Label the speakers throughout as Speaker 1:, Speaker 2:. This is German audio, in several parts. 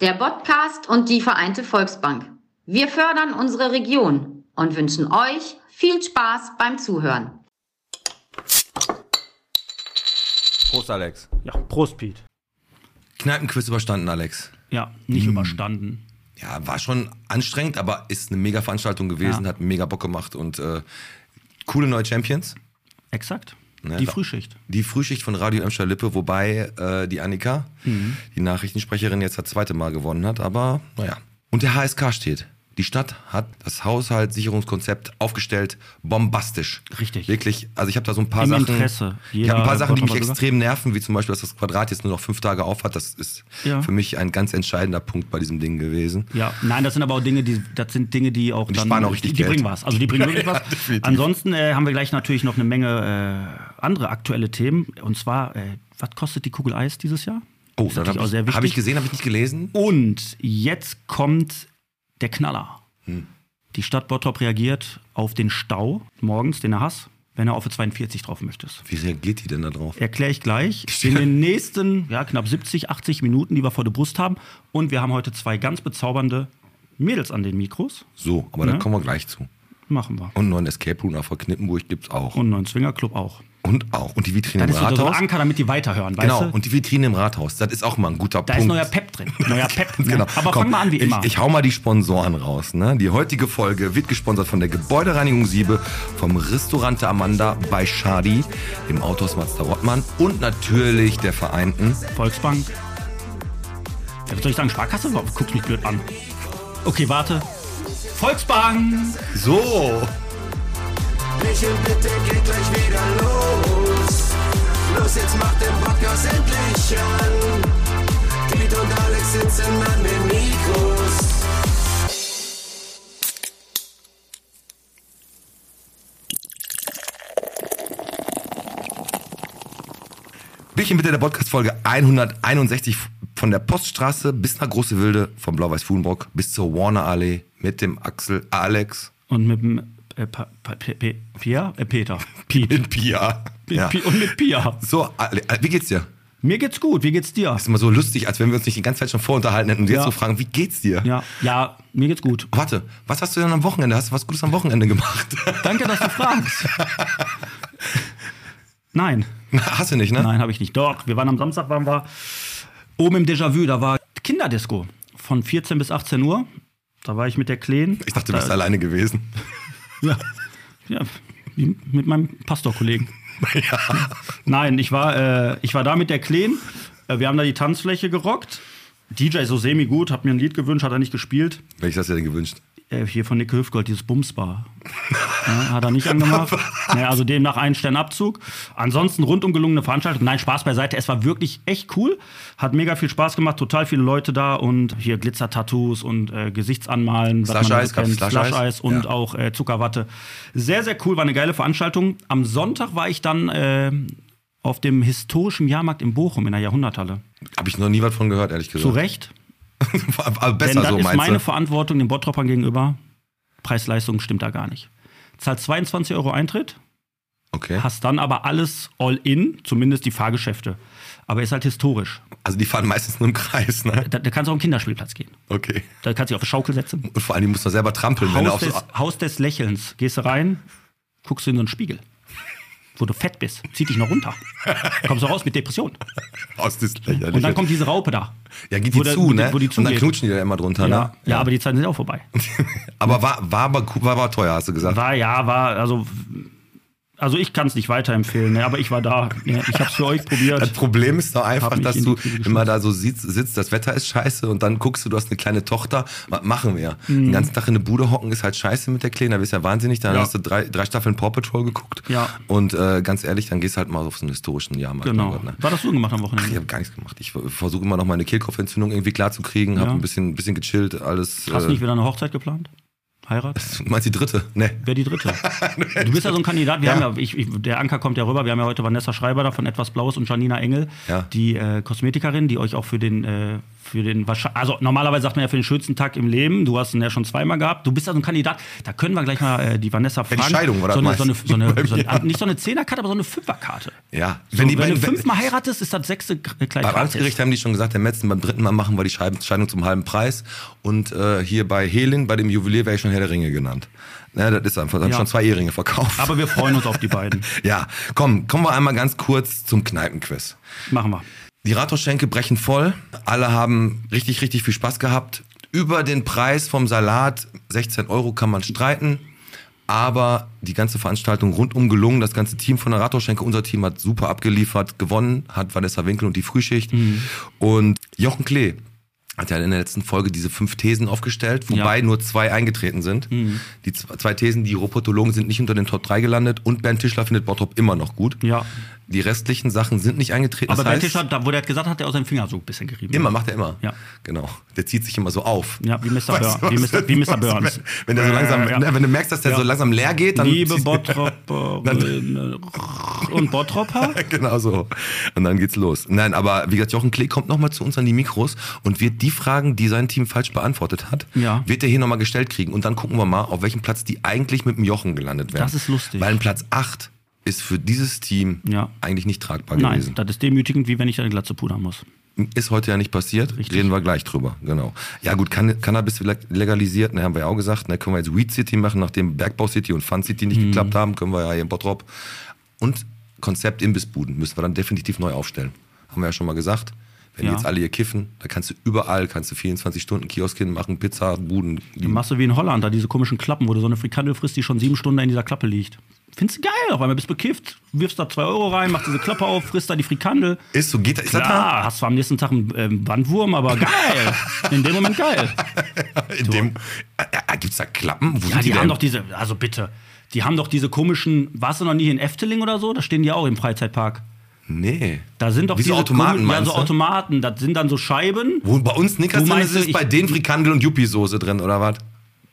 Speaker 1: der Podcast und die Vereinte Volksbank. Wir fördern unsere Region und wünschen euch viel Spaß beim Zuhören.
Speaker 2: Prost, Alex.
Speaker 3: Ja, Prost, Pete.
Speaker 2: Kneipenquiz überstanden, Alex.
Speaker 3: Ja,
Speaker 2: Mm.
Speaker 3: nicht überstanden.
Speaker 2: Ja, war schon anstrengend, aber ist eine mega Veranstaltung gewesen,
Speaker 3: Ja.
Speaker 2: hat mega Bock gemacht und äh, coole neue Champions.
Speaker 3: Exakt.
Speaker 2: Ne,
Speaker 3: Die
Speaker 2: da-
Speaker 3: Frühschicht.
Speaker 2: Die Frühschicht von Radio Emscher Lippe, wobei äh, die Annika,
Speaker 3: Mhm.
Speaker 2: die Nachrichtensprecherin, jetzt das zweite Mal gewonnen hat, aber naja. Und der HSK steht. Die Stadt hat das Haushaltssicherungskonzept aufgestellt, bombastisch.
Speaker 3: Richtig.
Speaker 2: Wirklich, also ich habe da so ein paar
Speaker 3: Im
Speaker 2: Sachen.
Speaker 3: Interesse.
Speaker 2: ich habe ein paar
Speaker 3: Jeder
Speaker 2: Sachen, die mich
Speaker 3: hat schon mal gesagt.
Speaker 2: extrem nerven, wie zum Beispiel, dass das Quadrat jetzt nur noch fünf Tage auf hat. Das ist
Speaker 3: Ja.
Speaker 2: für mich ein ganz entscheidender Punkt bei diesem Ding gewesen.
Speaker 3: Ja, nein, das sind aber auch Dinge, die das sind Dinge, die auch
Speaker 2: die
Speaker 3: dann
Speaker 2: sparen auch richtig
Speaker 3: die,
Speaker 2: Geld.
Speaker 3: bringen was. Also die bringen wirklich was. Ansonsten äh, haben wir gleich natürlich noch eine Menge äh, andere aktuelle Themen und zwar äh, was kostet die Kugel Eis dieses Jahr?
Speaker 2: Oh,
Speaker 3: ist
Speaker 2: dann
Speaker 3: natürlich auch sehr
Speaker 2: habe ich,
Speaker 3: wichtig.
Speaker 2: hab ich gesehen, habe ich nicht gelesen.
Speaker 3: Und jetzt kommt der Knaller.
Speaker 2: Hm.
Speaker 3: Die Stadt Bottrop reagiert auf den Stau morgens, den er hast, wenn er auf die 42 drauf möchtest.
Speaker 2: Wie reagiert die denn da drauf?
Speaker 3: Erkläre ich gleich. In den nächsten ja, knapp 70, 80 Minuten, die wir vor der Brust haben. Und wir haben heute zwei ganz bezaubernde Mädels an den Mikros.
Speaker 2: So, aber da
Speaker 3: Ne?
Speaker 2: kommen wir gleich zu.
Speaker 3: Machen wir.
Speaker 2: Und einen neuen Escape Room nach Knippenburg gibt's auch.
Speaker 3: Und einen neuen Swingerclub auch.
Speaker 2: Und auch. Und die Vitrine im
Speaker 3: Das ist so, so ein
Speaker 2: Rathaus.
Speaker 3: Anker, damit die weiterhören,
Speaker 2: Genau,
Speaker 3: weißt du?
Speaker 2: und die Vitrine im Rathaus. Das ist auch mal ein guter
Speaker 3: Da
Speaker 2: Punkt.
Speaker 3: ist neuer Pep drin. Neuer Pep. ne?
Speaker 2: Genau.
Speaker 3: Aber
Speaker 2: Komm,
Speaker 3: fangen wir an wie immer.
Speaker 2: Ich, ich hau mal die Sponsoren raus. Ne? Die heutige Folge wird gesponsert von der Gebäudereinigung Siebe, vom Restaurante Amanda bei Schadi, dem Autohaus Mazda Rottmann und natürlich der Vereinten.
Speaker 3: Volksbank. Ja, was soll ich sagen? Sparkasse? Guckst mich blöd an. Okay, warte. Volksbank!
Speaker 2: So,
Speaker 4: Michel, bitte geht gleich wieder los. Los, jetzt macht den Podcast endlich an. Piet und Alex sitzen an den Mikros.
Speaker 2: Bierchen bitte der Podcast-Folge 161 von der Poststraße bis nach Große Wilde, vom Blau-Weiß-Fuhlenbrock bis zur Warner-Allee mit dem Axel Alex
Speaker 3: Und mit dem äh, pa, pa, Pe- Pe- Pia? Äh, Peter. Piet.
Speaker 2: in Pia.
Speaker 3: Mit
Speaker 2: Ja.
Speaker 3: Pi- Und mit Pia.
Speaker 2: So, Ale- wie geht's dir?
Speaker 3: Mir geht's gut, wie geht's dir?
Speaker 2: Ist immer so lustig, als wenn wir uns nicht die ganze Zeit schon vorunterhalten hätten und jetzt
Speaker 3: Ja.
Speaker 2: so fragen, wie geht's dir?
Speaker 3: Ja, ja, mir geht's gut.
Speaker 2: Warte, was hast du denn am Wochenende? Hast du was Gutes am Wochenende gemacht?
Speaker 3: Danke, dass du fragst. Nein,
Speaker 2: hast du nicht, ne?
Speaker 3: nein, habe ich nicht. Doch, wir waren am Samstag, waren wir oben im Déjà-vu, da war Kinderdisco von 14 bis 18 Uhr. Da war ich mit der Kleen.
Speaker 2: Ich dachte, du
Speaker 3: da,
Speaker 2: bist alleine gewesen.
Speaker 3: Ja, ja wie mit meinem Pastorkollegen. Nein, ich war, äh, ich war da mit der Kleen. Äh, Wir haben da die Tanzfläche gerockt. DJ so semi gut, hat mir ein Lied gewünscht, hat er nicht gespielt.
Speaker 2: Welches hast du dir denn gewünscht?
Speaker 3: Äh, hier von Nick Hüftgold, dieses Bumsbar. ne, hat er nicht angemacht. Naja, also demnach einen Stern Abzug. Ansonsten rundum gelungene Veranstaltung. Nein, Spaß beiseite. Es war wirklich echt cool. Hat mega viel Spaß gemacht. Total viele Leute da und hier Glitzer-Tattoos und äh, Gesichtsanmalen.
Speaker 2: Slush
Speaker 3: da
Speaker 2: Eis,
Speaker 3: so
Speaker 2: gab's
Speaker 3: kennt.
Speaker 2: Slush
Speaker 3: Slush
Speaker 2: Eis?
Speaker 3: Eis und
Speaker 2: Ja.
Speaker 3: auch äh, Zuckerwatte. Sehr, sehr cool. War eine geile Veranstaltung. Am Sonntag war ich dann äh, auf dem historischen Jahrmarkt in Bochum in der Jahrhunderthalle.
Speaker 2: Hab ich noch nie was von gehört, ehrlich gesagt.
Speaker 3: Zu Recht.
Speaker 2: Aber besser
Speaker 3: Denn das
Speaker 2: so,
Speaker 3: ist
Speaker 2: meinst
Speaker 3: meine
Speaker 2: du?
Speaker 3: Verantwortung den Bottropern gegenüber. Preis-Leistung stimmt da gar nicht. Zahlt 22 Euro Eintritt,
Speaker 2: Okay.
Speaker 3: hast dann aber alles all in, zumindest die Fahrgeschäfte. Aber ist halt historisch.
Speaker 2: Also die fahren meistens nur im Kreis, ne?
Speaker 3: Da, da kannst du auch auf den Kinderspielplatz gehen.
Speaker 2: Okay.
Speaker 3: Da kannst du dich auf eine Schaukel setzen.
Speaker 2: Und vor allem, die musst du selber trampeln, wenn du
Speaker 3: Haus
Speaker 2: auf so...
Speaker 3: des, Haus des Lächelns. Gehst du rein, guckst du in so einen Spiegel, wo du fett bist, zieh dich noch runter. Kommst du raus mit Depression.
Speaker 2: Aus des
Speaker 3: Und dann kommt diese Raupe da.
Speaker 2: Ja, geht die
Speaker 3: wo der-
Speaker 2: zu,
Speaker 3: wo die-
Speaker 2: ne?
Speaker 3: wo die
Speaker 2: Und dann
Speaker 3: zugeht.
Speaker 2: knutschen die da immer drunter,
Speaker 3: Ja,
Speaker 2: ne?
Speaker 3: ja, aber die Zeiten sind auch vorbei.
Speaker 2: Aber war, war, aber cool- war, war teuer, hast du gesagt.
Speaker 3: War ja, war, also, also ich kann es nicht weiterempfehlen, ne, aber ich war da. Ne, ich habe es für euch
Speaker 2: Das
Speaker 3: probiert.
Speaker 2: Problem ist doch einfach,
Speaker 3: Hab mich
Speaker 2: dass
Speaker 3: in die
Speaker 2: du
Speaker 3: Knie geschmissen.
Speaker 2: immer da so sitzt, sitzt, das Wetter ist scheiße und dann guckst du, du hast eine kleine Tochter. Was machen wir? Den ganzen Tag in eine Bude hocken ist halt scheiße mit der Kleinen, da bist du ja wahnsinnig. Dann
Speaker 3: Mhm. Ja.
Speaker 2: hast du drei, drei Staffeln Paw Patrol geguckt.
Speaker 3: Ja.
Speaker 2: Und äh, ganz ehrlich, dann gehst du halt mal auf so einen historischen Jahrmarkt. mein
Speaker 3: Genau.
Speaker 2: Gott, ne?
Speaker 3: War das so gemacht am
Speaker 2: Ich
Speaker 3: Wochenende?
Speaker 2: habe gar nichts gemacht. Ich versuche immer noch meine Kehlkopfentzündung irgendwie klarzukriegen, habe
Speaker 3: Ja.
Speaker 2: ein bisschen, ein bisschen gechillt, alles.
Speaker 3: Hast
Speaker 2: äh,
Speaker 3: du nicht wieder eine Hochzeit geplant? Heirat?
Speaker 2: Du meinst die dritte? Ne. Nee.
Speaker 3: Wer die dritte? Du bist ja so ein Kandidat. Wir
Speaker 2: Ja.
Speaker 3: haben ja, ich, ich, der Anker kommt ja rüber. Wir haben ja heute Vanessa Schreiber da von Etwas Blaues und Janina Engel,
Speaker 2: Ja.
Speaker 3: die äh, Kosmetikerin, die euch auch für den äh, für den wahrscheinlich- also normalerweise sagt man ja für den schönsten Tag im Leben, du hast ihn ja schon zweimal gehabt, du bist also ein Kandidat, da können wir gleich mal äh, die Vanessa fragen.
Speaker 2: Scheidung war das
Speaker 3: so eine, so eine,
Speaker 2: meist.
Speaker 3: so
Speaker 2: Bei
Speaker 3: eine, so
Speaker 2: mir.
Speaker 3: eine, nicht so eine Zehnerkarte, aber so eine Fünferkarte.
Speaker 2: Ja, wenn
Speaker 3: So, wenn,
Speaker 2: die
Speaker 3: du
Speaker 2: beiden-
Speaker 3: fünfmal heiratest, ist das sechste K- gleich
Speaker 2: Beim
Speaker 3: gratis.
Speaker 2: Amtsgericht haben die schon gesagt, der Metzen beim dritten Mal machen wir die Scheiben- Scheidung zum halben Preis. Und äh, hier bei Helen, bei dem Juwelier, wäre ich schon Herr der Ringe genannt. Na, das ist einfach, da haben
Speaker 3: Ja.
Speaker 2: schon zwei Ehringe verkauft.
Speaker 3: Aber wir freuen uns auf die beiden.
Speaker 2: ja, komm, kommen wir einmal ganz kurz zum Kneipenquiz.
Speaker 3: Machen wir.
Speaker 2: Die Rathausschenke brechen voll. Alle haben richtig, richtig viel Spaß gehabt. Über den Preis vom Salat, 16 Euro, kann man streiten. Aber die ganze Veranstaltung rundum gelungen. Das ganze Team von der Rathausschenke, unser Team hat super abgeliefert, gewonnen, hat Vanessa Winkel und die Frühschicht.
Speaker 3: Mhm.
Speaker 2: Und Jochen Klee hat ja in der letzten Folge diese fünf Thesen aufgestellt, wobei
Speaker 3: Ja. Mhm.
Speaker 2: nur zwei eingetreten sind. Die z- zwei Thesen, die Robotologen sind nicht unter den Top 3 gelandet und Bernd Tischler findet Bottrop immer noch gut.
Speaker 3: Ja.
Speaker 2: Die restlichen Sachen sind nicht eingetreten. Das
Speaker 3: Aber bei
Speaker 2: heißt-
Speaker 3: Tisch hat, da, wo der hat gesagt hat, der aus seinem Finger so ein bisschen gerieben.
Speaker 2: Immer, macht er immer.
Speaker 3: Ja.
Speaker 2: Genau. Der zieht sich immer so auf.
Speaker 3: Ja, wie Mr.
Speaker 2: Weißt du,
Speaker 3: Burns.
Speaker 2: was-
Speaker 3: Wie Mr. Wie Mr.
Speaker 2: was-
Speaker 3: Burns.
Speaker 2: Wenn, wenn der so langsam,
Speaker 3: Ja.
Speaker 2: ne, wenn du merkst, dass der
Speaker 3: Ja.
Speaker 2: so langsam leer geht, dann.
Speaker 3: Liebe
Speaker 2: ziehst-
Speaker 3: Bottroperinnen und Bottropper.
Speaker 2: Genau so. Und dann geht's los. Nein, aber wie gesagt, Jochen Klee kommt nochmal zu uns an die Mikros und wird die Fragen, die sein Team falsch beantwortet hat,
Speaker 3: Ja.
Speaker 2: wird er hier nochmal gestellt kriegen. Und dann gucken wir mal, auf welchem Platz die eigentlich mit dem Jochen gelandet wären.
Speaker 3: Das ist lustig.
Speaker 2: Weil ein Platz 8 ist für dieses Team
Speaker 3: Ja.
Speaker 2: eigentlich nicht tragbar
Speaker 3: Nein,
Speaker 2: gewesen.
Speaker 3: das ist demütigend, wie wenn ich eine Glatze pudern muss.
Speaker 2: Ist heute ja nicht passiert. Reden wir gleich drüber. Genau. Ja, gut, Cann Cannabis leg- legalisiert, ne, haben wir ja auch gesagt. Ne, können wir jetzt Weed City machen, nachdem Bergbau City und Fun City
Speaker 3: Mhm.
Speaker 2: nicht geklappt haben, können wir ja hier in Bottrop. Und Konzept Imbissbuden müssen wir dann definitiv neu aufstellen. Haben wir ja schon mal gesagt. Wenn
Speaker 3: Ja.
Speaker 2: die jetzt alle hier kiffen, da kannst du überall, kannst du 24 Stunden Kiosk hinmachen, Pizza, Buden. Die
Speaker 3: Machst du wie in Holland, da diese komischen Klappen, wo du so eine Frikandel frisst, die schon sieben Stunden in dieser Klappe liegt. Findest du geil, auf einmal bist du bekifft, wirfst da zwei Euro rein, machst diese Klappe auf, frisst da die Frikandel.
Speaker 2: ist so, geht das? Ist das da?
Speaker 3: Klar, hast zwar am nächsten Tag einen ähm, Bandwurm, aber geil. In dem Moment geil.
Speaker 2: In dem, äh, äh, gibt's da Klappen? Wo
Speaker 3: Ja, die, haben doch diese, also bitte, die haben doch diese komischen, warst du noch nie in Efteling oder so? Da stehen die auch im Freizeitpark.
Speaker 2: nee.
Speaker 3: Da sind doch
Speaker 2: Wie so
Speaker 3: diese
Speaker 2: Automaten,
Speaker 3: komi- ja,
Speaker 2: meinst
Speaker 3: so
Speaker 2: du?
Speaker 3: Automaten, das sind dann so Scheiben.
Speaker 2: Wo bei uns Nickers
Speaker 3: Wo
Speaker 2: drin ist,
Speaker 3: meinst du,
Speaker 2: ist
Speaker 3: ich-
Speaker 2: bei denen Frikandel und Yuppie-Soße drin, oder was?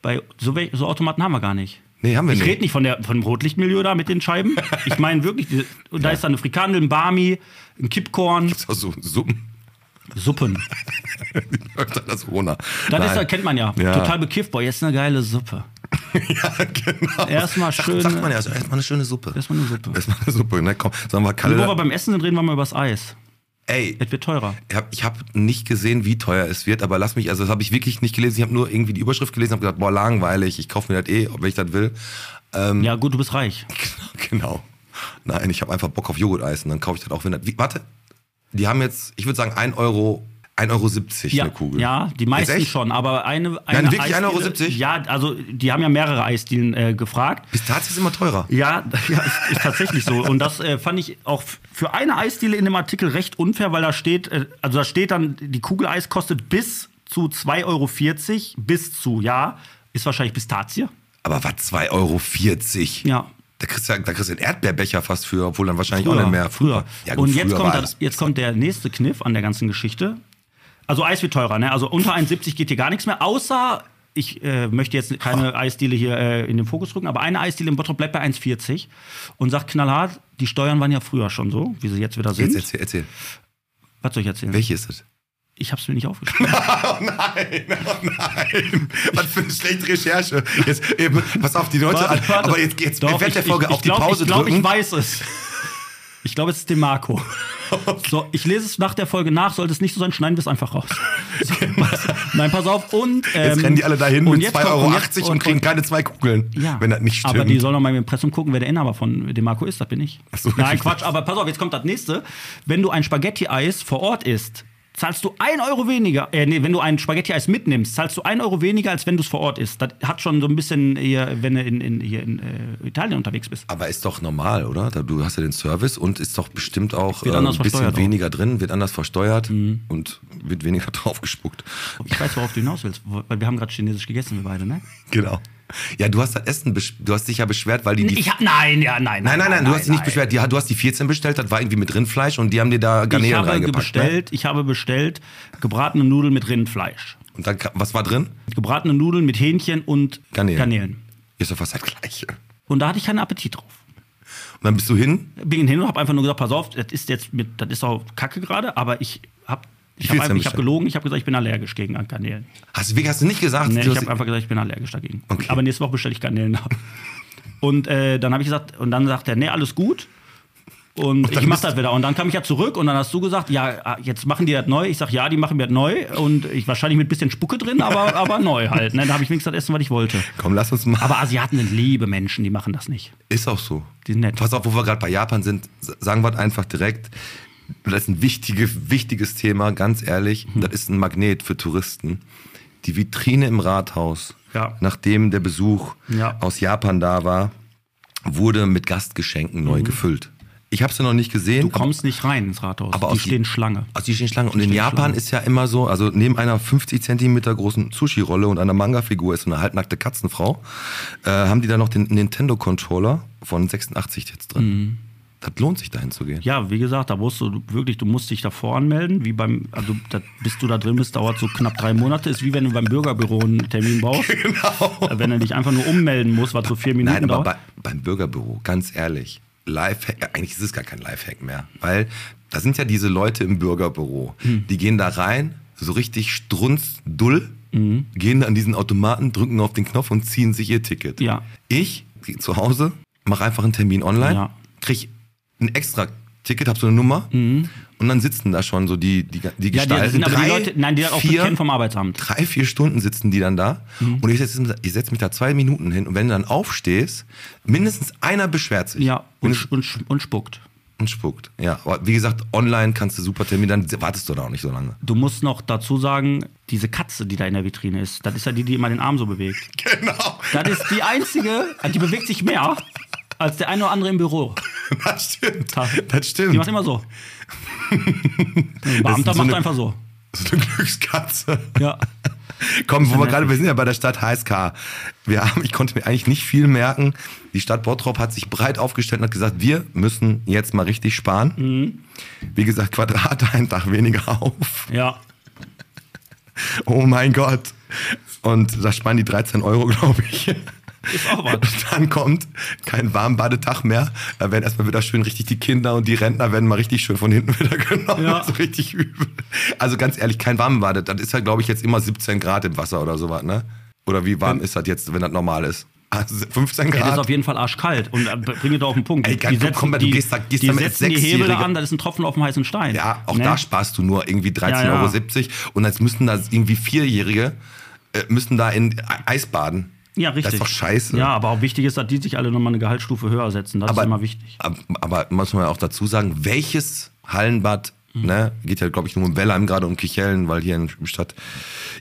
Speaker 3: Bei, so, wel- so Automaten haben wir gar nicht.
Speaker 2: Nee, haben wir
Speaker 3: Ich
Speaker 2: nicht.
Speaker 3: rede nicht von, der, von dem Rotlichtmilieu da mit den Scheiben. Ich meine wirklich, diese, und da ist dann eine Frikandel, ein Barmi, ein Kippkorn,
Speaker 2: Ist doch so Suppen.
Speaker 3: Suppen.
Speaker 2: Läuft dann das Rona.
Speaker 3: Das
Speaker 2: Nein.
Speaker 3: ist, das kennt man ja.
Speaker 2: Ja.
Speaker 3: Total bekifft, boah, jetzt eine geile Suppe.
Speaker 2: ja, genau.
Speaker 3: Erstmal
Speaker 2: Sagt-
Speaker 3: schöne-
Speaker 2: Sagt man ja, also erstmal eine schöne Suppe.
Speaker 3: Erstmal eine Suppe.
Speaker 2: Erstmal eine Suppe, ne? Komm, sagen wir
Speaker 3: Wo wir
Speaker 2: Kalle.
Speaker 3: beim Essen sind, reden wir mal übers Eis.
Speaker 2: Ey,
Speaker 3: Es wird teurer.
Speaker 2: ich hab- ich habe nicht gesehen, wie teuer es wird, aber lass mich, also das habe ich wirklich nicht gelesen. Ich habe nur irgendwie die Überschrift gelesen, habe gedacht, boah, langweilig, ich kaufe mir das eh, ob ich das will. Ähm,
Speaker 3: Ja, gut, du bist reich.
Speaker 2: genau. Nein, ich habe einfach Bock auf Joghurt-Eis und dann kaufe ich das auch, wenn das. Wie, warte, die haben jetzt, ich würde sagen, 1 Euro, 1,70 Euro
Speaker 3: Ja,
Speaker 2: eine Kugel.
Speaker 3: ja, die
Speaker 2: Ist
Speaker 3: meisten
Speaker 2: echt?
Speaker 3: schon, aber eine. eine
Speaker 2: Nein, wirklich 1,70 Euro?
Speaker 3: Ja, also die haben ja mehrere Eisdielen äh, gefragt.
Speaker 2: Pistazie ist immer teurer.
Speaker 3: Ja, ja ist, ist tatsächlich so. Und das äh, fand ich auch f- für eine Eisdiele in dem Artikel recht unfair, weil da steht, äh, also da steht dann, die Kugel Eis kostet bis zu 2,40 Euro, bis zu, ja, ist wahrscheinlich Pistazie.
Speaker 2: Aber was, 2,40 Euro?
Speaker 3: Ja.
Speaker 2: Da kriegst du ja, da kriegst du den Erdbeerbecher fast für, obwohl dann wahrscheinlich auch nicht mehr.
Speaker 3: Früher.
Speaker 2: Ja, gut,
Speaker 3: Und jetzt,
Speaker 2: früher
Speaker 3: kommt,
Speaker 2: war
Speaker 3: das, jetzt kommt der nächste Kniff an der ganzen Geschichte. Also Eis wird teurer, ne? Also unter 1,70 geht hier gar nichts mehr, außer, ich äh, möchte jetzt keine Eisdiele hier äh, in den Fokus rücken, aber eine Eisdiele in Bottrop bleibt bei 1,40 und sagt knallhart, die Steuern waren ja früher schon so, wie sie jetzt wieder sind.
Speaker 2: Jetzt erzähl, erzähl.
Speaker 3: Was soll ich erzählen?
Speaker 2: Welche ist es? Oh
Speaker 3: Ich hab's mir nicht aufgeschrieben.
Speaker 2: Nein, was für eine schlechte Recherche. Jetzt, eben, pass auf, die Leute.
Speaker 3: Warte, warte.
Speaker 2: Aber jetzt, jetzt
Speaker 3: Doch,
Speaker 2: ich werde
Speaker 3: ich-
Speaker 2: der Folge
Speaker 3: ich- ich
Speaker 2: auf die
Speaker 3: glaub,
Speaker 2: Pause
Speaker 3: Ich glaube,
Speaker 2: drücken.
Speaker 3: ich weiß es. Ich glaube, es ist Demarco. So, ich lese es nach der Folge nach. Sollte es nicht so sein, schneiden wir es einfach raus. So, pass, nein, pass auf. Und, ähm,
Speaker 2: jetzt rennen die alle dahin
Speaker 3: und
Speaker 2: mit
Speaker 3: jetzt
Speaker 2: 2,80
Speaker 3: kommt-
Speaker 2: Euro und,
Speaker 3: jetzt-
Speaker 2: kriegen keine zwei Kugeln,
Speaker 3: ja,
Speaker 2: wenn das nicht stimmt.
Speaker 3: Aber die sollen doch mal im Impressum gucken, wer der Inhaber von Demarco ist. Das bin ich.
Speaker 2: so,
Speaker 3: Nein,
Speaker 2: richtig.
Speaker 3: Quatsch. Aber pass auf, jetzt kommt das nächste. Wenn du ein Spaghetti-Eis vor Ort isst, zahlst du 1 Euro weniger. Äh, nee, wenn du ein Spaghetti-Eis mitnimmst, zahlst du 1 Euro weniger, als wenn du es vor Ort isst. Das hat schon so ein bisschen, hier, wenn du in, in, hier in äh, Italien unterwegs bist.
Speaker 2: aber ist doch normal, oder? Da- Du hast ja den Service und ist doch bestimmt auch äh,
Speaker 3: Wird
Speaker 2: ein
Speaker 3: anders
Speaker 2: bisschen
Speaker 3: versteuert auch. Mhm.
Speaker 2: weniger drin, wird anders versteuert und wird weniger draufgespuckt.
Speaker 3: Ich weiß, worauf du hinaus willst, wo- weil wir haben gerade Chinesisch gegessen, wir beide, ne?
Speaker 2: Genau. Ja, du hast das Essen, besch- du hast dich ja beschwert, weil die die
Speaker 3: Ich hab, nein, ja, nein.
Speaker 2: Nein, nein, nein, du hast dich nicht beschwert. Die, du hast die 14 bestellt, das war irgendwie mit Rindfleisch und die haben dir da
Speaker 3: Ich
Speaker 2: Garnelen
Speaker 3: habe,
Speaker 2: reingepackt. Ne?
Speaker 3: bestellt, ich habe bestellt gebratene Nudeln mit Rindfleisch.
Speaker 2: Und dann, ka- was war drin?
Speaker 3: Gebratene Nudeln mit Hähnchen und
Speaker 2: Garnelen.
Speaker 3: Garnelen.
Speaker 2: Ist doch fast das Gleiche. Und
Speaker 3: Und da hatte ich keinen Appetit drauf.
Speaker 2: dann bist du hin,
Speaker 3: Bin hin und habe einfach nur gesagt, pass auf, das ist jetzt mit, das ist auch Kacke gerade, aber ich hab, Ich
Speaker 2: will's
Speaker 3: habe
Speaker 2: denn
Speaker 3: ich hab
Speaker 2: bestellen?
Speaker 3: gelogen, ich habe gesagt, ich bin allergisch gegen Garnelen.
Speaker 2: Hast, du- wirklich, hast du nicht gesagt? du
Speaker 3: Nee, ich
Speaker 2: hast-
Speaker 3: habe einfach gesagt, ich bin allergisch dagegen.
Speaker 2: Okay.
Speaker 3: Aber nächste Woche bestelle ich Garnelen ab. Und äh, dann habe ich gesagt, und dann sagt er, nee, alles gut. Und,
Speaker 2: dann
Speaker 3: ich mach
Speaker 2: bist-
Speaker 3: das wieder. Und dann kam ich ja zurück und dann hast du gesagt, ja, ah, jetzt machen die das neu. Ich sag, ja, die machen wir das neu. Und ich wahrscheinlich mit ein bisschen Spucke drin, aber, aber neu halt. Ne? Da habe ich wenigstens das Essen, was ich wollte.
Speaker 2: Komm, lass uns mal.
Speaker 3: Aber Asiaten sind liebe Menschen, die machen das nicht.
Speaker 2: Ist auch so.
Speaker 3: Die sind nett.
Speaker 2: Pass auf, wo wir gerade bei Japan sind, s- sagen wir es einfach direkt. Das ist ein wichtiges, wichtiges Thema, ganz ehrlich.
Speaker 3: Hm.
Speaker 2: Das ist ein Magnet für Touristen. Die Vitrine im Rathaus,
Speaker 3: Ja.
Speaker 2: nachdem der Besuch
Speaker 3: Ja.
Speaker 2: aus Japan da war, wurde mit Gastgeschenken neu gefüllt. Ich habe es ja noch nicht gesehen.
Speaker 3: Mhm. Du kommst nicht rein ins Rathaus.
Speaker 2: aber
Speaker 3: die
Speaker 2: aus-
Speaker 3: stehen Schlange.
Speaker 2: Also die stehen Schlange. Und in
Speaker 3: stehen
Speaker 2: Japan
Speaker 3: Schlange.
Speaker 2: ist ja immer so, also neben einer 50 Zentimeter großen Sushi-Rolle und einer Manga-Figur ist so eine halbnackte Katzenfrau, äh, haben die da noch den Nintendo-Controller von 86 jetzt drin.
Speaker 3: Mhm.
Speaker 2: Das lohnt sich, dahin zu gehen.
Speaker 3: Ja, wie gesagt, da musst du wirklich, du musst dich davor anmelden, wie beim, also da, bis du da drin bist, dauert so knapp drei Monate, ist wie wenn du beim Bürgerbüro einen Termin brauchst. Genau. Wenn du dich einfach nur ummelden musst, was so vier Minuten
Speaker 2: Nein, aber
Speaker 3: dauert.
Speaker 2: bei, beim Bürgerbüro, ganz ehrlich, Lifehack, äh, eigentlich ist es gar kein Lifehack mehr, weil da sind ja diese Leute im Bürgerbüro,
Speaker 3: Hm.
Speaker 2: die gehen da rein, so richtig strunzdull,
Speaker 3: Hm.
Speaker 2: gehen da an diesen Automaten, drücken auf den Knopf und ziehen sich ihr Ticket.
Speaker 3: Ja.
Speaker 2: Ich geh zu Hause, mache einfach einen Termin online,
Speaker 3: Ja.
Speaker 2: krieg ein extra Ticket, hab so eine Nummer und dann sitzen da schon so die, die, die
Speaker 3: Hm. ja, die,
Speaker 2: Gestalten.
Speaker 3: sind aber
Speaker 2: drei,
Speaker 3: die Leute, nein, die das auch
Speaker 2: vier,
Speaker 3: kennen vom Arbeitsamt.
Speaker 2: drei, vier Stunden sitzen die dann da
Speaker 3: Mhm.
Speaker 2: und ich setze ich setz mich da zwei Minuten hin und wenn du dann aufstehst, mindestens einer beschwert sich
Speaker 3: Ja, und,
Speaker 2: und,
Speaker 3: sch- und, sch- und spuckt.
Speaker 2: und spuckt. Ja, aber wie gesagt, online kannst du super Termin, dann wartest du da auch nicht so lange.
Speaker 3: Du musst noch dazu sagen, diese Katze, die da in der Vitrine ist, das ist ja die, die immer den Arm so bewegt.
Speaker 2: Genau,
Speaker 3: Das ist die einzige, die bewegt sich mehr als der eine oder andere im Büro.
Speaker 2: das stimmt.
Speaker 3: Ta-
Speaker 2: Das stimmt.
Speaker 3: Die macht immer so. Ein Beamter
Speaker 2: so
Speaker 3: macht
Speaker 2: eine-
Speaker 3: einfach so.
Speaker 2: so eine Glückskatze.
Speaker 3: Ja.
Speaker 2: Komm, wo wir
Speaker 3: nervig.
Speaker 2: gerade, wir sind ja bei der Stadt HSK. Wir haben, ich konnte mir eigentlich nicht viel merken. Die Stadt Bottrop hat sich breit aufgestellt und hat gesagt, wir müssen jetzt mal richtig sparen.
Speaker 3: Mhm.
Speaker 2: Wie gesagt, Quadrate einen Tag weniger auf.
Speaker 3: Ja.
Speaker 2: Oh mein Gott. Und da sparen die 13 Euro, glaube ich.
Speaker 3: Ist auch was.
Speaker 2: Dann kommt kein Warmbadetag mehr. Da werden erstmal wieder schön richtig die Kinder und die Rentner werden mal richtig schön von hinten wieder genommen.
Speaker 3: Ja.
Speaker 2: So richtig übel. Also ganz ehrlich, kein Warmbade. Das ist ja, glaube ich, jetzt immer 17 Grad im Wasser oder sowas, ne? Oder wie warm ist das jetzt, wenn das normal ist? Also 15
Speaker 3: Ja, das ist
Speaker 2: Grad.
Speaker 3: auf jeden Fall arschkalt und äh, bringe doch auf den Punkt.
Speaker 2: Ey,
Speaker 3: die
Speaker 2: komm,
Speaker 3: setzen,
Speaker 2: komm, du
Speaker 3: die,
Speaker 2: gehst da- gehst
Speaker 3: die,
Speaker 2: da mit
Speaker 3: setzen die Hebel
Speaker 2: Sechsjährigen-
Speaker 3: da an, das ist ein Tropfen auf dem heißen Stein.
Speaker 2: ja, auch
Speaker 3: Ne?
Speaker 2: da sparst du nur irgendwie 13,70
Speaker 3: Ja, ja.
Speaker 2: Euro. Und jetzt müssen da irgendwie Vierjährige, äh, müssen da in Eis baden.
Speaker 3: Ja, richtig.
Speaker 2: Das ist doch scheiße.
Speaker 3: Ja, aber auch wichtig ist, dass die sich alle nochmal eine Gehaltsstufe höher setzen. Das ist immer wichtig.
Speaker 2: ab- Aber muss man ja auch dazu sagen, welches Hallenbad,
Speaker 3: Mhm.
Speaker 2: ne, geht ja, glaube ich, nur um Wellheim gerade um Kichellen, weil hier in der Stadt.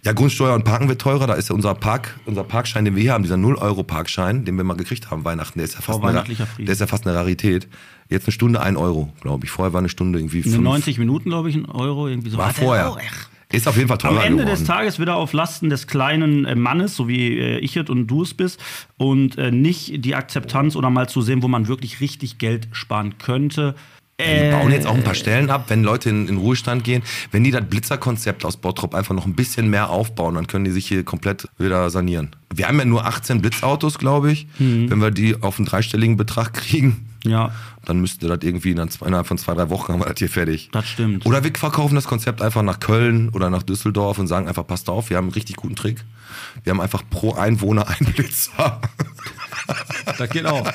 Speaker 2: Ja, Grundsteuer und Parken wird teurer. Da ist ja unser Park, unser Parkschein, den wir hier haben, dieser 0-Euro-Parkschein, den wir mal gekriegt haben, Weihnachten, der ist ja fast, eine, Ra-
Speaker 3: Vorweihnachtlicher Frieden.
Speaker 2: der ist ja fast eine Rarität. Jetzt eine Stunde 1 Euro, glaube ich. Vorher war eine Stunde irgendwie
Speaker 3: Für
Speaker 2: 5.
Speaker 3: 90 Minuten, glaube ich, ein Euro irgendwie so.
Speaker 2: war
Speaker 3: Hat er-
Speaker 2: vorher.
Speaker 3: Oh, ach.
Speaker 2: Ist auf jeden Fall
Speaker 3: Am
Speaker 2: teurer
Speaker 3: Ende
Speaker 2: geworden.
Speaker 3: des Tages wieder auf Lasten des kleinen äh, Mannes, so wie äh, ich es und du es bist, und äh, nicht die Akzeptanz oder mal zu sehen, wo man wirklich richtig Geld sparen könnte.
Speaker 2: Die
Speaker 3: Äh,
Speaker 2: bauen jetzt auch ein paar Stellen ab, wenn Leute in, in Ruhestand gehen. Wenn die das Blitzerkonzept aus Bottrop einfach noch ein bisschen mehr aufbauen, dann können die sich hier komplett wieder sanieren. Wir haben ja nur 18 Blitzautos, glaube ich. Wenn wir die auf einen dreistelligen Betrag kriegen,
Speaker 3: Mhm. ja,
Speaker 2: dann müsste das irgendwie dann zwei- innerhalb von zwei, drei Wochen haben wir das hier fertig.
Speaker 3: das stimmt.
Speaker 2: Oder wir verkaufen das Konzept einfach nach Köln oder nach Düsseldorf und sagen einfach, passt auf, wir haben einen richtig guten Trick. Wir haben einfach pro Einwohner einen Blitzer.
Speaker 3: das geht auch.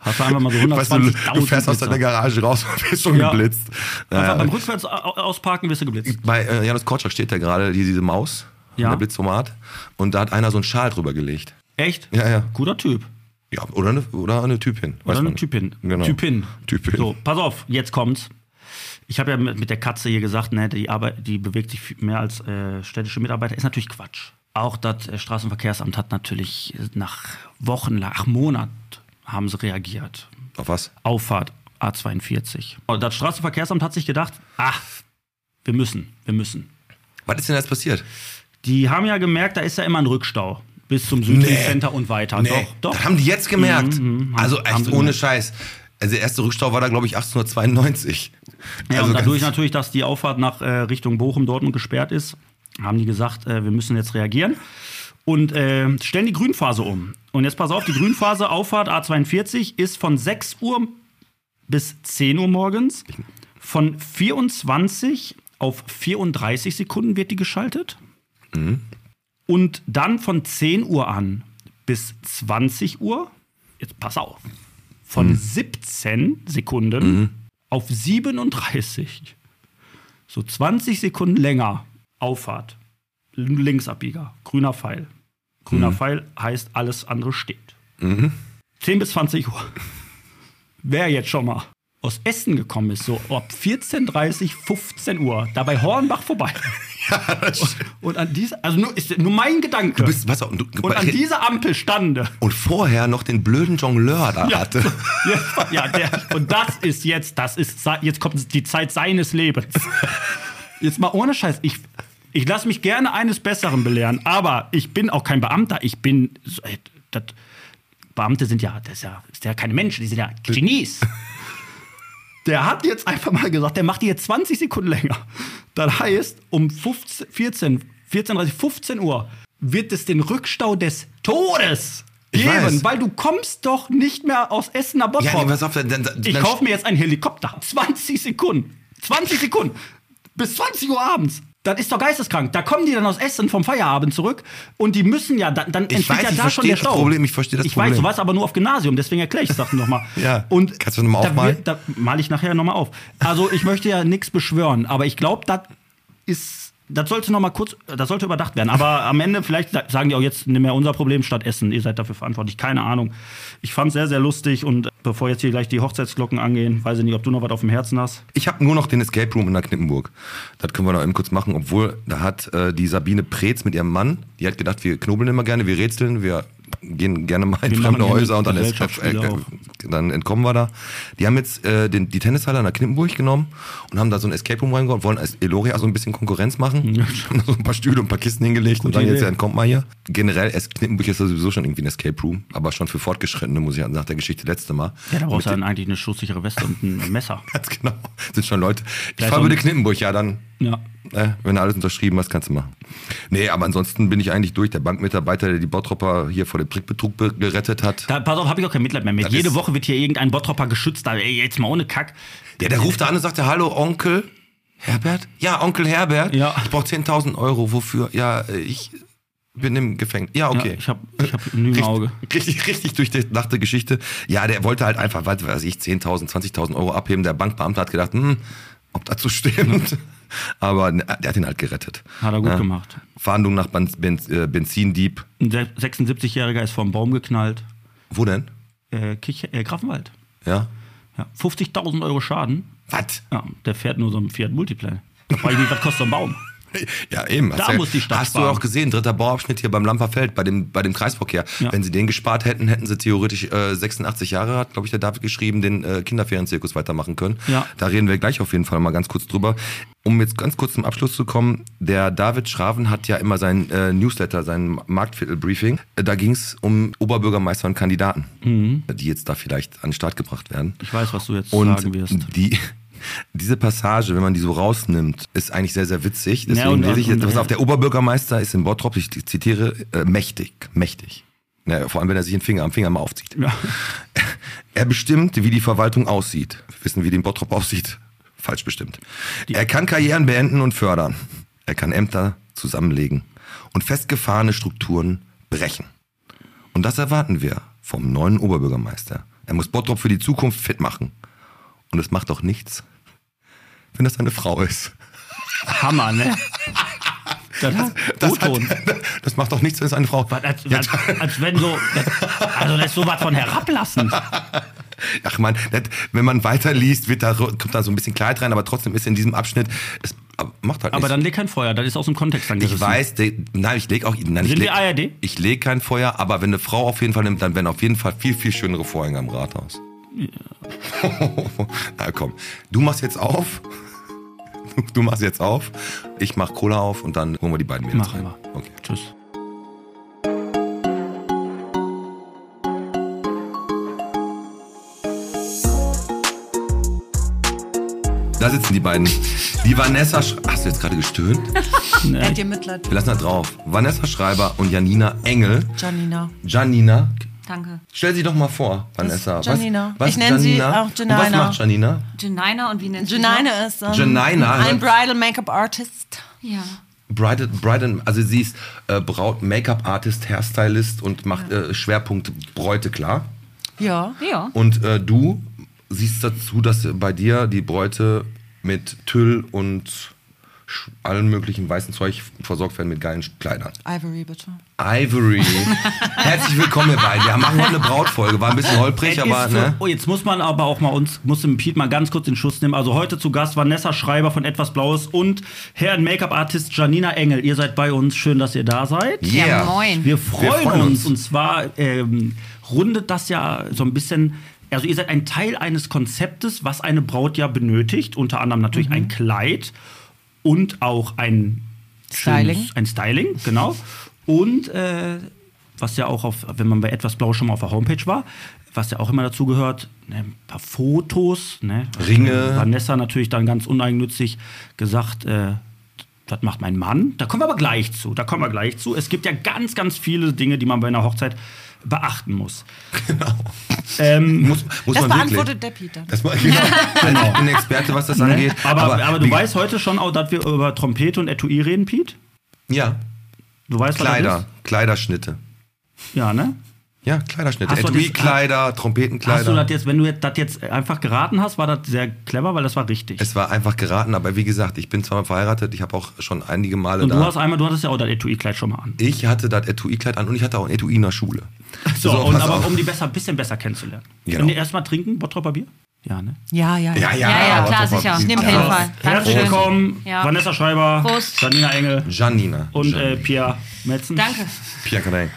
Speaker 3: Hast du einfach mal so 120.000
Speaker 2: Weißt du, du fährst aus
Speaker 3: Blitzer.
Speaker 2: deiner Garage raus und bist schon
Speaker 3: Ja.
Speaker 2: geblitzt.
Speaker 3: Einfach
Speaker 2: Naja,
Speaker 3: beim Rückwärts au- ausparken wirst du geblitzt.
Speaker 2: Bei äh, Janusz Korczak steht da gerade die, diese Maus,
Speaker 3: Ja.
Speaker 2: der Blitzomat, und da hat einer so einen Schal drüber gelegt.
Speaker 3: Echt?
Speaker 2: Ja, ja.
Speaker 3: Guter Typ.
Speaker 2: Ja, oder eine, oder eine Typin. weiß
Speaker 3: Oder
Speaker 2: man
Speaker 3: eine
Speaker 2: nicht.
Speaker 3: Typin.
Speaker 2: Genau.
Speaker 3: Typin.
Speaker 2: Typin.
Speaker 3: So, pass auf, jetzt kommt's. Ich habe ja mit, mit der Katze hier gesagt, ne, die, Arbeit, die bewegt sich viel mehr als äh, städtische Mitarbeiter. Ist natürlich Quatsch. Auch das äh, Straßenverkehrsamt hat natürlich äh, nach Wochen, nach Monaten haben sie reagiert.
Speaker 2: Auf was?
Speaker 3: Auffahrt A42. Und das Straßenverkehrsamt hat sich gedacht, ach, wir müssen, wir müssen.
Speaker 2: Was ist denn jetzt passiert?
Speaker 3: Die haben ja gemerkt, da ist ja immer ein Rückstau. Bis zum Südlink
Speaker 2: Nee.
Speaker 3: Center und weiter. Doch, doch.
Speaker 2: Das haben die jetzt gemerkt.
Speaker 3: Mhm, mhm,
Speaker 2: also
Speaker 3: haben- haben
Speaker 2: echt
Speaker 3: sie
Speaker 2: ohne
Speaker 3: gemerkt.
Speaker 2: Scheiß. Also der erste Rückstau war da, glaube ich, 1892.
Speaker 3: Ja,
Speaker 2: also
Speaker 3: und dadurch
Speaker 2: ganz-
Speaker 3: natürlich, dass die Auffahrt nach äh, Richtung Bochum, Dortmund gesperrt ist, haben die gesagt, äh, wir müssen jetzt reagieren und äh, stellen die Grünphase um. Und jetzt pass auf, die Grünphase Auffahrt A42 ist von 6 Uhr bis 10 Uhr morgens, von 24 Auf 34 Sekunden wird die geschaltet.
Speaker 2: Mhm.
Speaker 3: Und dann von 10 Uhr an bis 20 Uhr, jetzt pass auf, von
Speaker 2: Mhm.
Speaker 3: 17 Sekunden auf 37. So 20 Sekunden länger Auffahrt. Linksabbieger, grüner Pfeil. Grüner
Speaker 2: Mhm.
Speaker 3: Pfeil heißt, alles andere steht. 10 bis 20 Uhr. Wer jetzt schon mal aus Essen gekommen ist, so ab 14.30, 15 Uhr, da bei Hornbach vorbei. Und an dieser, also nur, ist nur mein Gedanke.
Speaker 2: Du bist, was, und, du,
Speaker 3: und an dieser Ampel stande.
Speaker 2: und vorher noch den blöden Jongleur da hatte.
Speaker 3: Ja, ja der, und das ist jetzt, das ist, se- jetzt kommt die Zeit seines Lebens. Jetzt mal ohne Scheiß, ich, ich lasse mich gerne eines Besseren belehren, aber ich bin auch kein Beamter, ich bin, so- ey, das, Beamte sind ja, das ist ja, ist ja keine Menschen, die sind ja Genies. Der hat jetzt einfach mal gesagt, der macht die jetzt 20 Sekunden länger. Das heißt, um 15, 14, 14.30, 15 Uhr wird es den Rückstau des Todes
Speaker 2: Ich
Speaker 3: geben,
Speaker 2: weiß.
Speaker 3: weil du kommst doch nicht mehr aus Essen nach Bottrop.
Speaker 2: Ja, nee, pass auf, dann, dann, dann,
Speaker 3: ich kaufe mir jetzt einen Helikopter. 20 Sekunden. 20 Sekunden. Bis 20 Uhr abends. Das ist doch geisteskrank. Da kommen die dann aus Essen vom Feierabend zurück und die müssen ja, dann, dann
Speaker 2: Ich
Speaker 3: entsteht
Speaker 2: weiß,
Speaker 3: ja
Speaker 2: ich
Speaker 3: da schon
Speaker 2: verstehe
Speaker 3: der
Speaker 2: das
Speaker 3: Stau.
Speaker 2: Problem, ich verstehe das
Speaker 3: ich
Speaker 2: Problem.
Speaker 3: weiß, du warst aber nur auf Gymnasium, deswegen erkläre ich es nochmal.
Speaker 2: Ja.
Speaker 3: Und
Speaker 2: Kannst du noch mal
Speaker 3: da
Speaker 2: aufmalen?
Speaker 3: wird- Da male ich nachher nochmal auf. Also ich möchte ja nichts beschwören, aber ich glaube, das ist. Das sollte noch mal kurz, das sollte überdacht werden. Aber am Ende vielleicht sa- sagen die auch jetzt nimm mehr unser Problem statt Essen. Ihr seid dafür verantwortlich. Keine Ahnung. Ich fand es sehr, sehr lustig. Und bevor jetzt hier gleich die Hochzeitsglocken angehen, weiß ich nicht, ob du noch was auf dem Herzen hast.
Speaker 2: Ich habe nur noch den Escape Room in der Knippenburg. Das können wir noch eben kurz machen, obwohl da hat äh, die Sabine Preetz mit ihrem Mann, die hat gedacht, wir knobeln immer gerne, wir rätseln, wir gehen gerne mal in
Speaker 3: Wir
Speaker 2: fremde
Speaker 3: machen hier genau.
Speaker 2: Häuser und dann, Escape,
Speaker 3: Gesellschaftsspiele
Speaker 2: äh, äh, dann entkommen wir da. Die haben jetzt äh, den, die Tennishalle in der Knippenburg genommen und haben da so ein Escape Room reingehauen, wollen als Eloria so ein bisschen Konkurrenz machen. Haben so ein paar Stühle und ein paar Kisten hingelegt und sagen,
Speaker 3: Idee.
Speaker 2: jetzt ja, entkommt mal hier. Generell, es, Knippenburg ist ja sowieso schon irgendwie ein Escape Room, aber schon für Fortgeschrittene, muss ich ja nach der Geschichte letzte Mal.
Speaker 3: Ja, da brauchst du
Speaker 2: Mit
Speaker 3: dann eigentlich eine schusssichere Weste und ein Messer.
Speaker 2: Ganz genau. Sind schon Leute. Ich
Speaker 3: Vielleicht
Speaker 2: fahre
Speaker 3: auch
Speaker 2: würde
Speaker 3: nicht.
Speaker 2: Knippenburg, ja, dann.
Speaker 3: Ja.
Speaker 2: Ne, wenn du alles unterschrieben hast, kannst du machen. Nee, aber ansonsten bin ich eigentlich durch. Der Bankmitarbeiter, der die Bottropper hier vor dem Trickbetrug be- gerettet hat,
Speaker 3: Da, pass auf, habe ich auch kein Mitleid mehr mit.
Speaker 2: Das
Speaker 3: Jede
Speaker 2: ist-
Speaker 3: Woche wird hier irgendein Bottropper geschützt. Da, ey, jetzt mal ohne Kack.
Speaker 2: der, der ruft da an und sagt, hallo Onkel Herbert? Ja, Onkel Herbert.
Speaker 3: Ja.
Speaker 2: Ich brauche 10.000 Euro. Wofür? Ja, äh, ich bin im Gefängnis. Ja, okay.
Speaker 3: Ja, ich habe ich hab ein Lügen im Auge.
Speaker 2: Richtig, richtig durchdachte Geschichte. Ja, der wollte halt einfach, was weiß ich, 10.000, 20.000 Euro abheben. Der Bankbeamte hat gedacht, hm, ob dazu stimmt. Aber ne, der hat ihn halt gerettet.
Speaker 3: Hat er gut
Speaker 2: Ja.
Speaker 3: gemacht.
Speaker 2: Fahndung nach Benz, Benz, äh, Benzindieb.
Speaker 3: Ein se- 76-Jähriger ist vom Baum geknallt.
Speaker 2: Wo denn?
Speaker 3: Äh, Kich äh, Grafenwald.
Speaker 2: Ja.
Speaker 3: Ja. 50.000 Euro Schaden.
Speaker 2: Was?
Speaker 3: Ja, der fährt nur so einen Fiat Multiplayer. Da frag ich mich, was kostet so ein Baum?
Speaker 2: Ja, eben.
Speaker 3: Da
Speaker 2: Hast du-
Speaker 3: muss die Stadt
Speaker 2: Hast du
Speaker 3: sparen.
Speaker 2: auch gesehen, dritter Bauabschnitt hier beim Lamperfeld, bei dem, bei dem Kreisverkehr.
Speaker 3: Ja.
Speaker 2: Wenn sie den gespart hätten, hätten sie theoretisch äh, 86 Jahre, hat, glaube ich, der David geschrieben, den äh, Kinderferienzirkus weitermachen können.
Speaker 3: Ja.
Speaker 2: Da reden wir gleich auf jeden Fall mal ganz kurz drüber. Um jetzt ganz kurz zum Abschluss zu kommen, der David Schraven hat ja immer sein äh, Newsletter, sein Marktviertel-Briefing. Äh, Da ging es um Oberbürgermeister und Kandidaten,
Speaker 3: Mhm.
Speaker 2: die jetzt da vielleicht an den Start gebracht werden.
Speaker 3: Ich weiß, was du jetzt
Speaker 2: Und
Speaker 3: sagen wirst.
Speaker 2: Die, diese Passage, wenn man die so rausnimmt, ist eigentlich sehr, sehr witzig. Deswegen
Speaker 3: Ja, und-
Speaker 2: lese ich
Speaker 3: und-
Speaker 2: jetzt, pass auf, der Oberbürgermeister ist in Bottrop, ich zitiere, äh, mächtig, mächtig. Ja, vor allem, wenn er sich den Finger am Finger mal aufzieht.
Speaker 3: Ja.
Speaker 2: Er bestimmt, wie die Verwaltung aussieht. Wir wissen, wie die in Bottrop aussieht. Falsch bestimmt. Er kann Karrieren beenden und fördern. Er kann Ämter zusammenlegen und festgefahrene Strukturen brechen. Und das erwarten wir vom neuen Oberbürgermeister. Er muss Bottrop für die Zukunft fit machen. Und es macht doch nichts, wenn das eine Frau ist.
Speaker 3: Hammer, ne? Das,
Speaker 2: Das,
Speaker 3: O-Ton.
Speaker 2: hat, das macht doch nichts, wenn es eine Frau
Speaker 3: Was, als, als, als wenn so. Das, also, das ist sowas von herablassen.
Speaker 2: Ach man, das, wenn man weiterliest, wird da, kommt da so ein bisschen Klarheit rein, aber trotzdem ist in diesem Abschnitt, es aber macht halt
Speaker 3: Aber
Speaker 2: nichts.
Speaker 3: dann leg kein Feuer, das ist aus dem Kontext angerissen.
Speaker 2: Ich weiß, de, nein, ich leg auch, nein, ich
Speaker 3: Sind
Speaker 2: leg,
Speaker 3: wir ARD?
Speaker 2: ich leg kein Feuer, aber wenn eine Frau auf jeden Fall nimmt, dann werden auf jeden Fall viel, viel schönere Vorhänge am Rathaus. Na komm, du machst jetzt auf. Du, du machst jetzt auf. Ich mach Cola auf und dann holen wir die beiden Mädels
Speaker 3: Machen
Speaker 2: rein.
Speaker 3: wir.
Speaker 2: Okay.
Speaker 3: Tschüss.
Speaker 2: Da sitzen die beiden. Die Vanessa, Sch hast du jetzt gerade gestöhnt?
Speaker 5: Er hat dir Mitleid,
Speaker 2: Wir lassen da drauf. Vanessa Schreiber und Janina Engel.
Speaker 5: Janina.
Speaker 2: Janina
Speaker 5: Danke.
Speaker 2: Stell sie doch mal vor, Vanessa. Was-
Speaker 6: Janina.
Speaker 2: Was,
Speaker 6: Ich nenne sie
Speaker 2: Janina-
Speaker 6: auch
Speaker 2: Und Was
Speaker 6: Janina.
Speaker 2: macht Janina?
Speaker 5: Janina und wie nennt sie sich
Speaker 6: Janina ist ähm,
Speaker 2: Janina,
Speaker 6: ein
Speaker 2: ne?
Speaker 6: Bridal Make-up Artist.
Speaker 5: noch? Ja.
Speaker 2: Bride, Bride, also sie ist äh, Braut, Make-up-Artist, Hairstylist und macht äh, Schwerpunkt Bräute klar.
Speaker 6: Ja.
Speaker 5: Ja.
Speaker 2: Und äh, du siehst dazu, dass bei dir die Bräute mit Tüll und sch- allem möglichen weißen Zeug versorgt werden mit geilen Sch- Kleidern.
Speaker 6: Ivory, bitte.
Speaker 2: Ivory. Herzlich willkommen ihr beiden. Wir machen heute eine Brautfolge. War ein bisschen holprig,
Speaker 3: Es
Speaker 2: aber
Speaker 3: ist so-
Speaker 2: ne?
Speaker 3: oh, jetzt muss man aber auch mal uns, muss dem Piet mal ganz kurz den Schuss nehmen. Also heute zu Gast Vanessa Schreiber von Etwas Blaues und Herrn Make-up-Artist Janina Engel. Ihr seid bei uns. Schön, dass ihr da seid.
Speaker 5: Ja,
Speaker 2: Yeah.
Speaker 5: moin.
Speaker 3: Wir freuen,
Speaker 2: Mhm. freuen
Speaker 3: uns.
Speaker 2: uns.
Speaker 3: Und zwar ähm, rundet das ja so ein bisschen. Also ihr seid ein Teil eines Konzeptes, was eine Braut ja benötigt. Unter anderem natürlich ein Kleid und auch ein
Speaker 6: Styling.
Speaker 3: schönes- ein Styling, genau. Und äh, was ja auch auf, wenn man bei etwas Blau schon mal auf der Homepage war, was ja auch immer dazu gehört, ne, ein paar Fotos, ne?
Speaker 2: Ringe.
Speaker 3: Vanessa natürlich dann ganz uneigennützig gesagt, äh, das macht mein Mann. Da kommen wir aber gleich zu. Da kommen wir gleich zu. Es gibt ja ganz, ganz viele Dinge, die man bei einer Hochzeit beachten muss.
Speaker 2: Muss, muss
Speaker 6: Das
Speaker 2: man
Speaker 6: beantwortet
Speaker 2: wirklich.
Speaker 6: der Peter.
Speaker 2: Das war, genau. Also ich bin Experte, was das angeht.
Speaker 3: Ne? aber, aber, du
Speaker 2: wie-
Speaker 3: weißt heute schon auch, dass wir über Trompete und Etui reden, Piet?
Speaker 2: Ja,
Speaker 3: Du weißt, was das
Speaker 2: Kleider,
Speaker 3: ist?
Speaker 2: Kleiderschnitte.
Speaker 3: Ja, ne?
Speaker 2: Ja, Kleiderschnitte.
Speaker 3: Hast du das-
Speaker 2: Etui-Kleider,
Speaker 3: Hast du
Speaker 2: Trompetenkleider.
Speaker 3: das jetzt, wenn du jetzt- das jetzt einfach geraten hast, war das sehr clever, weil das war richtig.
Speaker 2: Es war einfach geraten, aber wie gesagt, ich bin zweimal verheiratet, ich habe auch schon einige Male
Speaker 3: und
Speaker 2: da.
Speaker 3: du hast einmal, du hattest ja auch das Etui-Kleid schon mal an.
Speaker 2: ich hatte das Etui-Kleid an und ich hatte auch ein Etui in der Schule.
Speaker 3: So, und
Speaker 2: pass
Speaker 3: aber
Speaker 2: auf.
Speaker 3: um die besser, bisschen besser kennenzulernen.
Speaker 2: Genau.
Speaker 3: Und erstmal trinken, Bottroper Bier? Ja, ne?
Speaker 6: Ja, ja,
Speaker 2: ja,
Speaker 6: ja.
Speaker 2: ja,
Speaker 5: Ja, ja,
Speaker 2: aber
Speaker 5: klar,
Speaker 2: doch mal-
Speaker 5: sicher. Ich nehme
Speaker 2: Ja.
Speaker 5: auf jeden Fall.
Speaker 3: Herzlich
Speaker 5: Dankeschön.
Speaker 3: willkommen,
Speaker 5: Ja.
Speaker 3: Vanessa Schreiber,
Speaker 5: Prost.
Speaker 3: Janina Engel
Speaker 2: Janina.
Speaker 3: und
Speaker 2: Janina.
Speaker 3: äh, Pia Metzen.
Speaker 5: Danke.
Speaker 2: Pierre Cardin.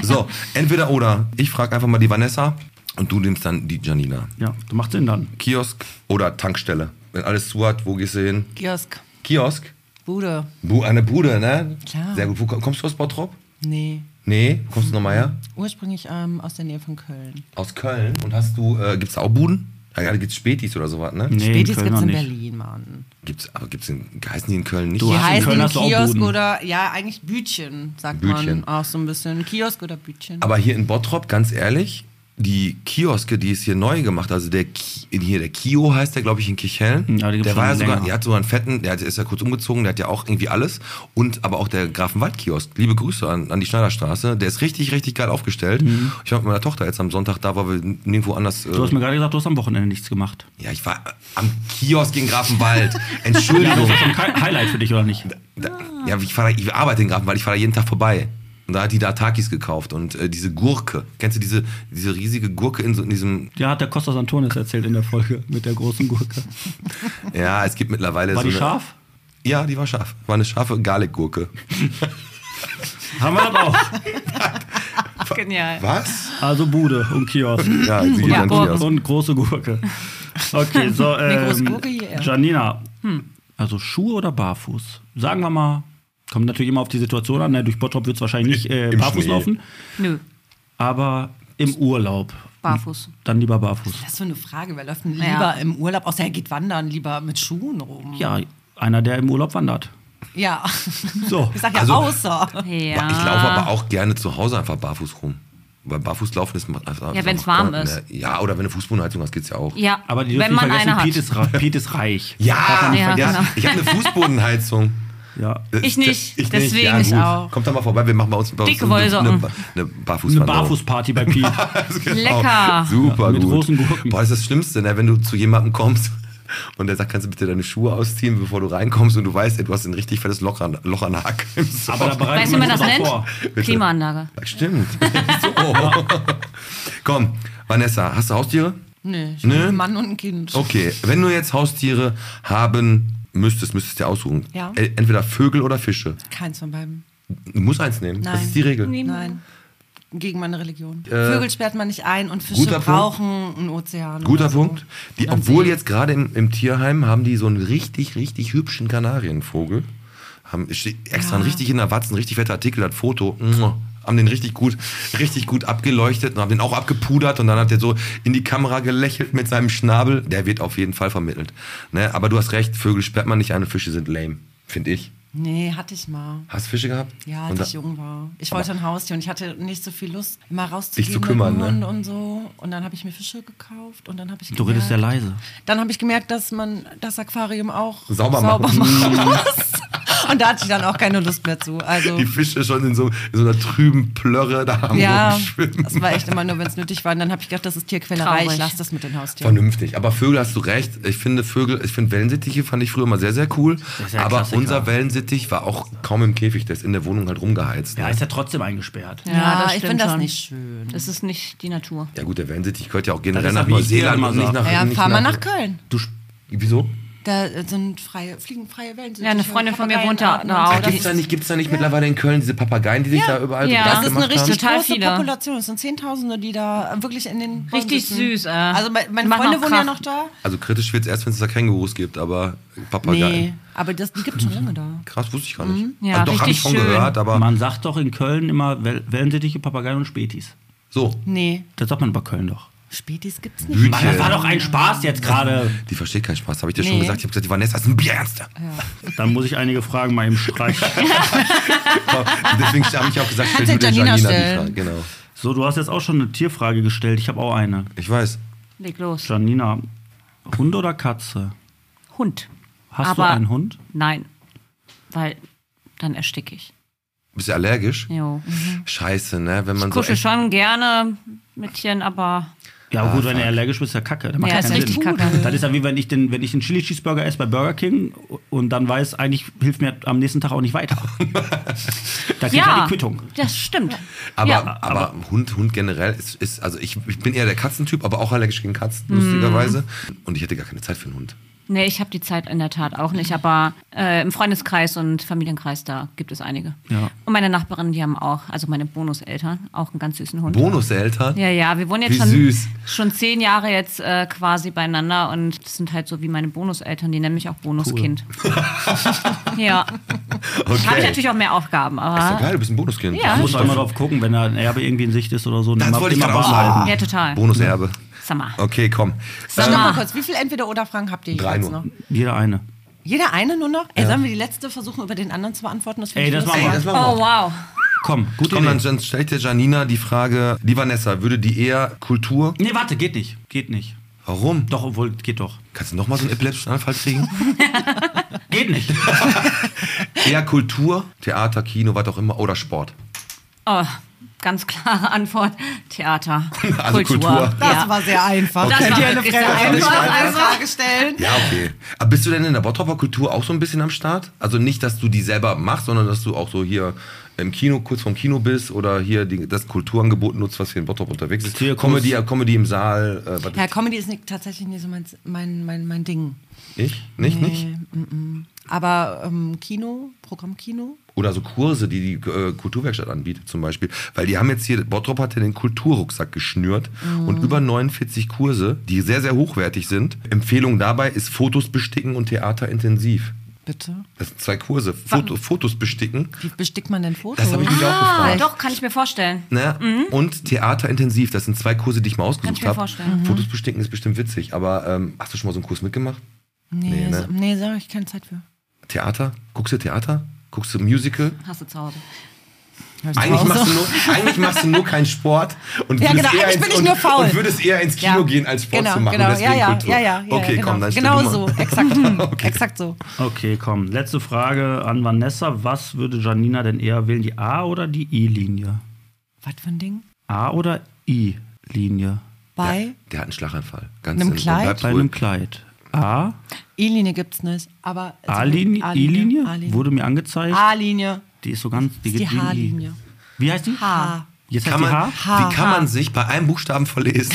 Speaker 2: So, entweder oder. Ich frage einfach mal die Vanessa und du nimmst dann die Janina.
Speaker 3: Ja, das macht Sinn dann.
Speaker 2: Kiosk oder Tankstelle? Wenn alles zu hat, wo gehst du hin?
Speaker 6: Kiosk.
Speaker 2: Kiosk?
Speaker 6: Bude.
Speaker 2: Bu eine Bude, ne?
Speaker 6: Klar.
Speaker 2: Sehr gut. Wo, kommst du aus Bottrop?
Speaker 6: Nee.
Speaker 2: Nee, wo kommst du nochmal her?
Speaker 6: Ursprünglich ähm, aus der Nähe von Köln.
Speaker 2: Aus Köln. Und hast du, äh, gibt's da auch Buden? Ja, gerade gibt's Spätis oder sowas, ne?
Speaker 3: Nee,
Speaker 6: Spätis
Speaker 3: Köln
Speaker 6: gibt's
Speaker 3: noch
Speaker 6: in
Speaker 3: nicht.
Speaker 6: Berlin, Mann.
Speaker 2: Gibt's, aber gibt's in, heißen die in Köln nicht?
Speaker 3: Du
Speaker 6: Die
Speaker 3: hast in
Speaker 6: heißen
Speaker 3: Köln hast du auch
Speaker 6: Kiosk
Speaker 3: Buden.
Speaker 6: oder, ja, eigentlich Bütchen, sagt
Speaker 2: Bütchen.
Speaker 6: man auch so ein bisschen. Kiosk oder Bütchen.
Speaker 2: Aber hier in Bottrop, ganz ehrlich, die Kioske, die es hier neu gemacht, also der Ki- in hier der Kio heißt der, glaube ich, in Kichellen.
Speaker 3: Ja, die gibt's
Speaker 2: der
Speaker 3: schon
Speaker 2: war ja sogar,
Speaker 3: länger.
Speaker 2: der hat sogar einen fetten, der hat- ist ja kurz umgezogen, der hat ja auch irgendwie alles. Und aber auch der Grafenwald-Kiosk. Liebe Grüße an, an die Schneiderstraße. Der ist richtig, richtig geil aufgestellt. Ich war mit meiner Tochter jetzt am Sonntag da, weil wir nirgendwo anders.
Speaker 3: Mhm. Du hast
Speaker 2: Äh,
Speaker 3: mir gerade gesagt, du hast am Wochenende nichts gemacht.
Speaker 2: ja, ich war äh, am Kiosk in Grafenwald. Entschuldigung.
Speaker 3: Das ist ein Hi- Highlight für dich, oder nicht?
Speaker 2: Da, ja, ich, fahr da, ich arbeite in Grafenwald, ich fahre da jeden Tag vorbei. Und da hat die da Takis gekauft und äh, diese Gurke. Kennst du diese, diese riesige Gurke in, so, in diesem.
Speaker 3: Ja, hat der Kostas Antonis erzählt in der Folge mit der großen Gurke.
Speaker 2: Ja, es gibt mittlerweile.
Speaker 3: War
Speaker 2: so
Speaker 3: die
Speaker 2: eine-
Speaker 3: scharf?
Speaker 2: Ja, die war scharf. War eine scharfe Garlic-Gurke.
Speaker 3: Haben wir das auch.
Speaker 5: Genial.
Speaker 2: Was?
Speaker 3: Also Bude und Kiosk.
Speaker 2: Ja, sie geht an den
Speaker 5: Gurken.
Speaker 2: Kiosk.
Speaker 3: Und große Gurke. Okay, so. Ähm,
Speaker 6: große Gurke hier, ja. Hm.
Speaker 3: Janina, also Schuhe oder Barfuß? Sagen wir mal, kommt natürlich immer auf die Situation an. Ne? Durch Bottrop wird es wahrscheinlich nicht äh,
Speaker 2: Im
Speaker 3: barfuß
Speaker 2: Schnee.
Speaker 3: laufen,
Speaker 5: Nö.
Speaker 3: aber im Urlaub.
Speaker 5: Barfuß.
Speaker 3: Dann lieber barfuß.
Speaker 6: das ist so eine Frage. Wer läuft denn lieber
Speaker 5: Ja.
Speaker 6: im Urlaub, außer er geht wandern, lieber mit Schuhen rum?
Speaker 3: Ja, einer, der im Urlaub wandert.
Speaker 6: Ja.
Speaker 3: So.
Speaker 6: Ich sag ja
Speaker 2: Also-
Speaker 6: außer.
Speaker 5: Ja.
Speaker 2: Ich laufe aber auch gerne zu Hause einfach barfuß rum. Weil barfuß laufen ist. also, Ja,
Speaker 5: wenn's warm ist.
Speaker 2: ne? Ja, oder wenn du Fußbodenheizung hast, geht's ja auch.
Speaker 5: Ja,
Speaker 3: Aber die dürfen
Speaker 5: wenn
Speaker 3: nicht
Speaker 5: man eine
Speaker 3: vergessen,
Speaker 5: hat.
Speaker 3: Piet ist, ra- Piet ist reich.
Speaker 2: Ja, ja,
Speaker 5: Ja, genau.
Speaker 2: ich habe eine Fußbodenheizung.
Speaker 3: Ja.
Speaker 5: Ich nicht, deswegen
Speaker 2: gut.
Speaker 5: ich auch.
Speaker 2: Kommt doch mal vorbei, wir machen bei uns, bei uns
Speaker 5: Dicke
Speaker 2: eine,
Speaker 5: Wollsocken.
Speaker 2: eine, Ba- eine
Speaker 3: Eine
Speaker 2: Barfußwanderung.
Speaker 3: Barfußparty bei Piet.
Speaker 2: Genau.
Speaker 5: Lecker.
Speaker 2: Super
Speaker 3: mit
Speaker 2: gut.
Speaker 3: großen Gurken.
Speaker 2: Boah, das ist das Schlimmste, ne? wenn du zu jemandem kommst und der sagt, kannst du bitte deine Schuhe ausziehen, bevor du reinkommst und du weißt, ey, du hast ein richtig fettes Loch an, Loch an der Hacke. im Sock.
Speaker 3: aber da bereitet
Speaker 5: Weißt du, wie man das
Speaker 3: sich
Speaker 5: nennt?
Speaker 3: drauf vor.
Speaker 5: Klimaanlage.
Speaker 2: Ja, Stimmt. so. Komm, Vanessa, hast du Haustiere?
Speaker 6: Nee, ich
Speaker 2: Nee?
Speaker 3: Ne?
Speaker 6: bin ein Mann und ein Kind.
Speaker 3: Oh,
Speaker 2: Okay, wenn du jetzt Haustiere haben müsstest, müsstest du dir aussuchen.
Speaker 6: Ja.
Speaker 2: Äh, Entweder Vögel oder Fische.
Speaker 6: Keins von beiden.
Speaker 2: Du musst eins nehmen. Das
Speaker 6: Nein.
Speaker 2: ist die Regel.
Speaker 6: Nein. Gegen meine Religion. Vögel sperrt man nicht ein und
Speaker 2: Äh, guter
Speaker 6: Fische
Speaker 2: Punkt.
Speaker 6: brauchen einen Ozean.
Speaker 2: Guter
Speaker 6: oder so.
Speaker 2: Punkt. Die, obwohl jetzt gerade im, im Tierheim haben die so einen richtig, richtig hübschen Kanarienvogel. Haben steht extra einen richtig in der Watz, ein richtig fetter Artikel, das Foto. Mua. Haben den richtig gut, richtig gut abgeleuchtet und haben den auch abgepudert und dann hat der so in die Kamera gelächelt mit seinem Schnabel. Der wird auf jeden Fall vermittelt. Ne? Aber du hast recht, Vögel sperrt man nicht ein und Fische sind lame, finde ich.
Speaker 6: Nee, hatte ich mal.
Speaker 2: Hast Fische gehabt?
Speaker 6: Ja,
Speaker 2: Und
Speaker 6: als
Speaker 2: da-
Speaker 6: ich jung war. Ich wollte ein Haustier und ich hatte nicht so viel Lust, immer rauszugehen
Speaker 2: Dich zu kümmern,
Speaker 6: mit dem Hund
Speaker 2: ne?
Speaker 6: und so. Und dann habe ich mir Fische gekauft und dann habe ich
Speaker 3: Du redest sehr
Speaker 6: gemerkt-
Speaker 3: leise.
Speaker 6: Dann habe ich gemerkt, dass man das Aquarium auch
Speaker 2: Sauber
Speaker 6: sauber,
Speaker 2: machen.
Speaker 6: machen. muss. Und da hatte ich dann auch keine Lust mehr zu. Also
Speaker 2: Die Fische schon in so, in so einer trüben Plörre da am
Speaker 6: ja,
Speaker 2: Rumschwimmen.
Speaker 6: das war echt immer nur, wenn es nötig war. Und dann habe ich gedacht, das ist Tierquälerei.
Speaker 5: Traurig.
Speaker 6: Ich lasse das mit den Haustieren.
Speaker 2: Vernünftig. Aber Vögel hast du recht. Ich finde Vögel, ich finde Wellensittiche fand ich früher immer sehr, sehr cool.
Speaker 3: ist ja ein
Speaker 2: aber
Speaker 3: Klassiker.
Speaker 2: unser Wellensittich war auch kaum im Käfig, der ist in der Wohnung halt rumgeheizt.
Speaker 3: Ja,
Speaker 2: ne?
Speaker 3: ist ja trotzdem eingesperrt.
Speaker 6: Ja,
Speaker 5: das
Speaker 6: ich
Speaker 5: stimmt
Speaker 6: finde das
Speaker 5: schon.
Speaker 6: nicht schön.
Speaker 5: Das ist nicht die Natur.
Speaker 2: Ja gut, der Wellensittich gehört ja auch generell
Speaker 3: Das ist
Speaker 2: nach
Speaker 3: aber wie ich
Speaker 2: Neuseeland
Speaker 3: immer
Speaker 2: und nicht
Speaker 3: sag.
Speaker 2: nach
Speaker 6: Ja,
Speaker 2: nicht
Speaker 6: fahr mal nach Köln.
Speaker 2: Du sp- Wieso?
Speaker 6: Da äh, sind freie, fliegen freie Wellen.
Speaker 5: Ja, eine Freundin von mir wohnt da- da
Speaker 2: Ah,
Speaker 5: das
Speaker 2: gibt's da
Speaker 5: ist-
Speaker 2: nicht, gibt's da nicht mittlerweile in Köln diese Papageien, die sich da überall
Speaker 5: Ja.
Speaker 2: breit
Speaker 5: Das
Speaker 6: Das ist
Speaker 2: gemacht
Speaker 6: eine richtig
Speaker 5: Total
Speaker 6: große
Speaker 5: viele.
Speaker 6: Population. Es sind Zehntausende, die da äh, wirklich in den. Bäumen
Speaker 5: Richtig
Speaker 6: sitzen.
Speaker 5: süß, äh.
Speaker 6: Also, mein-
Speaker 5: Die
Speaker 6: meine
Speaker 5: machen
Speaker 6: Freunde
Speaker 5: auch
Speaker 6: wohnen ja noch
Speaker 5: Krach.
Speaker 6: da.
Speaker 2: haben? Also kritisch wird's erst, wenn es da Kängurus gibt, aber Papageien.
Speaker 6: Nee, Mhm. aber das, die gibt schon lange da.
Speaker 2: Krass, wusste ich gar nicht.
Speaker 5: Ja,
Speaker 2: also doch, habe ich
Speaker 5: richtig
Speaker 2: schon
Speaker 5: schön.
Speaker 2: gehört, aber
Speaker 3: Man sagt doch in Köln immer Wel- wellensittiche Papageien und Spätis.
Speaker 2: so.
Speaker 6: Nee,
Speaker 3: Das sagt man über Köln doch.
Speaker 6: Spätis gibt's nicht.
Speaker 2: Hühnchen.
Speaker 3: Mann, das war doch ein Spaß jetzt gerade.
Speaker 2: Die versteht keinen Spaß, habe ich dir schon
Speaker 6: Nee.
Speaker 2: gesagt. Ich habe gesagt, die Vanessa ist ein Bierernster.
Speaker 3: Dann muss ich einige Fragen mal eben streichen.
Speaker 2: Deswegen habe ich auch gesagt, stell
Speaker 6: Kannst
Speaker 2: du den
Speaker 6: du
Speaker 2: Janina
Speaker 6: Janina
Speaker 2: die
Speaker 6: stellen?
Speaker 2: Frage. Genau.
Speaker 3: So, du hast jetzt auch schon eine Tierfrage gestellt. Ich habe auch eine.
Speaker 2: Ich weiß.
Speaker 5: Leg los.
Speaker 3: Janina, Hund oder Katze?
Speaker 5: Hund.
Speaker 3: Hast du
Speaker 5: Aber-
Speaker 3: einen Hund?
Speaker 5: Nein. Weil dann ersticke ich.
Speaker 2: Bist du allergisch?
Speaker 5: Jo.
Speaker 2: Scheiße, ne? Wenn man so.
Speaker 5: Kuschel
Speaker 2: Echt,
Speaker 5: Mhm. schon gerne, Mädchen, aber
Speaker 3: Ja, gut, wenn er allergisch ist, ist ja kacke. Dann macht
Speaker 5: Ja,
Speaker 3: ja,
Speaker 5: ist
Speaker 3: keinen
Speaker 5: richtig
Speaker 3: Sinn.
Speaker 5: kacke.
Speaker 3: Das ist ja wie wenn ich den, wenn ich einen Chili Cheeseburger esse bei Burger King und dann weiß, eigentlich hilft mir am nächsten Tag auch nicht weiter. da kriegt ja.
Speaker 5: ja.
Speaker 3: die Quittung.
Speaker 5: Das stimmt.
Speaker 2: aber,
Speaker 5: ja.
Speaker 2: aber, Hund, Hund generell ist, ist also ich, ich bin eher der Katzentyp, aber auch allergisch gegen Katzen,
Speaker 5: Mhm.
Speaker 2: lustigerweise. Und ich hätte gar keine Zeit für einen Hund.
Speaker 5: Nee, ich habe die Zeit in der Tat auch nicht, aber äh, im Freundeskreis und Familienkreis, da gibt es einige.
Speaker 3: Ja.
Speaker 5: Und meine Nachbarinnen, die haben auch, also meine Bonuseltern, auch einen ganz süßen Hund.
Speaker 2: Bonuseltern?
Speaker 5: ja, ja, wir wohnen jetzt
Speaker 2: Wie
Speaker 5: schon,
Speaker 2: süß.
Speaker 5: schon zehn Jahre jetzt äh, quasi beieinander und das sind halt so wie meine Bonuseltern, die nennen mich auch Bonuskind. ja.
Speaker 2: Okay.
Speaker 5: Habe ich natürlich auch mehr Aufgaben,
Speaker 2: Ist doch
Speaker 5: aber.
Speaker 2: geil, du bist ein Bonuskind.
Speaker 5: Ja.
Speaker 3: Da muss
Speaker 2: Muss
Speaker 3: man immer drauf gucken, wenn da ein Erbe irgendwie in Sicht ist oder so.
Speaker 2: Das
Speaker 3: immer-
Speaker 2: wollte ich
Speaker 3: immer
Speaker 2: gerade auch
Speaker 3: wach
Speaker 2: sagen.
Speaker 3: halten.
Speaker 5: Ja, total.
Speaker 2: Bonuserbe.
Speaker 5: Summer.
Speaker 2: Okay, komm.
Speaker 6: Sag
Speaker 5: Ähm,
Speaker 6: mal kurz, wie viel Entweder-Oder-Fragen habt ihr
Speaker 2: Drei
Speaker 6: jetzt
Speaker 2: nur.
Speaker 6: noch?
Speaker 3: Jeder eine.
Speaker 6: Jeder eine nur noch? Ey, sollen wir die letzte versuchen, über den anderen zu beantworten? Das find
Speaker 3: Ey,
Speaker 6: ich
Speaker 3: das
Speaker 6: lustig.
Speaker 3: machen wir.
Speaker 2: Das machen
Speaker 5: Oh, wow.
Speaker 3: Komm, gut
Speaker 2: Komm, dann, dann stellt dir Janina die Frage, die Vanessa, würde die eher Kultur.
Speaker 3: Nee, warte, geht nicht. Geht nicht.
Speaker 2: Warum?
Speaker 3: Doch, obwohl, geht doch.
Speaker 2: Kannst du nochmal so einen epileptischen Anfall kriegen?
Speaker 3: Geht nicht.
Speaker 2: eher Kultur, Theater, Kino, was auch immer, oder Sport.
Speaker 5: Oh, ganz klare Antwort: Theater.
Speaker 2: Also Kultur.
Speaker 6: Das
Speaker 5: Ja.
Speaker 6: war sehr einfach.
Speaker 5: Das
Speaker 6: Könnt
Speaker 5: war
Speaker 6: ihr eine
Speaker 5: wirklich sehr
Speaker 6: Frage- eine
Speaker 5: einfach.
Speaker 6: Frage- Frage stellen?
Speaker 2: Ja, okay. Aber bist du denn in der Bottroper Kultur auch so ein bisschen am Start? Also nicht, dass du die selber machst, sondern dass du auch so hier im Kino, kurz vorm Kino bist oder hier die, das Kulturangebot nutzt, was hier in Bottrop unterwegs ist.
Speaker 3: Zirkus.
Speaker 2: Comedy, äh, Comedy im Saal, äh, was
Speaker 6: Ja, Comedy ist nicht, tatsächlich nicht so mein, mein, mein, mein Ding.
Speaker 2: ich? Nicht, nicht?
Speaker 6: Nee, mm, mm. Aber ähm, Kino, Programm Kino,
Speaker 2: Oder so Kurse, die die äh, Kulturwerkstatt anbietet zum Beispiel. Weil die haben jetzt hier, Bottrop hat ja den Kulturrucksack geschnürt und über 49 Kurse, die sehr, sehr hochwertig sind. Empfehlung dabei ist Fotos besticken und Theater intensiv.
Speaker 6: bitte.
Speaker 2: Das sind zwei Kurse.
Speaker 6: Ah.
Speaker 2: Foto, Fotos besticken.
Speaker 6: Wie bestickt man denn Fotos?
Speaker 2: Das habe ich mich auch gefragt.
Speaker 5: Ah, doch, kann ich mir vorstellen.
Speaker 2: Ne?
Speaker 6: Mhm.
Speaker 2: Und Theater intensiv. Das sind zwei Kurse, die ich mal
Speaker 5: Kann ich
Speaker 2: ausgesucht
Speaker 5: mir
Speaker 2: habe.
Speaker 5: vorstellen.
Speaker 6: Mhm.
Speaker 2: Fotos besticken ist bestimmt witzig, aber ähm, hast du schon mal so einen Kurs mitgemacht?
Speaker 6: Nee,
Speaker 2: Nee,
Speaker 6: nee,
Speaker 2: ne?
Speaker 6: so, nee, sag ich keine Zeit für.
Speaker 2: Theater? Guckst du Theater? Guckst du Musical?
Speaker 5: Hast du zu Hause.
Speaker 6: Hör ich zu
Speaker 2: Eigentlich
Speaker 6: Hause.
Speaker 2: machst, du nur, eigentlich machst du nur keinen Sport und
Speaker 6: Ja,
Speaker 2: würdest,
Speaker 6: genau,
Speaker 2: eher,
Speaker 6: eigentlich
Speaker 2: ins,
Speaker 6: bin ich
Speaker 2: und,
Speaker 6: nur faul.
Speaker 2: und würdest eher ins Kino
Speaker 6: Ja.
Speaker 2: gehen, als Sport
Speaker 6: genau,
Speaker 2: zu machen.
Speaker 6: Genau,
Speaker 2: Deswegen
Speaker 6: ja, ja,
Speaker 2: Kultur.
Speaker 6: ja, ja, ja.
Speaker 2: Okay,
Speaker 6: genau.
Speaker 2: komm, dann stell
Speaker 6: Genau
Speaker 2: du mal.
Speaker 6: so, exakt. Exakt so.
Speaker 3: Okay, komm. Letzte Frage an Vanessa. Was würde Janina denn eher wählen? Die A- oder die I-Linie?
Speaker 6: Was für ein Ding?
Speaker 3: A- oder I-Linie?
Speaker 6: Bei
Speaker 2: Der hat einen Schlaganfall. Ganz
Speaker 6: Einem
Speaker 2: simpel.
Speaker 6: Kleid?
Speaker 2: Bleibt
Speaker 3: Bei
Speaker 2: ruhig.
Speaker 3: einem Kleid. A,
Speaker 6: E-Linie gibt's nicht, aber
Speaker 3: A-Linie, I-Linie?
Speaker 6: Also A-Linie.
Speaker 3: Wurde mir angezeigt.
Speaker 6: A-Linie.
Speaker 3: Die ist so ganz. Die,
Speaker 6: ist die
Speaker 3: geht wie ein I.
Speaker 6: H-Linie.
Speaker 3: Wie heißt die?
Speaker 6: H.
Speaker 3: Jetzt heißt
Speaker 2: Kann
Speaker 3: die
Speaker 2: man,
Speaker 3: H?
Speaker 6: H.
Speaker 2: wie kann man sich bei einem Buchstaben verlesen?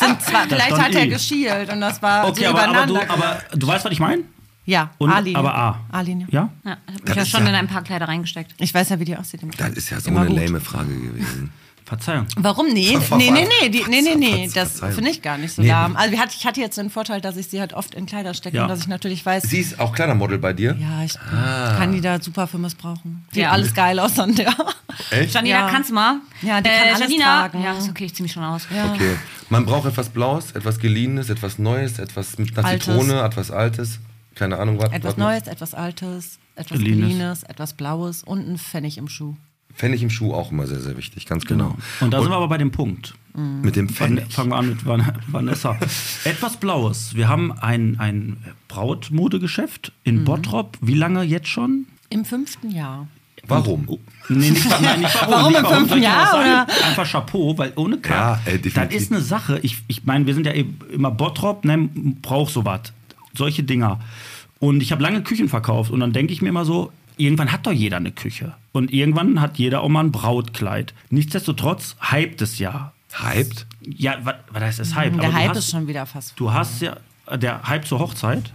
Speaker 6: Sind zwar, vielleicht
Speaker 3: Ah, stand
Speaker 6: hat er
Speaker 3: I.
Speaker 6: geschielt und das war
Speaker 3: Okay,
Speaker 6: so
Speaker 3: aber, aber, du,
Speaker 6: Also übereinander.
Speaker 3: aber du weißt, was ich meine?
Speaker 6: ja,
Speaker 3: Und-
Speaker 6: A-Linie.
Speaker 3: Aber A.
Speaker 6: A-Linie.
Speaker 3: Ja?
Speaker 5: Ja, ich habe
Speaker 2: Das
Speaker 5: mich ja
Speaker 2: ist
Speaker 5: schon
Speaker 2: ja-
Speaker 5: in ein paar Kleider reingesteckt.
Speaker 6: Ich weiß ja, wie die aussieht. im
Speaker 2: Das
Speaker 6: Kleid.
Speaker 2: ist ja so
Speaker 6: Immer
Speaker 2: eine
Speaker 6: gut.
Speaker 2: lame Frage gewesen.
Speaker 3: Verzeihung.
Speaker 6: Warum? Nee, nee, nee, nee, die, nee, nee, nee. Das
Speaker 2: Verzeihung.
Speaker 6: finde ich gar nicht so
Speaker 2: Nee.
Speaker 6: lahm. Also wir hat- ich hatte jetzt den Vorteil, dass ich sie halt oft in Kleider stecke
Speaker 3: Ja.
Speaker 6: und dass ich natürlich weiß,
Speaker 2: Sie ist auch Kleidermodel bei dir?
Speaker 6: ja, ich kann die da super für missbrauchen. Sieht
Speaker 5: Ja.
Speaker 6: alles geil aus an der.
Speaker 2: Echt?
Speaker 5: Janina,
Speaker 6: Ja.
Speaker 5: kannst du mal? Äh,
Speaker 6: Ja, die kann alles
Speaker 5: Janina,
Speaker 6: tragen.
Speaker 5: Ja, ist okay, ich zieh mich schon aus.
Speaker 2: Okay. Man braucht etwas Blaues, etwas Geliehenes, etwas Neues, etwas mit einer
Speaker 6: Altes.
Speaker 2: Zitrone, etwas Altes. Keine Ahnung, was.
Speaker 6: Etwas Neues, etwas Altes. etwas
Speaker 3: Lines.
Speaker 6: Grünes, etwas Blaues und ein Pfennig im Schuh.
Speaker 2: Fände ich im Schuh auch immer sehr, sehr wichtig, ganz genau.
Speaker 3: Und da sind wir aber bei dem Punkt.
Speaker 2: Mit dem
Speaker 3: Van,
Speaker 2: Pfennig.
Speaker 3: fangen wir an mit Van, Vanessa. Etwas Blaues. Wir haben ein, ein Brautmodegeschäft in
Speaker 6: Mhm.
Speaker 3: Bottrop. Wie lange jetzt schon? Oh,
Speaker 6: Im fünften Jahr.
Speaker 2: Warum?
Speaker 3: Nee, nicht, nein, nicht warum.
Speaker 6: Warum
Speaker 3: nicht
Speaker 6: im fünften
Speaker 3: soll ich
Speaker 6: Jahr,
Speaker 3: was sagen?
Speaker 6: oder?
Speaker 3: Einfach Chapeau, weil ohne Kack,
Speaker 2: Ja, äh,
Speaker 3: das
Speaker 2: definitiv.
Speaker 3: ist eine Sache. Ich, ich meine, wir sind ja eben immer Bottrop, ne, braucht sowas. Solche Dinger. Und ich habe lange Küchen verkauft und dann denke ich mir immer so, irgendwann hat doch jeder eine Küche. Und irgendwann hat jeder auch mal ein Brautkleid. Nichtsdestotrotz hypt es ja.
Speaker 2: Hyped?
Speaker 3: Ja, was was heißt es hype?
Speaker 6: Der
Speaker 3: du
Speaker 6: Hype
Speaker 3: hast,
Speaker 6: ist schon wieder fast.
Speaker 3: Du hast ja äh, der Hype zur Hochzeit.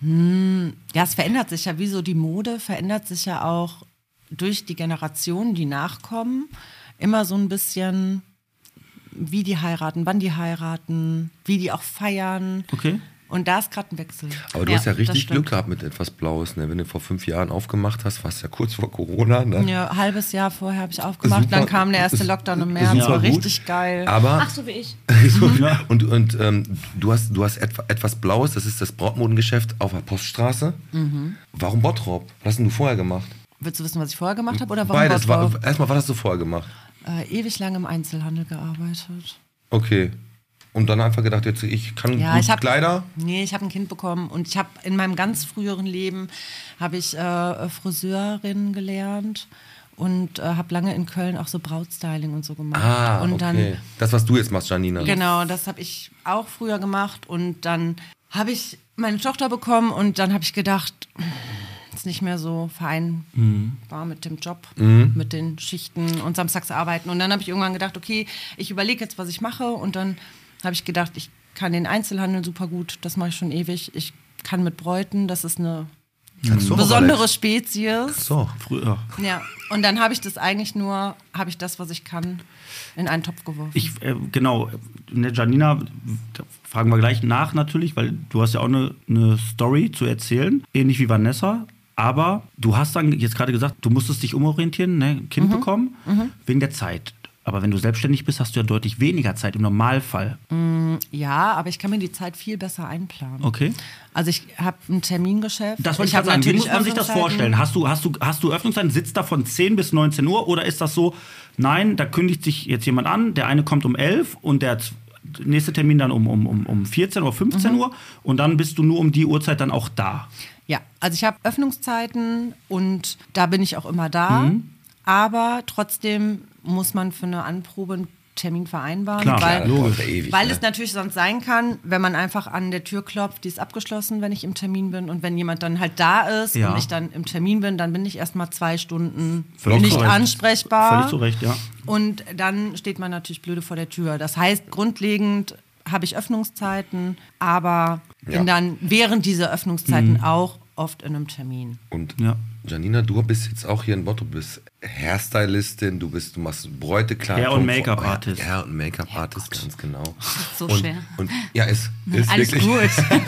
Speaker 6: Ja, es verändert sich ja, wie so die Mode verändert sich ja auch durch die Generationen, die nachkommen, immer so ein bisschen, wie die heiraten, wann die heiraten, wie die auch feiern.
Speaker 3: Okay.
Speaker 6: Und da ist gerade ein Wechsel.
Speaker 2: Aber du
Speaker 5: Ja,
Speaker 2: hast ja
Speaker 5: das
Speaker 2: richtig
Speaker 5: stimmt.
Speaker 2: Glück gehabt mit etwas Blaues. Ne? Wenn du vor fünf Jahren aufgemacht hast, warst du ja kurz vor Corona. Ne?
Speaker 6: Ja, ein halbes Jahr vorher habe ich aufgemacht,
Speaker 2: Super.
Speaker 6: dann kam der erste Lockdown im März,
Speaker 2: Super
Speaker 6: war
Speaker 2: gut.
Speaker 6: richtig geil.
Speaker 2: Aber
Speaker 5: Ach so wie ich.
Speaker 2: So, Und, und ähm, du hast, du hast etwa, etwas Blaues, das ist das Brautmodengeschäft auf der Poststraße.
Speaker 6: Mhm.
Speaker 2: Warum Bottrop? Was hast denn du vorher gemacht?
Speaker 6: Willst du wissen, was ich vorher gemacht habe oder warum
Speaker 2: Beides.
Speaker 6: Bottrop?
Speaker 2: War, erstmal, was hast du vorher gemacht?
Speaker 6: äh, ewig lang im Einzelhandel gearbeitet.
Speaker 2: Okay. Und dann einfach gedacht, jetzt ich kann
Speaker 6: Ja,
Speaker 2: gut
Speaker 6: ich habe
Speaker 2: Kleider.
Speaker 6: Nee, ich habe ein Kind bekommen und ich habe in meinem ganz früheren Leben habe ich äh, Friseurin gelernt und äh, habe lange in Köln auch so Brautstyling und so gemacht
Speaker 2: Ah,
Speaker 6: und
Speaker 2: okay.
Speaker 6: dann
Speaker 2: das, was du jetzt machst, Janina.
Speaker 6: Genau, das habe ich auch früher gemacht und dann habe ich meine Tochter bekommen und dann habe ich gedacht, ist nicht mehr so vereinbar mit dem Job, mit den Schichten und Samstagsarbeiten. Und dann habe ich irgendwann gedacht, okay, ich überlege jetzt, was ich mache und dann habe ich gedacht, ich kann den Einzelhandel super gut, das mache ich schon ewig. Ich kann mit Bräuten, das ist eine
Speaker 2: Kannst du auch,
Speaker 6: besondere
Speaker 2: Alex?
Speaker 6: Spezies.
Speaker 2: So.
Speaker 3: Früher.
Speaker 6: Ja, und dann habe ich das eigentlich nur, habe ich das, was ich kann, in einen Topf geworfen.
Speaker 3: Ich, äh, genau, ne, Janina, da fragen wir gleich nach natürlich, weil du hast ja auch eine eine Story zu erzählen, ähnlich wie Vanessa. Aber du hast dann jetzt gerade gesagt, du musstest dich umorientieren, ne, ein
Speaker 6: Mhm.
Speaker 3: Kind bekommen, wegen der Zeit. Aber wenn du selbstständig bist, hast du ja deutlich weniger Zeit im Normalfall.
Speaker 6: Mhm. Ja, aber ich kann mir die Zeit viel besser einplanen.
Speaker 3: Okay.
Speaker 6: Also ich habe ein Termingeschäft.
Speaker 3: Das wollte ich,
Speaker 6: hab
Speaker 3: gerade sagen. Wie muss man sich das
Speaker 6: Öffnungszeiten.
Speaker 3: vorstellen? Hast du, hast du, hast du Öffnungszeiten, sitzt da von 10 bis 19 Uhr oder ist das so, nein, da kündigt sich jetzt jemand an, der eine kommt um 11 und der z- nächste Termin dann um, um, um, um 14 oder 15
Speaker 6: Mhm.
Speaker 3: Uhr und dann bist du nur um die Uhrzeit dann auch da.
Speaker 6: Ja, also ich habe Öffnungszeiten und da bin ich auch immer da.
Speaker 3: Mhm.
Speaker 6: Aber trotzdem muss man für eine Anprobe einen Termin vereinbaren,
Speaker 3: Klar.
Speaker 6: weil,
Speaker 3: Klar,
Speaker 2: Logisch. Ewig,
Speaker 6: weil
Speaker 2: ne?
Speaker 6: es natürlich sonst sein kann, wenn man einfach an der Tür klopft, die ist abgeschlossen, wenn ich im Termin bin und wenn jemand dann halt da ist
Speaker 3: Ja.
Speaker 6: und ich dann im Termin bin, dann bin ich erstmal zwei Stunden
Speaker 3: Völlig
Speaker 6: nicht
Speaker 3: korrekt.
Speaker 6: ansprechbar.
Speaker 3: Völlig zu Recht, ja.
Speaker 6: Und dann steht man natürlich blöde vor der Tür. Das heißt, grundlegend habe ich Öffnungszeiten, aber
Speaker 2: Ja. Mhm.
Speaker 6: bin dann während dieser Öffnungszeiten auch oft in einem Termin.
Speaker 2: Und
Speaker 3: Ja.
Speaker 2: Janina, du bist jetzt auch hier in Bottrop, du bist Hairstylistin, du bist, du machst Bräute klar.
Speaker 3: Hair- und Make-up-Artist.
Speaker 2: Hair und Make-up-Artist, ganz genau.
Speaker 5: ist so
Speaker 2: und,
Speaker 5: schwer.
Speaker 2: Und, ja, ist, ist
Speaker 5: Alles
Speaker 2: wirklich.
Speaker 5: gut.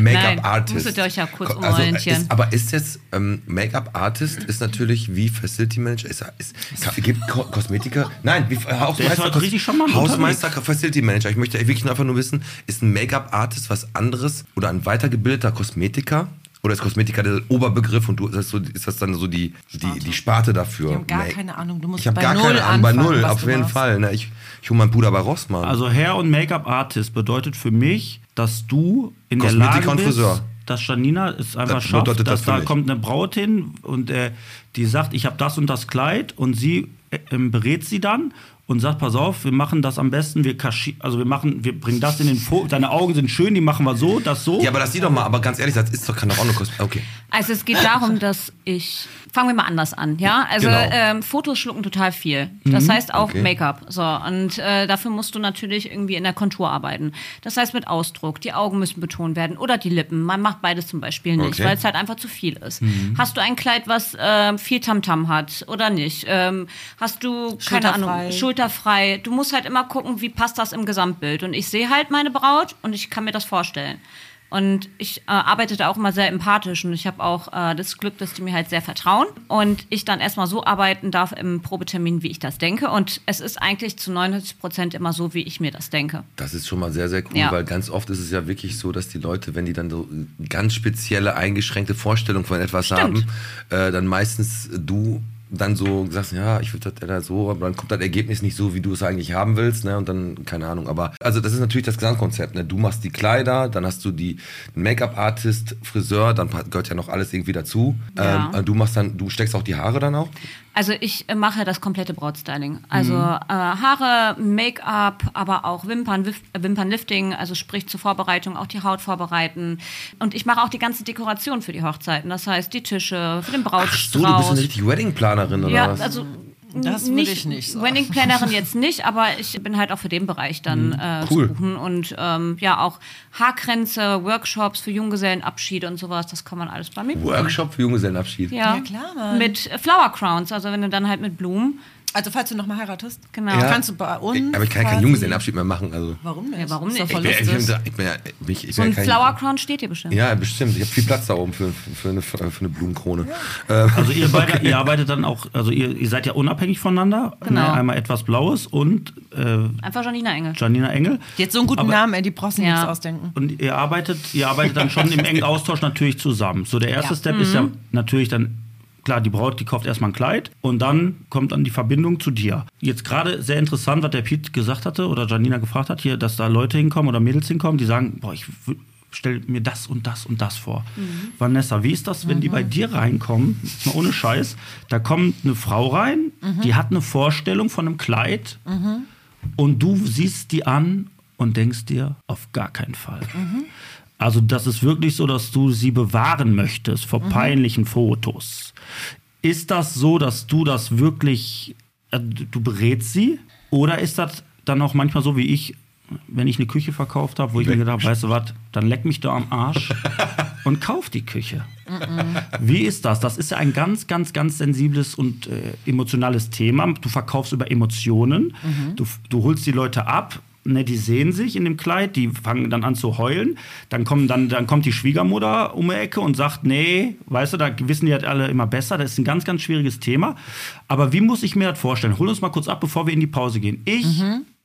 Speaker 5: Nein,
Speaker 2: Make-up-Artist.
Speaker 5: musstet ihr euch ja kurz
Speaker 2: Ko- also,
Speaker 5: umorientieren.
Speaker 2: ist, aber ist jetzt, ähm, Make-up-Artist ist natürlich wie Facility Manager, ist, ist, ka- gibt Ko Kosmetiker, nein, wie äh,
Speaker 3: Der ist
Speaker 2: Hausmeister,
Speaker 3: heute richtig charmant
Speaker 2: Hausmeister, Facility Manager. Ich möchte wirklich nur einfach nur wissen, ist ein Make-up-Artist was anderes oder ein weitergebildeter Kosmetiker? Oder ist Kosmetiker der Oberbegriff und du ist das, so, ist das dann so die, die, die Sparte dafür?
Speaker 6: Ich hab gar
Speaker 2: Make-
Speaker 6: keine Ahnung, du musst
Speaker 2: ich hab
Speaker 6: bei
Speaker 2: gar
Speaker 6: Null
Speaker 2: keine Ahnung, bei
Speaker 6: anfangen,
Speaker 2: Null,
Speaker 6: was
Speaker 2: auf
Speaker 6: du
Speaker 2: jeden
Speaker 6: machst.
Speaker 2: Fall. Ne? Ich, ich hole meinen Bruder bei Rossmann.
Speaker 3: Also Hair- und Make-up-Artist bedeutet für mich, dass du in der
Speaker 2: Kosmetiker
Speaker 3: Lage
Speaker 2: und
Speaker 3: bist,
Speaker 2: Friseur.
Speaker 3: dass Janina es einfach
Speaker 2: Das
Speaker 3: schafft, dass
Speaker 2: bedeutet das für
Speaker 3: da
Speaker 2: mich.
Speaker 3: kommt eine Braut hin und äh, die sagt, ich habe das und das Kleid und sie äh, ähm, berät sie dann und sagt, pass auf, wir machen das am besten, wir kaschi also wir machen, wir bringen das in den Fokus, deine Augen sind schön, die machen wir so, das so.
Speaker 2: ja, aber das sieh doch mal, aber ganz ehrlich, das ist doch, kann doch auch eine Kosmetiker. Okay.
Speaker 5: Also es geht darum, dass ich. Fangen wir mal anders an, ja? Also
Speaker 2: Genau. Mhm.
Speaker 5: ähm, Fotos schlucken total viel. Das heißt auch
Speaker 2: okay.
Speaker 5: Make-up. So, und äh, dafür musst du natürlich irgendwie in der Kontur arbeiten. Das heißt mit Ausdruck, die Augen müssen betont werden oder die Lippen. Man macht beides zum Beispiel nicht,
Speaker 2: Okay. Mhm.
Speaker 5: weil es halt einfach zu viel ist. Hast du ein Kleid, was ähm, viel Tamtam hat oder nicht? Ähm, hast du, keine
Speaker 6: Schulterfrei.
Speaker 5: Ahnung, schulterfrei. Du musst halt immer gucken, wie passt das im Gesamtbild. Und ich sehe halt meine Braut und ich kann mir das vorstellen. Und ich äh, arbeite da auch immer sehr empathisch und ich habe auch äh, das Glück, dass die mir halt sehr vertrauen und ich dann erstmal so arbeiten darf im Probetermin, wie ich das denke. Und es ist eigentlich zu 99 Prozent immer so, wie ich mir das denke.
Speaker 2: Das ist schon mal sehr, sehr cool,
Speaker 5: Ja.
Speaker 2: weil ganz oft ist es ja wirklich so, dass die Leute, wenn die dann so ganz spezielle, eingeschränkte Vorstellungen von etwas haben, äh, dann meistens du dann so sagst, ja, ich würde das ja so, aber dann kommt das Ergebnis nicht so, wie du es eigentlich haben willst, ne? Und dann, keine Ahnung. Aber also das ist natürlich das Gesamtkonzept, ne? Du machst die Kleider, dann hast du die Make-up-Artist, Friseur, dann pa- gehört ja noch alles irgendwie dazu.
Speaker 5: Ja.
Speaker 2: Ähm, du machst dann, du steckst auch die Haare dann auch.
Speaker 5: Also ich äh, mache das komplette Brautstyling. Also
Speaker 2: Mhm.
Speaker 5: äh, Haare, Make-up, aber auch Wimpern, Wif- äh, Wimpernlifting, also sprich zur Vorbereitung auch die Haut vorbereiten. Und ich mache auch die ganze Dekoration für die Hochzeiten. Das heißt die Tische, für den
Speaker 2: So, du bist
Speaker 5: Brautstrauß.
Speaker 2: eine richtig Wedding-Planerin, oder
Speaker 5: ja,
Speaker 2: was?
Speaker 5: also n-
Speaker 6: Das würde ich nicht sagen.
Speaker 5: Wedding Plannerin jetzt nicht, aber ich bin halt auch für den Bereich dann äh,
Speaker 2: Mhm. Cool.
Speaker 5: zu buchen und ähm, ja auch Haarkränze, Workshops für Junggesellenabschiede und sowas. Das kann man alles bei mir. buchen.
Speaker 2: Workshop für Junggesellenabschied.
Speaker 5: Ja,
Speaker 6: Ja, klar, Mann.
Speaker 5: Mit äh, Flower Crowns, also wenn du dann halt mit Blumen.
Speaker 6: Also falls du nochmal heiratest,
Speaker 5: Genau.
Speaker 2: Ja.
Speaker 6: kannst du bei uns.
Speaker 2: Ich- Aber ich kann ja keinen
Speaker 6: quasi-
Speaker 2: Junggesellenabschied mehr machen. Also.
Speaker 6: Warum nicht?
Speaker 5: Ja, warum
Speaker 6: Ist doch
Speaker 5: nicht?
Speaker 6: voll
Speaker 2: Ich bin, ich bin,
Speaker 6: lustig.
Speaker 2: ich bin, ja- ich bin, ich bin
Speaker 5: So ein
Speaker 2: ja kein-
Speaker 5: Flower Crown steht dir bestimmt.
Speaker 2: Ja, bestimmt. Ich habe viel Platz da oben für, für, eine, für eine Blumenkrone. Ähm,
Speaker 3: Also ihr beide, ihr arbeitet dann auch, also ihr, ihr seid ja unabhängig voneinander.
Speaker 5: Genau.
Speaker 3: Ne, einmal etwas Blaues und äh,
Speaker 5: Einfach Janina Engel.
Speaker 3: Janina Engel.
Speaker 6: Jetzt so einen guten
Speaker 3: Aber-
Speaker 6: Namen, ey, die Brossen
Speaker 5: Ja.
Speaker 6: jetzt ausdenken.
Speaker 3: Und ihr arbeitet, ihr arbeitet dann schon im engen Austausch natürlich zusammen. So, der erste
Speaker 6: Ja.
Speaker 3: Step ist ja natürlich dann, klar, die Braut, die kauft erstmal ein Kleid und dann kommt dann die Verbindung zu dir. Jetzt gerade sehr interessant, was der Piet gesagt hatte oder Janina gefragt hat, hier, dass da Leute hinkommen oder Mädels hinkommen, die sagen, boah, ich wü- stell mir das und das und das vor. Vanessa, wie ist das, wenn die bei dir reinkommen, jetzt mal ohne Scheiß, da kommt eine Frau rein, die hat eine Vorstellung von einem Kleid, und du siehst die an und denkst dir, auf gar keinen Fall. Also das ist wirklich so, dass du sie bewahren möchtest vor peinlichen Fotos. Ist das so, dass du das wirklich, äh, du berätst sie? Oder ist das dann auch manchmal so wie ich, wenn ich eine Küche verkauft habe, wo ich mir gedacht habe, weißt du was, dann leck mich da am Arsch und kauf die Küche. Wie ist das? Das ist ja ein ganz, ganz, ganz sensibles und äh, emotionales Thema. Du verkaufst über Emotionen, du, f- du holst die Leute ab. Ne, die sehen sich in dem Kleid, die fangen dann an zu heulen. Dann, kommen, dann, dann kommt die Schwiegermutter um die Ecke und sagt, nee, weißt du, da wissen die halt alle immer besser. Das ist ein ganz, ganz schwieriges Thema. Aber wie muss ich mir das vorstellen? Hol uns mal kurz ab, bevor wir in die Pause gehen. Ich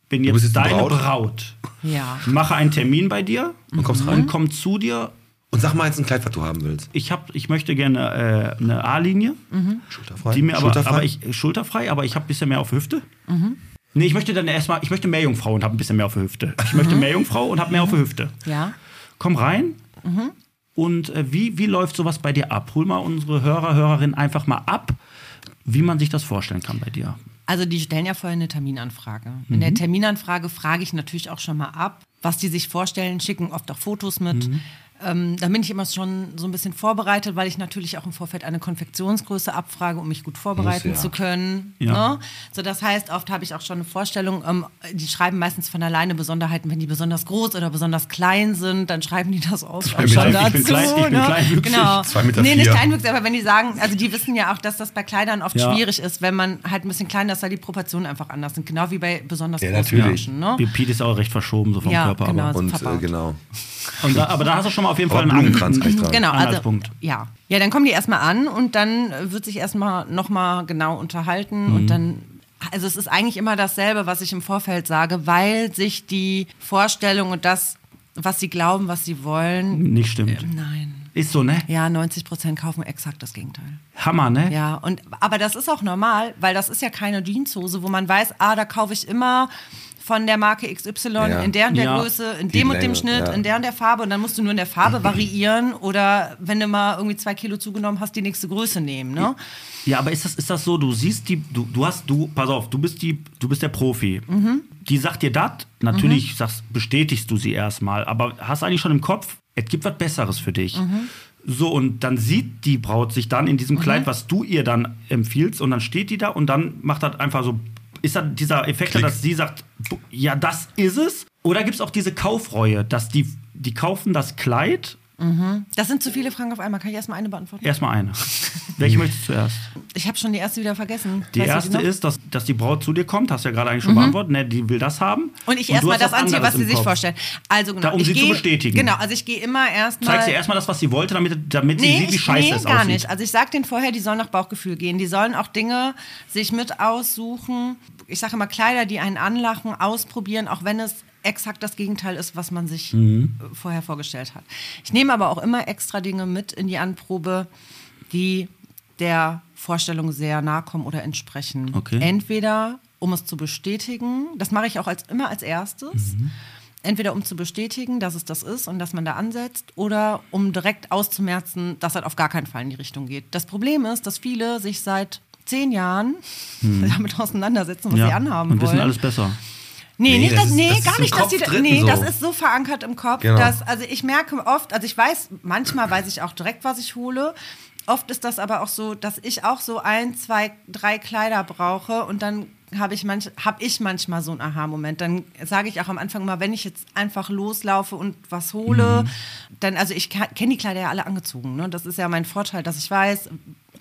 Speaker 3: bin jetzt,
Speaker 2: bist jetzt
Speaker 3: deine
Speaker 2: Braut?
Speaker 3: Braut.
Speaker 6: Ja.
Speaker 3: Mache einen Termin bei dir und
Speaker 2: kommst
Speaker 3: rein. Und komm zu dir
Speaker 2: Und sag mal jetzt ein Kleid, was du haben willst.
Speaker 3: ich, hab, ich möchte gerne äh, eine A-Linie,
Speaker 6: Mhm.
Speaker 2: Schulterfrei.
Speaker 3: die mir aber,
Speaker 2: Schulterfrei.
Speaker 3: aber ich, schulterfrei, aber ich habe ein bisschen mehr auf Hüfte.
Speaker 6: Mhm.
Speaker 3: Nee, ich möchte dann erstmal, ich möchte mehr Jungfrau und habe ein bisschen mehr auf der Hüfte. Ich möchte mehr Jungfrau und habe mehr auf der Hüfte.
Speaker 6: Mhm. Ja. Mhm.
Speaker 3: Komm rein. Und äh, wie, wie läuft sowas bei dir ab? Hol mal unsere Hörer, Hörerinnen einfach mal ab, wie man sich das vorstellen kann bei dir.
Speaker 6: Also die stellen ja vorher eine Terminanfrage. In der Terminanfrage frage ich natürlich auch schon mal ab, was die sich vorstellen, schicken oft auch Fotos mit. Ähm, da bin ich immer schon so ein bisschen vorbereitet, weil ich natürlich auch im Vorfeld eine Konfektionsgröße abfrage, um mich gut vorbereiten
Speaker 2: ja.
Speaker 6: zu können.
Speaker 3: Ja.
Speaker 6: Ne? So, das heißt, oft habe ich auch schon eine Vorstellung. Ähm, die schreiben meistens von alleine Besonderheiten, wenn die besonders groß oder besonders klein sind, dann schreiben die das auch schon
Speaker 2: Meter
Speaker 6: dazu.
Speaker 2: fünf, ich
Speaker 3: bin klein- ich bin
Speaker 6: ne?
Speaker 3: kleinwüchsig.
Speaker 6: Genau.
Speaker 2: Zwei Meter
Speaker 6: nee, nicht
Speaker 2: vier.
Speaker 6: kleinwüchsig, aber wenn die sagen, also die wissen ja auch, dass das bei Kleidern oft
Speaker 3: Ja.
Speaker 6: schwierig ist, wenn man halt ein bisschen kleiner ist, weil die Proportionen einfach anders sind. Genau wie bei besonders
Speaker 2: Ja,
Speaker 6: großen
Speaker 2: natürlich.
Speaker 6: Menschen. Ne?
Speaker 3: Wie Piet ist auch recht verschoben, so vom
Speaker 6: Ja,
Speaker 3: Körper.
Speaker 6: genau.
Speaker 3: Aber.
Speaker 2: und äh,
Speaker 6: verbaut.
Speaker 2: genau.
Speaker 3: Und da, aber da hast du schon mal auf jeden
Speaker 2: Aber
Speaker 3: Fall einen
Speaker 2: Blumenkranz kann ich tragen.
Speaker 6: Genau, also,
Speaker 3: Anhaltspunkt.
Speaker 6: ja. ja, dann kommen die erstmal an und dann äh, wird sich erstmal nochmal genau unterhalten
Speaker 3: Mhm.
Speaker 6: und dann, also es ist eigentlich immer dasselbe, was ich im Vorfeld sage, weil sich die Vorstellung und das, was sie glauben, was sie wollen,
Speaker 3: Nicht stimmt.
Speaker 6: nein.
Speaker 3: Ist so, ne?
Speaker 6: Ja, 90 Prozent kaufen exakt das Gegenteil.
Speaker 3: Hammer, ne?
Speaker 6: Ja, und aber das ist auch normal, weil das ist ja keine Jeanshose, wo man weiß, ah, da kaufe ich immer von der Marke XY
Speaker 2: Ja.
Speaker 6: in der und der
Speaker 3: Ja.
Speaker 6: Größe, in
Speaker 2: Die
Speaker 6: dem und
Speaker 2: Länge,
Speaker 6: dem Schnitt,
Speaker 2: ja.
Speaker 6: in der und der Farbe und dann musst du nur in der Farbe variieren oder wenn du mal irgendwie zwei Kilo zugenommen hast, die nächste Größe nehmen, ne?
Speaker 3: Ja, aber ist das, ist das so, du siehst die, du, du hast, du, pass auf, du bist die, du bist der Profi. Die sagt dir das, natürlich sagst, bestätigst du sie erstmal, aber hast eigentlich schon im Kopf, es gibt was Besseres für dich. So, und dann sieht die Braut sich dann in diesem Kleid, was du ihr dann empfiehlst, und dann steht die da und dann macht das einfach so, ist das dieser Effekt, da,
Speaker 2: Klick.
Speaker 3: dass sie sagt, bu- ja, das ist es? Oder gibt es auch diese Kaufreue, dass die, die kaufen das Kleid,
Speaker 6: Das sind zu viele Fragen auf einmal, kann ich erstmal eine beantworten?
Speaker 3: erstmal eine. Welche möchtest du zuerst?
Speaker 6: Ich habe schon die erste wieder vergessen.
Speaker 3: Die
Speaker 6: Weißt du genau.
Speaker 3: erste
Speaker 6: noch?
Speaker 3: ist, dass, dass die Braut zu dir kommt, hast du ja gerade eigentlich schon beantwortet, ne, die will das haben.
Speaker 6: Mhm. Und ich
Speaker 3: du
Speaker 6: erstmal
Speaker 3: hast
Speaker 6: das
Speaker 3: was
Speaker 6: anziehe,
Speaker 3: anderes
Speaker 6: was sie
Speaker 3: im
Speaker 6: sich
Speaker 3: Kopf.
Speaker 6: vorstellen. Also genau.
Speaker 3: Da, um
Speaker 6: ich
Speaker 3: sie zu
Speaker 6: gehe-
Speaker 3: bestätigen.
Speaker 6: Genau, also ich gehe immer erstmal.
Speaker 3: Zeigst ihr erstmal das, was sie wollte, damit, damit sie
Speaker 6: Nee,
Speaker 3: sieht, wie
Speaker 6: ich,
Speaker 3: scheiße
Speaker 6: nee
Speaker 3: es
Speaker 6: gar
Speaker 3: aussieht.
Speaker 6: nicht. Also ich sag denen vorher, die sollen nach Bauchgefühl gehen. Die sollen auch Dinge sich mit aussuchen. Ich sage immer Kleider, die einen anlachen, ausprobieren, auch wenn es exakt das Gegenteil ist, was man sich
Speaker 3: Mhm.
Speaker 6: äh, vorher vorgestellt hat. Ich nehme aber auch immer extra Dinge mit in die Anprobe, die der Vorstellung sehr nahe kommen oder entsprechen.
Speaker 3: Okay.
Speaker 6: Entweder um es zu bestätigen, das mache ich auch als, immer als erstes.
Speaker 3: Mhm.
Speaker 6: Entweder um zu bestätigen, dass es das ist und dass man da ansetzt, oder um direkt auszumerzen, dass das auf gar keinen Fall in die Richtung geht. Das Problem ist, dass viele sich seit zehn Jahren damit auseinandersetzen, was sie anhaben
Speaker 3: Hm. und
Speaker 6: wollen.
Speaker 3: wissen alles besser.
Speaker 2: Nee,
Speaker 6: Nee, nicht
Speaker 2: das
Speaker 6: das,
Speaker 2: ist-
Speaker 6: nee
Speaker 2: das ist
Speaker 6: gar
Speaker 2: im
Speaker 6: nicht, dass
Speaker 2: Kopf
Speaker 6: die, da-
Speaker 2: drin
Speaker 6: nee,
Speaker 2: so.
Speaker 6: das ist so verankert im Kopf,
Speaker 2: Genau.
Speaker 6: dass, also ich merke oft, also ich weiß, manchmal weiß ich auch direkt, was ich hole. Oft ist das aber auch so, dass ich auch so ein, zwei, drei Kleider brauche und dann habe ich, manch, hab ich manchmal so einen Aha-Moment. Dann sage ich auch am Anfang mal, wenn ich jetzt einfach loslaufe und was
Speaker 2: Mhm.
Speaker 6: hole, dann, also ich ka- kenne die Kleider ja alle angezogen. Ne? Das ist ja mein Vorteil, dass ich weiß,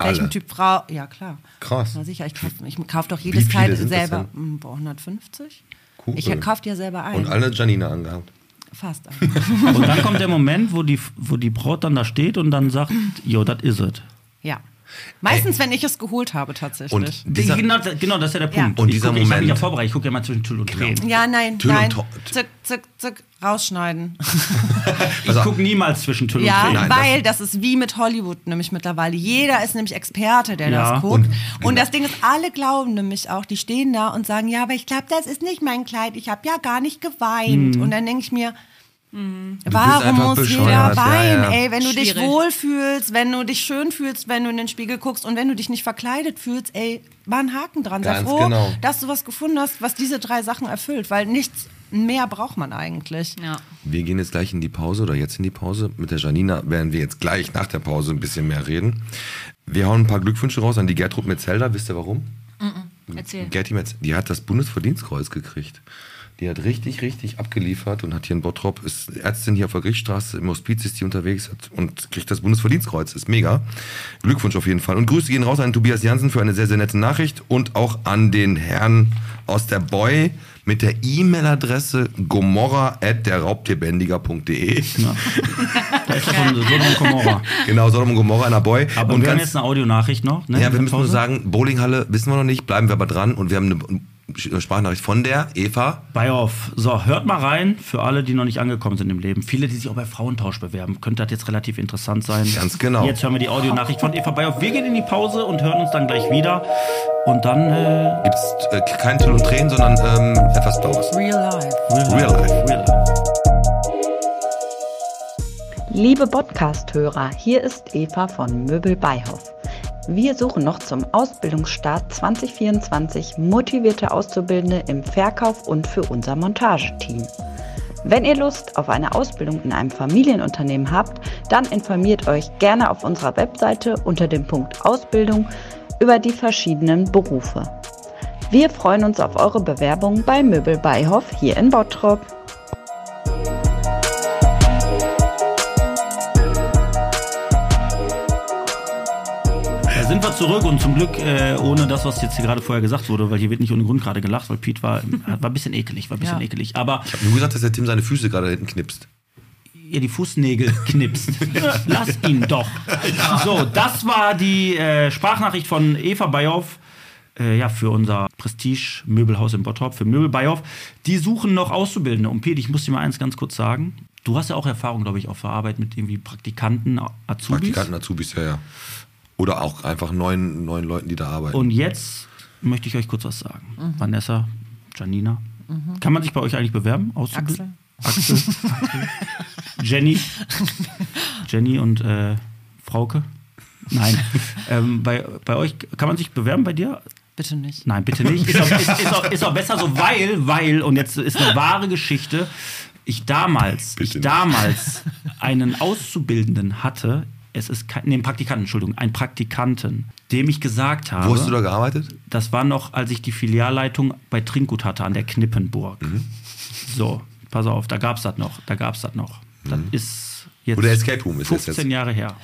Speaker 6: welchen
Speaker 2: Alle?
Speaker 6: Typ Frau. Ja, klar.
Speaker 2: Krass.
Speaker 6: Na sicher, ich kaufe ich kauf doch jedes
Speaker 2: viele
Speaker 6: Kleid
Speaker 2: sind das
Speaker 6: selber.
Speaker 2: denn?
Speaker 6: Hm, Boah, 150?
Speaker 2: Cool.
Speaker 6: Ich kauf dir selber ein.
Speaker 2: Und alle Janina angehabt.
Speaker 6: Fast. alle.
Speaker 3: Und dann kommt der Moment, wo die, wo die Braut dann da steht und dann sagt, jo, das is it.
Speaker 6: ja. Meistens, wenn ich es geholt habe, tatsächlich.
Speaker 2: Und dieser-
Speaker 3: genau, genau, das ist ja der Punkt.
Speaker 2: Und
Speaker 3: ich
Speaker 2: dieser
Speaker 3: guck, Ich habe mich ja
Speaker 2: Moment. Genau.
Speaker 3: vorbereitet, ich gucke ja mal zwischen Tüll und Tränen.
Speaker 6: ja, nein,
Speaker 2: Tüll und
Speaker 6: nein.
Speaker 2: Tor-
Speaker 6: Zick, zick, zick, rausschneiden.
Speaker 3: Ich
Speaker 2: Also-
Speaker 3: gucke niemals zwischen Tüll
Speaker 6: Ja,
Speaker 3: und Tränen.
Speaker 2: das-
Speaker 6: weil das, ist wie mit Hollywood nämlich mittlerweile. Jeder ist nämlich Experte, der
Speaker 3: Ja.
Speaker 6: das guckt.
Speaker 2: Und-
Speaker 6: Und, das Ding ist, alle glauben nämlich auch, die stehen da und sagen, ja, aber ich glaube, das ist nicht mein Kleid. Ich habe ja gar nicht geweint. Und dann denke ich mir, warum
Speaker 2: Mhm. einfach
Speaker 6: muss
Speaker 2: bescheuert.
Speaker 6: jeder
Speaker 2: Ja,
Speaker 6: weinen?
Speaker 2: ja.
Speaker 6: Ey, wenn du dich
Speaker 5: Schwierig.
Speaker 6: wohlfühlst, wenn du dich schön fühlst, wenn du in den Spiegel guckst und wenn du dich nicht verkleidet fühlst, ey, war ein Haken dran. Sei
Speaker 2: Ganz
Speaker 6: froh,
Speaker 2: genau.
Speaker 6: dass du was gefunden hast, was diese drei Sachen erfüllt, weil nichts mehr braucht man eigentlich.
Speaker 5: Ja.
Speaker 2: Wir gehen jetzt gleich in die Pause oder jetzt in die Pause. Mit der Janina werden wir jetzt gleich nach der Pause ein bisschen mehr reden. Wir hauen ein paar Glückwünsche raus an die Gertrud Metzelder. Wisst ihr warum?
Speaker 5: Erzähl.
Speaker 2: Gerti Metz, die hat das Bundesverdienstkreuz gekriegt. Die hat richtig, richtig abgeliefert und hat hier in Bottrop, ist Ärztin hier auf der Griechstraße, im Hospiz ist die unterwegs hat- und kriegt das Bundesverdienstkreuz. Ist mega. Glückwunsch auf jeden Fall. Und Grüße gehen raus an Tobias Jansen für eine sehr, sehr nette Nachricht und auch an den Herrn aus der Boy mit der E-Mail-Adresse gomorra at derraubtierbändiger.de.
Speaker 3: Da ist doch so ein- so ein Komora.
Speaker 2: Genau, Sodom und Gomorra in der Boy.
Speaker 3: Aber
Speaker 2: und
Speaker 3: wir haben
Speaker 2: ganz-
Speaker 3: jetzt eine Audionachricht noch. Ne,
Speaker 2: Ja, wir
Speaker 3: in der
Speaker 2: müssen nur
Speaker 3: Pause.
Speaker 2: sagen, Bowlinghalle wissen wir noch nicht, bleiben wir aber dran und wir haben eine Sprachnachricht von der Eva.
Speaker 3: Bei off. So, hört mal rein für alle, die noch nicht angekommen sind im Leben. Viele, die sich auch bei Frauentausch bewerben, könnte das jetzt relativ interessant sein.
Speaker 2: Ganz genau.
Speaker 3: Jetzt hören wir die Audionachricht von Eva Bayoff. Wir gehen in die Pause und hören uns dann gleich wieder. Und dann äh,
Speaker 2: Gibt es äh, kein Till und Tränen, sondern ähm, etwas Blaues.
Speaker 6: Real life.
Speaker 2: Real life.
Speaker 3: Real life.
Speaker 7: Liebe Podcast-Hörer, hier ist Eva von Möbel Beihoff. Wir suchen noch zum Ausbildungsstart 2024 motivierte Auszubildende im Verkauf und für unser Montageteam. Wenn ihr Lust auf eine Ausbildung in einem Familienunternehmen habt, dann informiert euch gerne auf unserer Webseite unter dem Punkt Ausbildung über die verschiedenen Berufe. Wir freuen uns auf eure Bewerbung bei Möbel Beihoff hier in Bottrop.
Speaker 3: Da sind wir zurück und zum Glück äh, ohne das, was jetzt hier gerade vorher gesagt wurde, weil hier wird nicht ohne Grund gerade gelacht, weil Pete war, war ein bisschen ekelig, war ein bisschen
Speaker 6: Ja.
Speaker 3: ekelig. Aber
Speaker 2: Nur gesagt, dass der Tim seine Füße gerade hinten knipst.
Speaker 3: ihr die Fußnägel knipst. Lass ihn doch. So, das war die äh, Sprachnachricht von Eva Bayoff. Äh, ja, für unser Prestige-Möbelhaus in Bottrop, für Möbel Bayoff. Die suchen noch Auszubildende. Und Pete, ich muss dir mal eins ganz kurz sagen. Du hast ja auch Erfahrung, glaube ich, auf der Arbeit mit irgendwie Praktikanten, Azubis.
Speaker 2: Praktikanten, Azubis, ja, ja. Oder auch einfach neuen, neuen Leuten, die da arbeiten.
Speaker 3: Und jetzt möchte ich euch kurz was sagen. Vanessa, Janina, kann man sich bei euch eigentlich bewerben? Auszubilden? Axel. Axel. Jenny. Jenny und äh, Frauke. Nein. ähm, bei, bei euch, kann man sich bewerben bei dir?
Speaker 6: Bitte nicht.
Speaker 3: Nein, bitte nicht. Ist auch, ist, ist auch, ist auch besser so, weil, weil, und jetzt ist eine wahre Geschichte. Ich damals,
Speaker 2: Bitte
Speaker 3: ich
Speaker 2: nicht.
Speaker 3: damals einen Auszubildenden hatte, es ist kein, nee, einen Praktikanten, Entschuldigung, einen Praktikanten, dem ich gesagt habe.
Speaker 2: Wo hast du da gearbeitet?
Speaker 3: Das war noch, als ich die Filialleitung bei Trinkgut hatte, an der Knippenburg. So, pass auf, da gab's das noch, da gab's das Mhm. noch. Das ist jetzt.
Speaker 2: Wo der Escape Room ist jetzt-
Speaker 3: 15 Jahre her.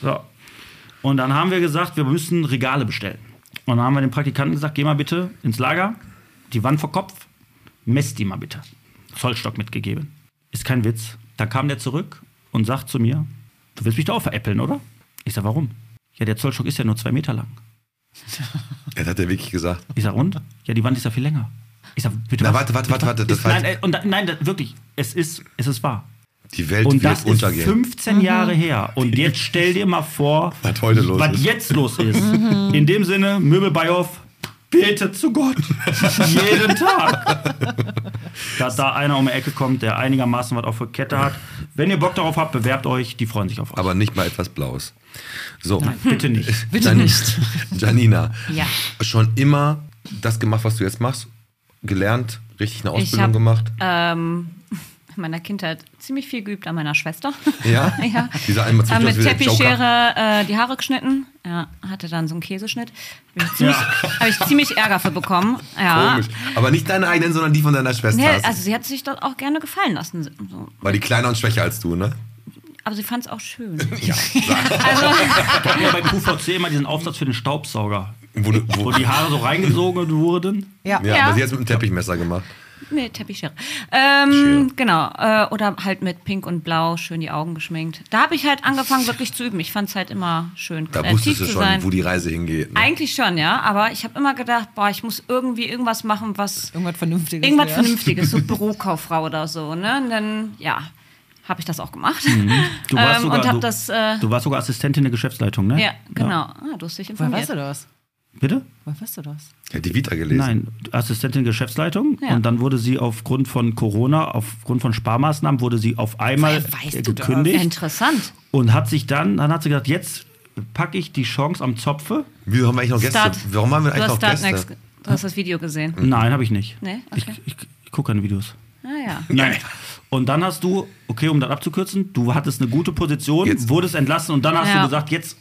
Speaker 3: So. Und dann haben wir gesagt, wir müssen Regale bestellen. Und dann haben wir dem Praktikanten gesagt, geh mal bitte ins Lager, die Wand vor Kopf, mess die mal bitte. Zollstock mitgegeben. Ist kein Witz. Da kam der zurück und sagt zu mir, du willst mich doch auch veräppeln, oder? Ich sag, warum? Ja, der Zollstock ist ja nur zwei Meter lang.
Speaker 2: Das hat er wirklich gesagt.
Speaker 3: Ich sag, und? Ja, die Wand ist ja viel länger. Ich sag, bitte
Speaker 2: Na,
Speaker 3: was?
Speaker 2: warte, warte, warte, warte, das
Speaker 3: ist,
Speaker 2: war-
Speaker 3: nein, äh, und, da- nein, da- wirklich, es ist, es ist wahr.
Speaker 2: Die Welt
Speaker 3: Und
Speaker 2: wird
Speaker 3: das ist
Speaker 2: untergehen.
Speaker 3: 15 Jahre her. Und jetzt stell dir mal vor,
Speaker 2: Was heute los
Speaker 3: was
Speaker 2: ist.
Speaker 3: jetzt los ist. In dem Sinne, Möbel Bayhoff, betet zu Gott. Jeden Tag. Dass da einer um die Ecke kommt, der einigermaßen was auf der Kette hat. Wenn ihr Bock darauf habt, bewerbt euch, die freuen sich auf euch.
Speaker 2: Aber nicht mal etwas Blaues. So.
Speaker 3: Bitte nicht.
Speaker 2: Bitte nicht. Janina,
Speaker 5: Ja.
Speaker 2: schon immer das gemacht, was du jetzt machst? Gelernt, richtig eine
Speaker 5: Ich
Speaker 2: Ausbildung
Speaker 5: hab-
Speaker 2: gemacht?
Speaker 5: Ähm, in meiner Kindheit ziemlich viel geübt an meiner Schwester.
Speaker 2: Ja?
Speaker 5: ja.
Speaker 2: Die sah einmal zwischendurch
Speaker 5: Äh, mit
Speaker 2: aus wie der
Speaker 5: Teppichschere äh, die Haare geschnitten. Ja, hatte dann so einen Käseschnitt. Habe ich, ziemlich- hab ich ziemlich Ärger für bekommen. Ja.
Speaker 2: Komisch. Aber nicht deine eigenen, sondern die von deiner Schwester.
Speaker 5: Ah. Nee,
Speaker 2: hast du.
Speaker 5: also sie hat sich das auch gerne gefallen lassen. So.
Speaker 2: War die kleiner und schwächer als du, ne?
Speaker 5: Aber sie fand es auch schön.
Speaker 3: Wir haben ja bei QVC immer diesen Aufsatz für den Staubsauger,
Speaker 2: Wo, du- wo,
Speaker 3: wo die Haare so reingesogen wurden.
Speaker 2: ja,
Speaker 5: Ja.
Speaker 2: aber sie hat es mit dem Teppichmesser gemacht.
Speaker 5: Nee, Teppichschere. Ähm, genau. Äh, oder halt mit Pink und Blau schön die Augen geschminkt. Da habe ich halt angefangen, wirklich zu üben. Ich fand es halt immer schön,
Speaker 2: Da
Speaker 5: kreativ
Speaker 2: wusstest du
Speaker 5: zu
Speaker 2: schon,
Speaker 5: sein.
Speaker 2: wo die Reise hingeht. Ne?
Speaker 5: Eigentlich schon, ja. Aber ich habe immer gedacht, boah, ich muss irgendwie irgendwas machen, was.
Speaker 6: Irgendwas Vernünftiges.
Speaker 5: Irgendwas
Speaker 6: lernen.
Speaker 5: Vernünftiges, so Bürokauffrau oder so, ne? Und dann, ja, habe ich das auch gemacht.
Speaker 3: Du warst,
Speaker 5: Ähm,
Speaker 3: sogar,
Speaker 5: und habe
Speaker 3: du,
Speaker 5: das, äh,
Speaker 3: du warst sogar Assistentin der Geschäftsleitung, ne?
Speaker 5: ja, genau. Ah, du hast dich
Speaker 6: Woher
Speaker 5: informiert.
Speaker 6: weißt du das?
Speaker 3: Bitte?
Speaker 6: Woher weißt du das?
Speaker 2: Hätte die Vita gelesen.
Speaker 3: Nein, Assistentin Geschäftsleitung.
Speaker 5: Ja.
Speaker 3: Und dann wurde sie aufgrund von Corona, aufgrund von Sparmaßnahmen, wurde sie auf einmal äh, gekündigt
Speaker 5: Interessant.
Speaker 3: und hat sich dann, dann hat sie gesagt, jetzt packe ich die Chance am Zopfe.
Speaker 2: Wie haben wir eigentlich noch Gäste?
Speaker 5: Start.
Speaker 2: Warum haben wir
Speaker 5: Du
Speaker 2: eigentlich
Speaker 5: hast,
Speaker 2: noch
Speaker 5: Start
Speaker 2: Gäste?
Speaker 5: Next, du hast das Video gesehen.
Speaker 3: Nein, habe ich nicht.
Speaker 5: Nee?
Speaker 3: Ich,
Speaker 5: Okay.
Speaker 3: ich, ich gucke keine Videos.
Speaker 5: Ah ja.
Speaker 3: Nein. Und dann hast du, okay, um das abzukürzen, du hattest eine gute Position,
Speaker 2: Jetzt.
Speaker 3: wurdest entlassen und dann hast
Speaker 5: Ja.
Speaker 3: du gesagt, jetzt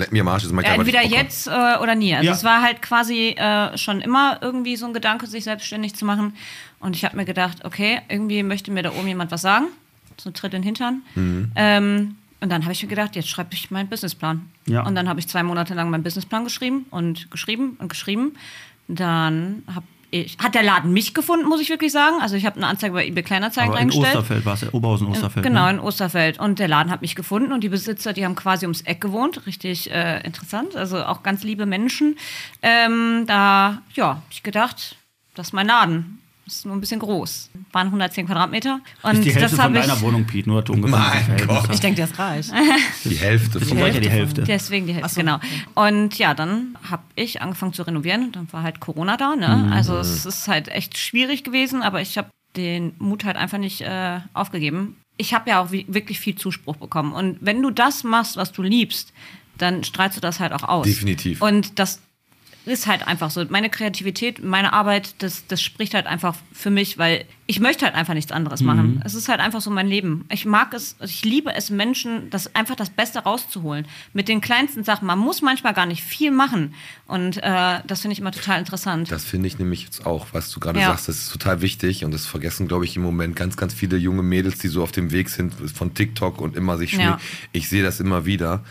Speaker 2: Leck mir am Arsch, jetzt mach ich
Speaker 5: Ja,
Speaker 2: aber nicht
Speaker 5: entweder
Speaker 2: Bock auf.
Speaker 5: jetzt äh, oder nie. Also
Speaker 3: Ja.
Speaker 5: es war halt quasi äh, schon immer irgendwie so ein Gedanke, sich selbstständig zu machen. Und ich habe mir gedacht, okay, irgendwie möchte mir da oben jemand was sagen. So ein Tritt in den Hintern.
Speaker 3: Mhm.
Speaker 5: Ähm, und dann habe ich mir gedacht, jetzt schreibe ich meinen Businessplan.
Speaker 3: Ja.
Speaker 5: Und dann habe ich zwei Monate lang meinen Businessplan geschrieben und geschrieben und geschrieben. Dann hab ich, hat der Laden mich gefunden, muss ich wirklich sagen. Also ich habe eine Anzeige bei eBay Kleinanzeigen
Speaker 3: aber in
Speaker 5: reingestellt.
Speaker 3: Osterfeld warst du, Oberhausen-Osterfeld.
Speaker 5: Genau,
Speaker 3: Ne?
Speaker 5: in Osterfeld. Und der Laden hat mich gefunden und die Besitzer, die haben quasi ums Eck gewohnt. Richtig äh, interessant. Also auch ganz liebe Menschen. Ähm, da, ja, hab ich gedacht, das ist mein Laden. Ist nur ein bisschen groß. Waren 110 Quadratmeter. Und
Speaker 3: Ist die Hälfte
Speaker 5: das
Speaker 3: von
Speaker 5: habe ich.
Speaker 3: deiner Wohnung, Pete, nur dass du ungefähr
Speaker 2: Mein
Speaker 3: das Verhältnis
Speaker 2: Gott.
Speaker 3: hast.
Speaker 6: Ich denke, der ist reich.
Speaker 2: Die Hälfte.
Speaker 3: Von euch ja die Hälfte.
Speaker 5: Deswegen die Hälfte, genau. Und ja, dann habe ich angefangen zu renovieren und dann war halt Corona da. Ne? Also es ist halt echt schwierig gewesen, aber ich habe den Mut halt einfach nicht äh, aufgegeben. Ich habe ja auch wi- wirklich viel Zuspruch bekommen. Und wenn du das machst, was du liebst, dann strahlst du das halt auch aus.
Speaker 2: Definitiv.
Speaker 5: Und das ist halt einfach so. Meine Kreativität, meine Arbeit, das, das spricht halt einfach für mich, weil ich möchte halt einfach nichts anderes machen. Es ist halt einfach so mein Leben. Ich mag es, also ich liebe es, Menschen das einfach das Beste rauszuholen. Mit den kleinsten Sachen. Man muss manchmal gar nicht viel machen. Und äh, das finde ich immer total interessant.
Speaker 2: Das finde ich nämlich jetzt auch, was du gerade
Speaker 5: Ja.
Speaker 2: sagst, das ist total wichtig und das vergessen, glaube ich, im Moment ganz, ganz viele junge Mädels, die so auf dem Weg sind von TikTok und immer sich schminken.
Speaker 5: Ja.
Speaker 2: Ich sehe das immer wieder.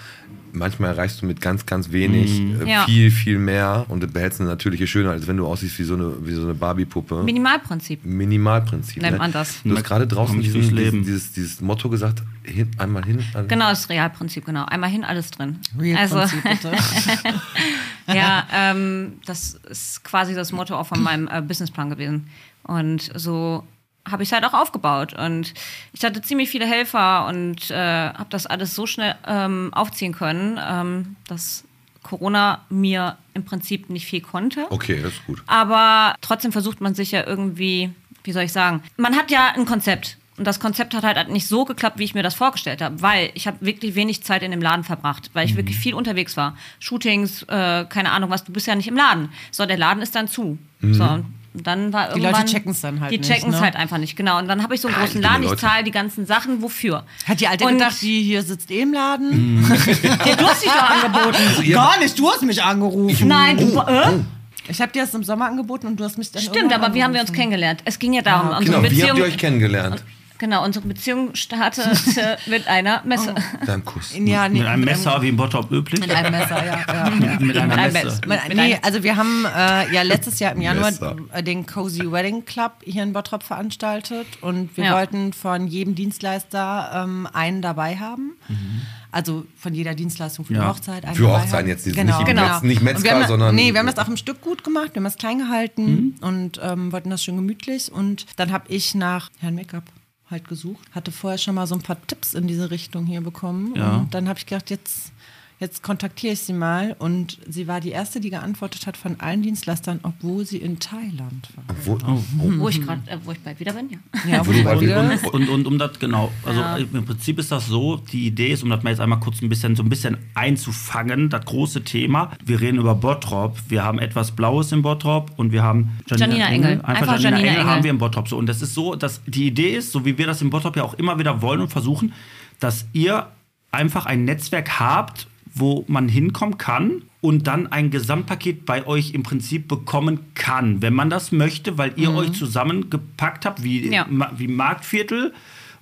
Speaker 2: Manchmal erreichst du mit ganz, ganz wenig äh,
Speaker 5: Ja.
Speaker 2: viel, viel mehr und du behältst eine natürliche Schönheit, als wenn du aussiehst wie so eine, wie so eine Barbie-Puppe.
Speaker 5: Minimalprinzip.
Speaker 2: Minimalprinzip.
Speaker 5: Nennt
Speaker 2: ne?
Speaker 5: man das.
Speaker 2: Du hast gerade draußen
Speaker 3: Komm ich
Speaker 2: diesen,
Speaker 3: durchs
Speaker 2: diesen,
Speaker 3: Leben.
Speaker 2: dieses, dieses Motto gesagt, hin, einmal hin. an-
Speaker 5: Genau, das Realprinzip, genau. Einmal hin, alles drin.
Speaker 6: Real
Speaker 5: also,
Speaker 6: Prinzip, bitte.
Speaker 5: ja, ähm, das ist quasi das Motto auch von meinem äh, Businessplan gewesen. Und so habe ich es halt auch aufgebaut. Und ich hatte ziemlich viele Helfer und äh, habe das alles so schnell ähm, aufziehen können, ähm, dass Corona mir im Prinzip nicht viel konnte.
Speaker 2: Okay, das ist gut.
Speaker 5: Aber trotzdem versucht man sich ja irgendwie, wie soll ich sagen, man hat ja ein Konzept. Und das Konzept hat halt nicht so geklappt, wie ich mir das vorgestellt habe, weil ich habe wirklich wenig Zeit in dem Laden verbracht, weil ich wirklich viel unterwegs war. Shootings, äh, keine Ahnung was, du bist ja nicht im Laden. So, der Laden ist dann zu. So, und dann war
Speaker 6: Die Leute
Speaker 5: irgendwann,
Speaker 6: checken's dann halt
Speaker 5: Die
Speaker 6: nicht,
Speaker 5: checken's
Speaker 6: ne?
Speaker 5: halt einfach nicht, genau. Und dann habe ich so einen großen
Speaker 2: dumme
Speaker 5: Laden, ich
Speaker 2: Leute.
Speaker 5: zahle die ganzen Sachen, wofür?
Speaker 6: Hat die Alte
Speaker 5: Und-
Speaker 6: gedacht, die hier sitzt eh im
Speaker 3: Mhm.
Speaker 6: Laden?
Speaker 5: Ja, du hast dich doch
Speaker 3: Also
Speaker 5: angeboten.
Speaker 6: Gar nicht, du hast mich angerufen.
Speaker 5: Nein, du, äh?
Speaker 6: Ich habe dir das im Sommer angeboten und du hast mich dann
Speaker 5: stimmt,
Speaker 6: irgendwann
Speaker 5: aber wie haben wir uns
Speaker 6: angerufen.
Speaker 5: kennengelernt? Es ging ja darum, unsere
Speaker 2: Genau, wie habt
Speaker 5: Beziehung.
Speaker 2: ihr euch kennengelernt?
Speaker 5: Genau, unsere Beziehung startete mit einer Messe.
Speaker 2: Dann Kuss.
Speaker 6: Ja, nee,
Speaker 3: Mit einem Messer, wie im Bottrop üblich.
Speaker 6: Mit einem Messer, ja. ja.
Speaker 3: Mit einer
Speaker 5: einem
Speaker 3: Messe.
Speaker 5: Messer.
Speaker 6: Man,
Speaker 5: Mit
Speaker 6: nee,
Speaker 5: einem-
Speaker 6: also wir haben äh, ja letztes Jahr im Januar
Speaker 2: Messer.
Speaker 6: äh, den Cozy Wedding Club hier in Bottrop veranstaltet und wir
Speaker 5: Ja.
Speaker 6: wollten von jedem Dienstleister ähm, einen dabei haben. Also von jeder Dienstleistung für
Speaker 3: Ja.
Speaker 6: eine Hochzeit. Einen
Speaker 2: Mhm. Für
Speaker 6: dabei
Speaker 2: Hochzeiten
Speaker 6: haben. Genau,
Speaker 2: jetzt, die sind nicht- jetzt nicht
Speaker 6: Und wir
Speaker 2: Metzger,
Speaker 6: haben,
Speaker 2: sondern-
Speaker 6: Nee, wir haben das auch im Stück gut gemacht, wir haben das klein gehalten und ähm, wollten das schön gemütlich. Und dann habe ich nach Herrn Make-up halt gesucht, hatte vorher schon mal so ein paar Tipps in diese Richtung hier bekommen.
Speaker 3: Ja.
Speaker 6: Und dann habe ich gedacht, jetzt, jetzt kontaktiere ich sie mal. Und sie war die erste, die geantwortet hat von allen Dienstleistern, obwohl sie in Thailand war.
Speaker 2: Wo, oh.
Speaker 5: Wo ich gerade, äh, wo ich bald wieder bin, ja.
Speaker 6: Ja,
Speaker 2: Wo du bei-
Speaker 6: obwohl-
Speaker 2: und-
Speaker 3: Und, und, und um das, genau. Also im Prinzip ist das so, die Idee ist, um das mal jetzt einmal kurz ein bisschen, so ein bisschen einzufangen, das große Thema. Wir reden über Bottrop. Wir haben etwas Blaues in Bottrop und wir haben
Speaker 5: Janina Engel.
Speaker 3: Einfach,
Speaker 5: Einfach
Speaker 3: Janina,
Speaker 5: Janina
Speaker 3: Engel,
Speaker 5: Engel.
Speaker 3: haben wir im Bottrop. So, und das ist so, dass die Idee ist, so wie wir das im Bottrop ja auch immer wieder wollen und versuchen, dass ihr einfach ein Netzwerk habt, wo man hinkommen kann und dann ein Gesamtpaket bei euch im Prinzip bekommen kann, wenn man das möchte, weil ihr euch zusammengepackt habt, wie,
Speaker 5: Mhm. Ja.
Speaker 3: ma- wie Marktviertel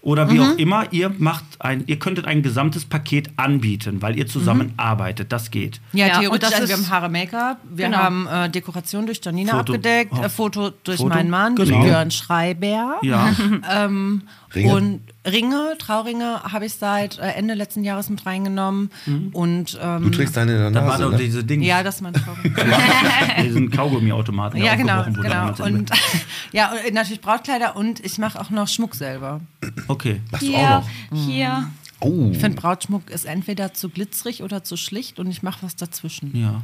Speaker 3: oder wie
Speaker 6: Mhm.
Speaker 3: auch immer, ihr macht ein, ihr könntet ein gesamtes Paket anbieten, weil ihr zusammenarbeitet. Das geht.
Speaker 6: Mhm. Ja,
Speaker 5: Ja, und
Speaker 6: theoretisch.
Speaker 5: das
Speaker 6: Also
Speaker 5: ist-
Speaker 6: wir haben Haare Make-up, wir
Speaker 5: Genau. Oh.
Speaker 6: haben äh, Dekoration durch Janina
Speaker 3: Foto-
Speaker 6: abgedeckt,
Speaker 3: Ho-
Speaker 6: äh, Foto durch
Speaker 3: Foto?
Speaker 6: meinen Mann,
Speaker 3: Genau.
Speaker 6: durch Jörn Schreiber.
Speaker 3: Ja.
Speaker 2: Ringe.
Speaker 6: Und Ringe, Trauringe habe ich seit äh, Ende letzten Jahres mit reingenommen.
Speaker 3: Mhm.
Speaker 6: Und
Speaker 2: Du
Speaker 6: ähm,
Speaker 2: trägst deine in der
Speaker 3: Da war
Speaker 2: Nase,
Speaker 3: doch
Speaker 2: ne?
Speaker 3: diese Dinge.
Speaker 6: ja, das ist mein Trauring.
Speaker 3: diesen Kaugummiautomaten. der
Speaker 6: ja, genau,
Speaker 3: aufgebrochen wurde
Speaker 6: genau.
Speaker 3: damals in-
Speaker 6: Und ja, und natürlich Brautkleider und ich mache auch noch Schmuck selber.
Speaker 3: okay.
Speaker 2: Machst du auch
Speaker 5: Hier,
Speaker 2: noch.
Speaker 5: hier.
Speaker 2: Oh.
Speaker 6: Ich finde Brautschmuck ist entweder zu glitzerig oder zu schlicht und ich mache was dazwischen.
Speaker 3: Ja.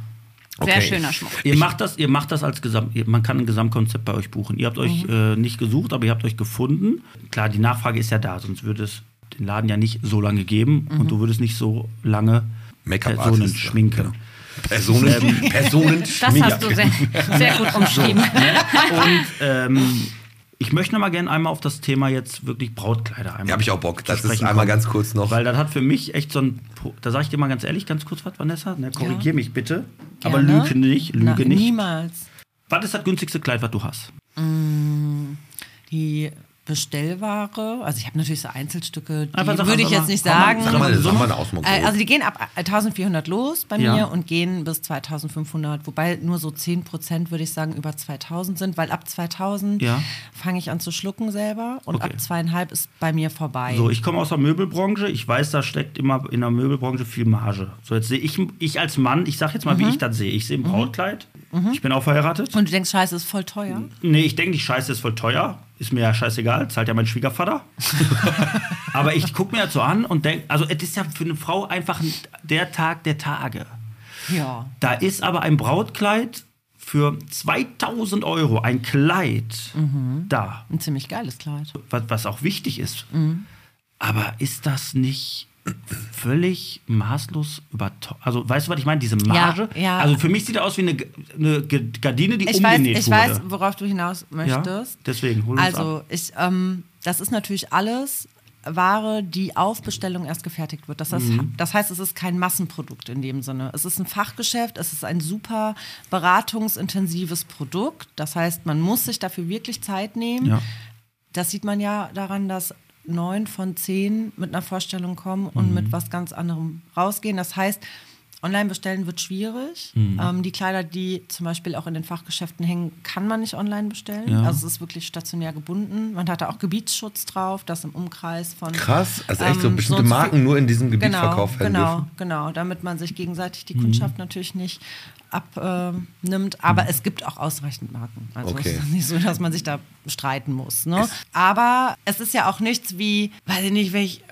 Speaker 5: Sehr
Speaker 2: Okay.
Speaker 5: schöner Schmuck.
Speaker 3: Ihr macht das, ihr macht das als Gesamt, ihr- man kann ein Gesamtkonzept bei euch buchen. Ihr habt
Speaker 6: Mhm.
Speaker 3: euch äh, nicht gesucht, aber ihr habt euch gefunden. Klar, die Nachfrage ist ja da, sonst würde es den Laden ja nicht so lange geben
Speaker 6: Mhm.
Speaker 3: und du würdest nicht so lange
Speaker 2: Make-up-Artist,
Speaker 3: Personen
Speaker 2: ja,
Speaker 3: schminken.
Speaker 2: genau. Personen, Personen,
Speaker 5: Das hast du sehr, sehr gut umschrieben.
Speaker 3: Und ähm, ich möchte noch mal gerne einmal auf das Thema jetzt wirklich Brautkleider einmal.
Speaker 2: Ja, hab ich auch Bock.
Speaker 3: zu
Speaker 2: Das ist
Speaker 3: sprechen
Speaker 2: einmal
Speaker 3: kommen.
Speaker 2: ganz kurz noch.
Speaker 3: Weil das hat für mich echt so ein. Po- Da sage ich dir mal ganz ehrlich, ganz kurz was, Vanessa. Ne, korrigier mich bitte. Aber
Speaker 6: Gerne.
Speaker 3: lüge nicht, lüge
Speaker 6: ne? Na,
Speaker 3: nicht.
Speaker 6: Niemals.
Speaker 3: Was ist das günstigste Kleid, was du hast?
Speaker 6: Die Bestellware, also ich habe natürlich so Einzelstücke, die
Speaker 3: Einfach sag
Speaker 6: würde ich
Speaker 3: einfach
Speaker 6: jetzt nicht
Speaker 3: mal. Komm
Speaker 6: sagen.
Speaker 2: Sag
Speaker 3: mal,
Speaker 2: mal, sag mal eine Ausmuck.
Speaker 6: Äh, Also die gehen ab 1400 los bei
Speaker 3: Ja.
Speaker 6: mir und gehen bis 2500, wobei nur so 10 Prozent würde ich sagen über 2000 sind, weil ab 2000
Speaker 3: Ja.
Speaker 6: fange ich an zu schlucken selber und
Speaker 3: Okay.
Speaker 6: ab zweieinhalb ist bei mir vorbei.
Speaker 3: So, ich komme aus der Möbelbranche. Ich weiß, da steckt immer in der Möbelbranche viel Marge. So, jetzt sehe ich, ich als Mann, ich sage jetzt
Speaker 6: Mhm.
Speaker 3: mal, wie ich das sehe. Ich sehe ein Brautkleid. Ich bin auch verheiratet.
Speaker 6: Und du denkst, scheiße, ist voll teuer.
Speaker 3: Nee, ich denke, die Scheiße ist voll teuer. Ist mir ja scheißegal, zahlt ja mein Schwiegervater. Aber ich gucke mir das so an und denke, also es ist ja für eine Frau einfach ein- der Tag der Tage.
Speaker 6: Ja.
Speaker 3: Da ist aber ein Brautkleid für 2000 Euro, ein Kleid
Speaker 6: Mhm.
Speaker 3: da,
Speaker 6: Ein ziemlich geiles Kleid.
Speaker 3: was, was auch wichtig ist.
Speaker 6: Mhm.
Speaker 3: Aber ist das nicht völlig maßlos überteuert? Also weißt du, was ich meine? Diese Marge?
Speaker 6: ja.
Speaker 3: Also für mich sieht er aus wie eine, G- eine G- Gardine, die
Speaker 6: Ich weiß,
Speaker 3: umgenäht
Speaker 6: ich
Speaker 3: wurde.
Speaker 6: weiß, worauf du hinaus möchtest.
Speaker 3: deswegen, hol uns
Speaker 6: Also, ich, ähm, das ist natürlich alles Ware, die auf Bestellung erst gefertigt wird. Das, heißt,
Speaker 3: Mhm.
Speaker 6: das heißt, es ist kein Massenprodukt in dem Sinne. Es ist ein Fachgeschäft, es ist ein super beratungsintensives Produkt. Das heißt, man muss sich dafür wirklich Zeit nehmen.
Speaker 3: Ja.
Speaker 6: Das sieht man ja daran, dass neun von zehn mit einer Vorstellung kommen und
Speaker 2: Mhm.
Speaker 6: mit was ganz anderem rausgehen. Das heißt, online bestellen wird schwierig.
Speaker 2: Mhm.
Speaker 6: Ähm, die Kleider, die zum Beispiel auch in den Fachgeschäften hängen, kann man nicht online bestellen.
Speaker 3: Ja.
Speaker 6: Also es ist wirklich stationär gebunden. Man hat da auch Gebietsschutz drauf, das im Umkreis von...
Speaker 2: Krass, also echt so
Speaker 6: ähm,
Speaker 2: bestimmte
Speaker 6: und so
Speaker 2: Marken
Speaker 6: viel-
Speaker 2: nur in diesem Gebiet
Speaker 6: genau,
Speaker 2: verkauft werden
Speaker 6: genau,
Speaker 2: dürfen.
Speaker 6: Genau, damit man sich gegenseitig
Speaker 3: Mhm.
Speaker 6: die Kundschaft natürlich nicht abnimmt. Aber es gibt auch ausreichend Marken. Also
Speaker 2: Okay.
Speaker 6: es ist nicht so, dass man sich da streiten muss. Ne? Aber es ist ja auch nichts wie, weiß ich nicht, wenn ich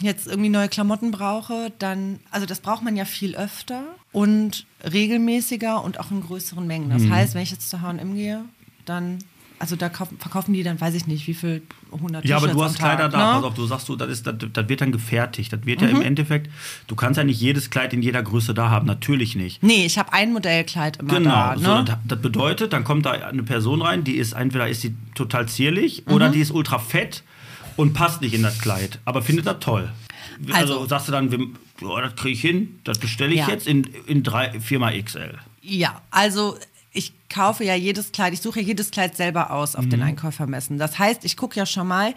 Speaker 6: jetzt irgendwie neue Klamotten brauche, dann, also das braucht man ja viel öfter und regelmäßiger und auch in größeren Mengen.
Speaker 3: Mhm.
Speaker 6: Das heißt, wenn ich jetzt zu H&M gehe, dann, also da kaufen, verkaufen die dann, weiß ich nicht, wie viel, 100
Speaker 3: Ja, aber
Speaker 6: T-Shirts
Speaker 3: du
Speaker 6: am
Speaker 3: hast
Speaker 6: Tag,
Speaker 3: Kleider da.
Speaker 6: ne? Mhm.
Speaker 3: Pass auf, du sagst so, das, ist, das, das wird dann gefertigt. Das wird ja im Endeffekt, du kannst ja nicht jedes Kleid in jeder Größe da haben. Natürlich nicht.
Speaker 6: Nee, ich habe ein Modellkleid immer
Speaker 3: Genau.
Speaker 6: da. Ne?
Speaker 3: so, das, das bedeutet, dann kommt da eine Person rein, die ist entweder ist sie total zierlich
Speaker 6: Mhm.
Speaker 3: oder die ist ultra fett und passt nicht in das Kleid, aber findet das toll. Also,
Speaker 6: Also-
Speaker 3: sagst du dann, wir- ja, das kriege ich hin, das bestelle ich
Speaker 6: Ja.
Speaker 3: jetzt in, in drei, viermal XL.
Speaker 6: Ja, also ich kaufe
Speaker 2: Mhm.
Speaker 6: ja jedes Kleid, ich suche ja jedes Kleid selber aus auf den Einkäufermessen. Das heißt, ich gucke ja schon mal,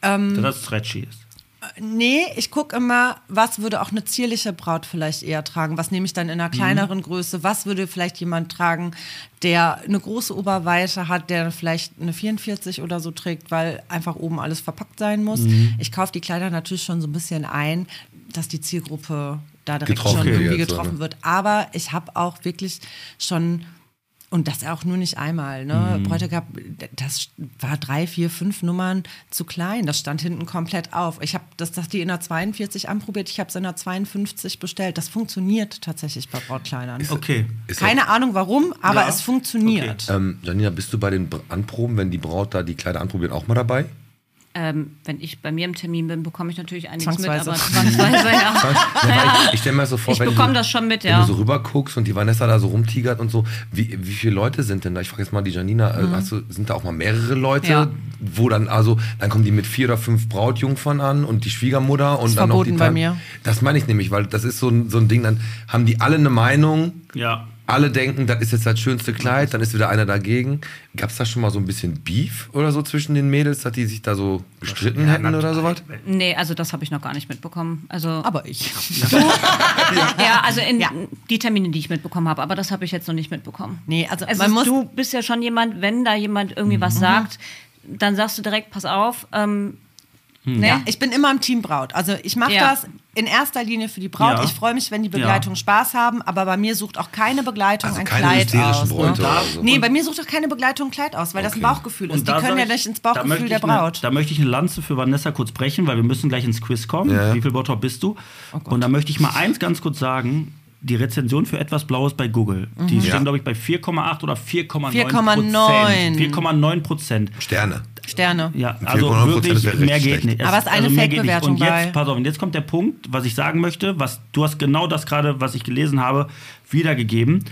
Speaker 3: dass das stretchy ist.
Speaker 6: Nee, ich gucke immer, was würde auch eine zierliche Braut vielleicht eher tragen? Was nehme ich dann in
Speaker 2: Mhm.
Speaker 6: einer kleineren Größe? Was würde vielleicht jemand tragen, der eine große Oberweite hat, der vielleicht eine 44 oder so trägt, weil einfach oben alles verpackt sein muss?
Speaker 2: Mhm.
Speaker 6: Ich kaufe die Kleider natürlich schon so ein bisschen ein, dass die Zielgruppe da direkt
Speaker 2: Getroffen
Speaker 6: schon irgendwie
Speaker 2: wird, so,
Speaker 6: getroffen
Speaker 2: ne?
Speaker 6: wird. Aber ich habe auch wirklich schon und das auch nur nicht einmal. Ne? Bräutigam, das war drei, vier, fünf Nummern zu klein. Das stand hinten komplett auf. Ich habe das, das die in der 42 anprobiert, ich habe es in der 52 bestellt. Das funktioniert tatsächlich bei Brautkleidern.
Speaker 3: Okay.
Speaker 2: Ist
Speaker 6: Keine Ahnung warum, aber
Speaker 3: Ja.
Speaker 6: es funktioniert.
Speaker 2: Ähm, Janina, bist du bei den Br- Anproben, wenn die Braut da die Kleider anprobiert, auch mal dabei?
Speaker 5: Ähm, wenn ich bei mir im Termin bin, bekomme ich natürlich einiges mit,
Speaker 6: Zwangsweise.
Speaker 5: aber zwangsweise, ja.
Speaker 2: Ja, ich ich stelle mir das so vor,
Speaker 5: Ich
Speaker 2: wenn,
Speaker 5: bekomm
Speaker 2: du,
Speaker 5: das schon mit,
Speaker 2: wenn
Speaker 5: ja.
Speaker 2: du so rüber guckst und die Vanessa da so rumtigert und so. Wie, wie viele Leute sind denn da? Ich frage jetzt mal die Janina, äh, hast du, sind da auch mal mehrere Leute?
Speaker 5: Mhm. Ja.
Speaker 2: Wo dann, also, dann kommen die mit vier oder fünf Brautjungfern an und die Schwiegermutter und
Speaker 6: Ist
Speaker 2: dann noch die
Speaker 6: verboten bei
Speaker 2: Tan-
Speaker 6: mir.
Speaker 2: Das meine ich nämlich, weil das ist so ein, so ein Ding, dann haben die alle eine Meinung.
Speaker 3: Ja.
Speaker 2: Alle denken, das ist jetzt das schönste Kleid, dann ist wieder einer dagegen. Gab es da schon mal so ein bisschen Beef oder so zwischen den Mädels, dass die sich da so gestritten hätten oder sowas?
Speaker 5: Nee, also das habe ich noch gar nicht mitbekommen. Also,
Speaker 6: aber ich.
Speaker 5: ja, also in die Termine, die ich mitbekommen habe, aber das habe ich jetzt noch nicht mitbekommen.
Speaker 6: Nee, also,
Speaker 5: Also
Speaker 6: man muss.
Speaker 5: du bist ja schon jemand, wenn da jemand irgendwie was sagt, dann sagst du direkt, pass auf, ähm, ne?
Speaker 6: Ja, ich bin immer im Team Braut. Also ich mache
Speaker 5: Ja.
Speaker 6: das in erster Linie für die Braut.
Speaker 3: Ja.
Speaker 6: Ich freue mich, wenn die Begleitung Spaß haben, aber bei mir sucht auch keine Begleitung
Speaker 2: Also
Speaker 6: ein
Speaker 2: keine
Speaker 6: Kleid
Speaker 2: hysterischen
Speaker 5: ne?
Speaker 6: aus. ne?
Speaker 2: Bräute oder so.
Speaker 6: Nee, bei mir sucht auch keine Begleitung ein Kleid aus, weil das ein Bauchgefühl ist. Die
Speaker 3: da
Speaker 6: können
Speaker 3: sag
Speaker 6: ja
Speaker 3: ich-
Speaker 6: nicht ins
Speaker 3: da möchte
Speaker 6: Bauchgefühl
Speaker 3: ich
Speaker 6: der
Speaker 3: eine-
Speaker 6: Braut.
Speaker 3: da möchte ich eine Lanze für Vanessa kurz brechen, weil wir müssen gleich ins Quiz kommen.
Speaker 2: Ja.
Speaker 3: Wie viel Bottrop bist du?
Speaker 6: Oh
Speaker 3: Und da möchte ich mal eins ganz kurz sagen. Die Rezension für etwas Blaues bei Google, die
Speaker 6: Mhm.
Speaker 3: stehen,
Speaker 2: Ja.
Speaker 3: glaube ich, bei 4,8 oder 4,9
Speaker 6: 4,9.
Speaker 3: Prozent. 4,9 Prozent.
Speaker 2: Sterne.
Speaker 6: Sterne.
Speaker 3: Ja,
Speaker 2: 4,9
Speaker 3: also
Speaker 2: Prozent
Speaker 3: wirklich,
Speaker 2: wäre
Speaker 3: mehr
Speaker 2: richtig
Speaker 3: geht
Speaker 2: schlecht.
Speaker 3: nicht. Also
Speaker 6: Aber es ist eine
Speaker 3: mehr geht nicht.
Speaker 6: Fake-Bewertung
Speaker 3: Und jetzt,
Speaker 6: bei-
Speaker 3: pass auf, und jetzt kommt der Punkt, was ich sagen möchte, was du hast genau das gerade, was ich gelesen habe, wiedergegeben.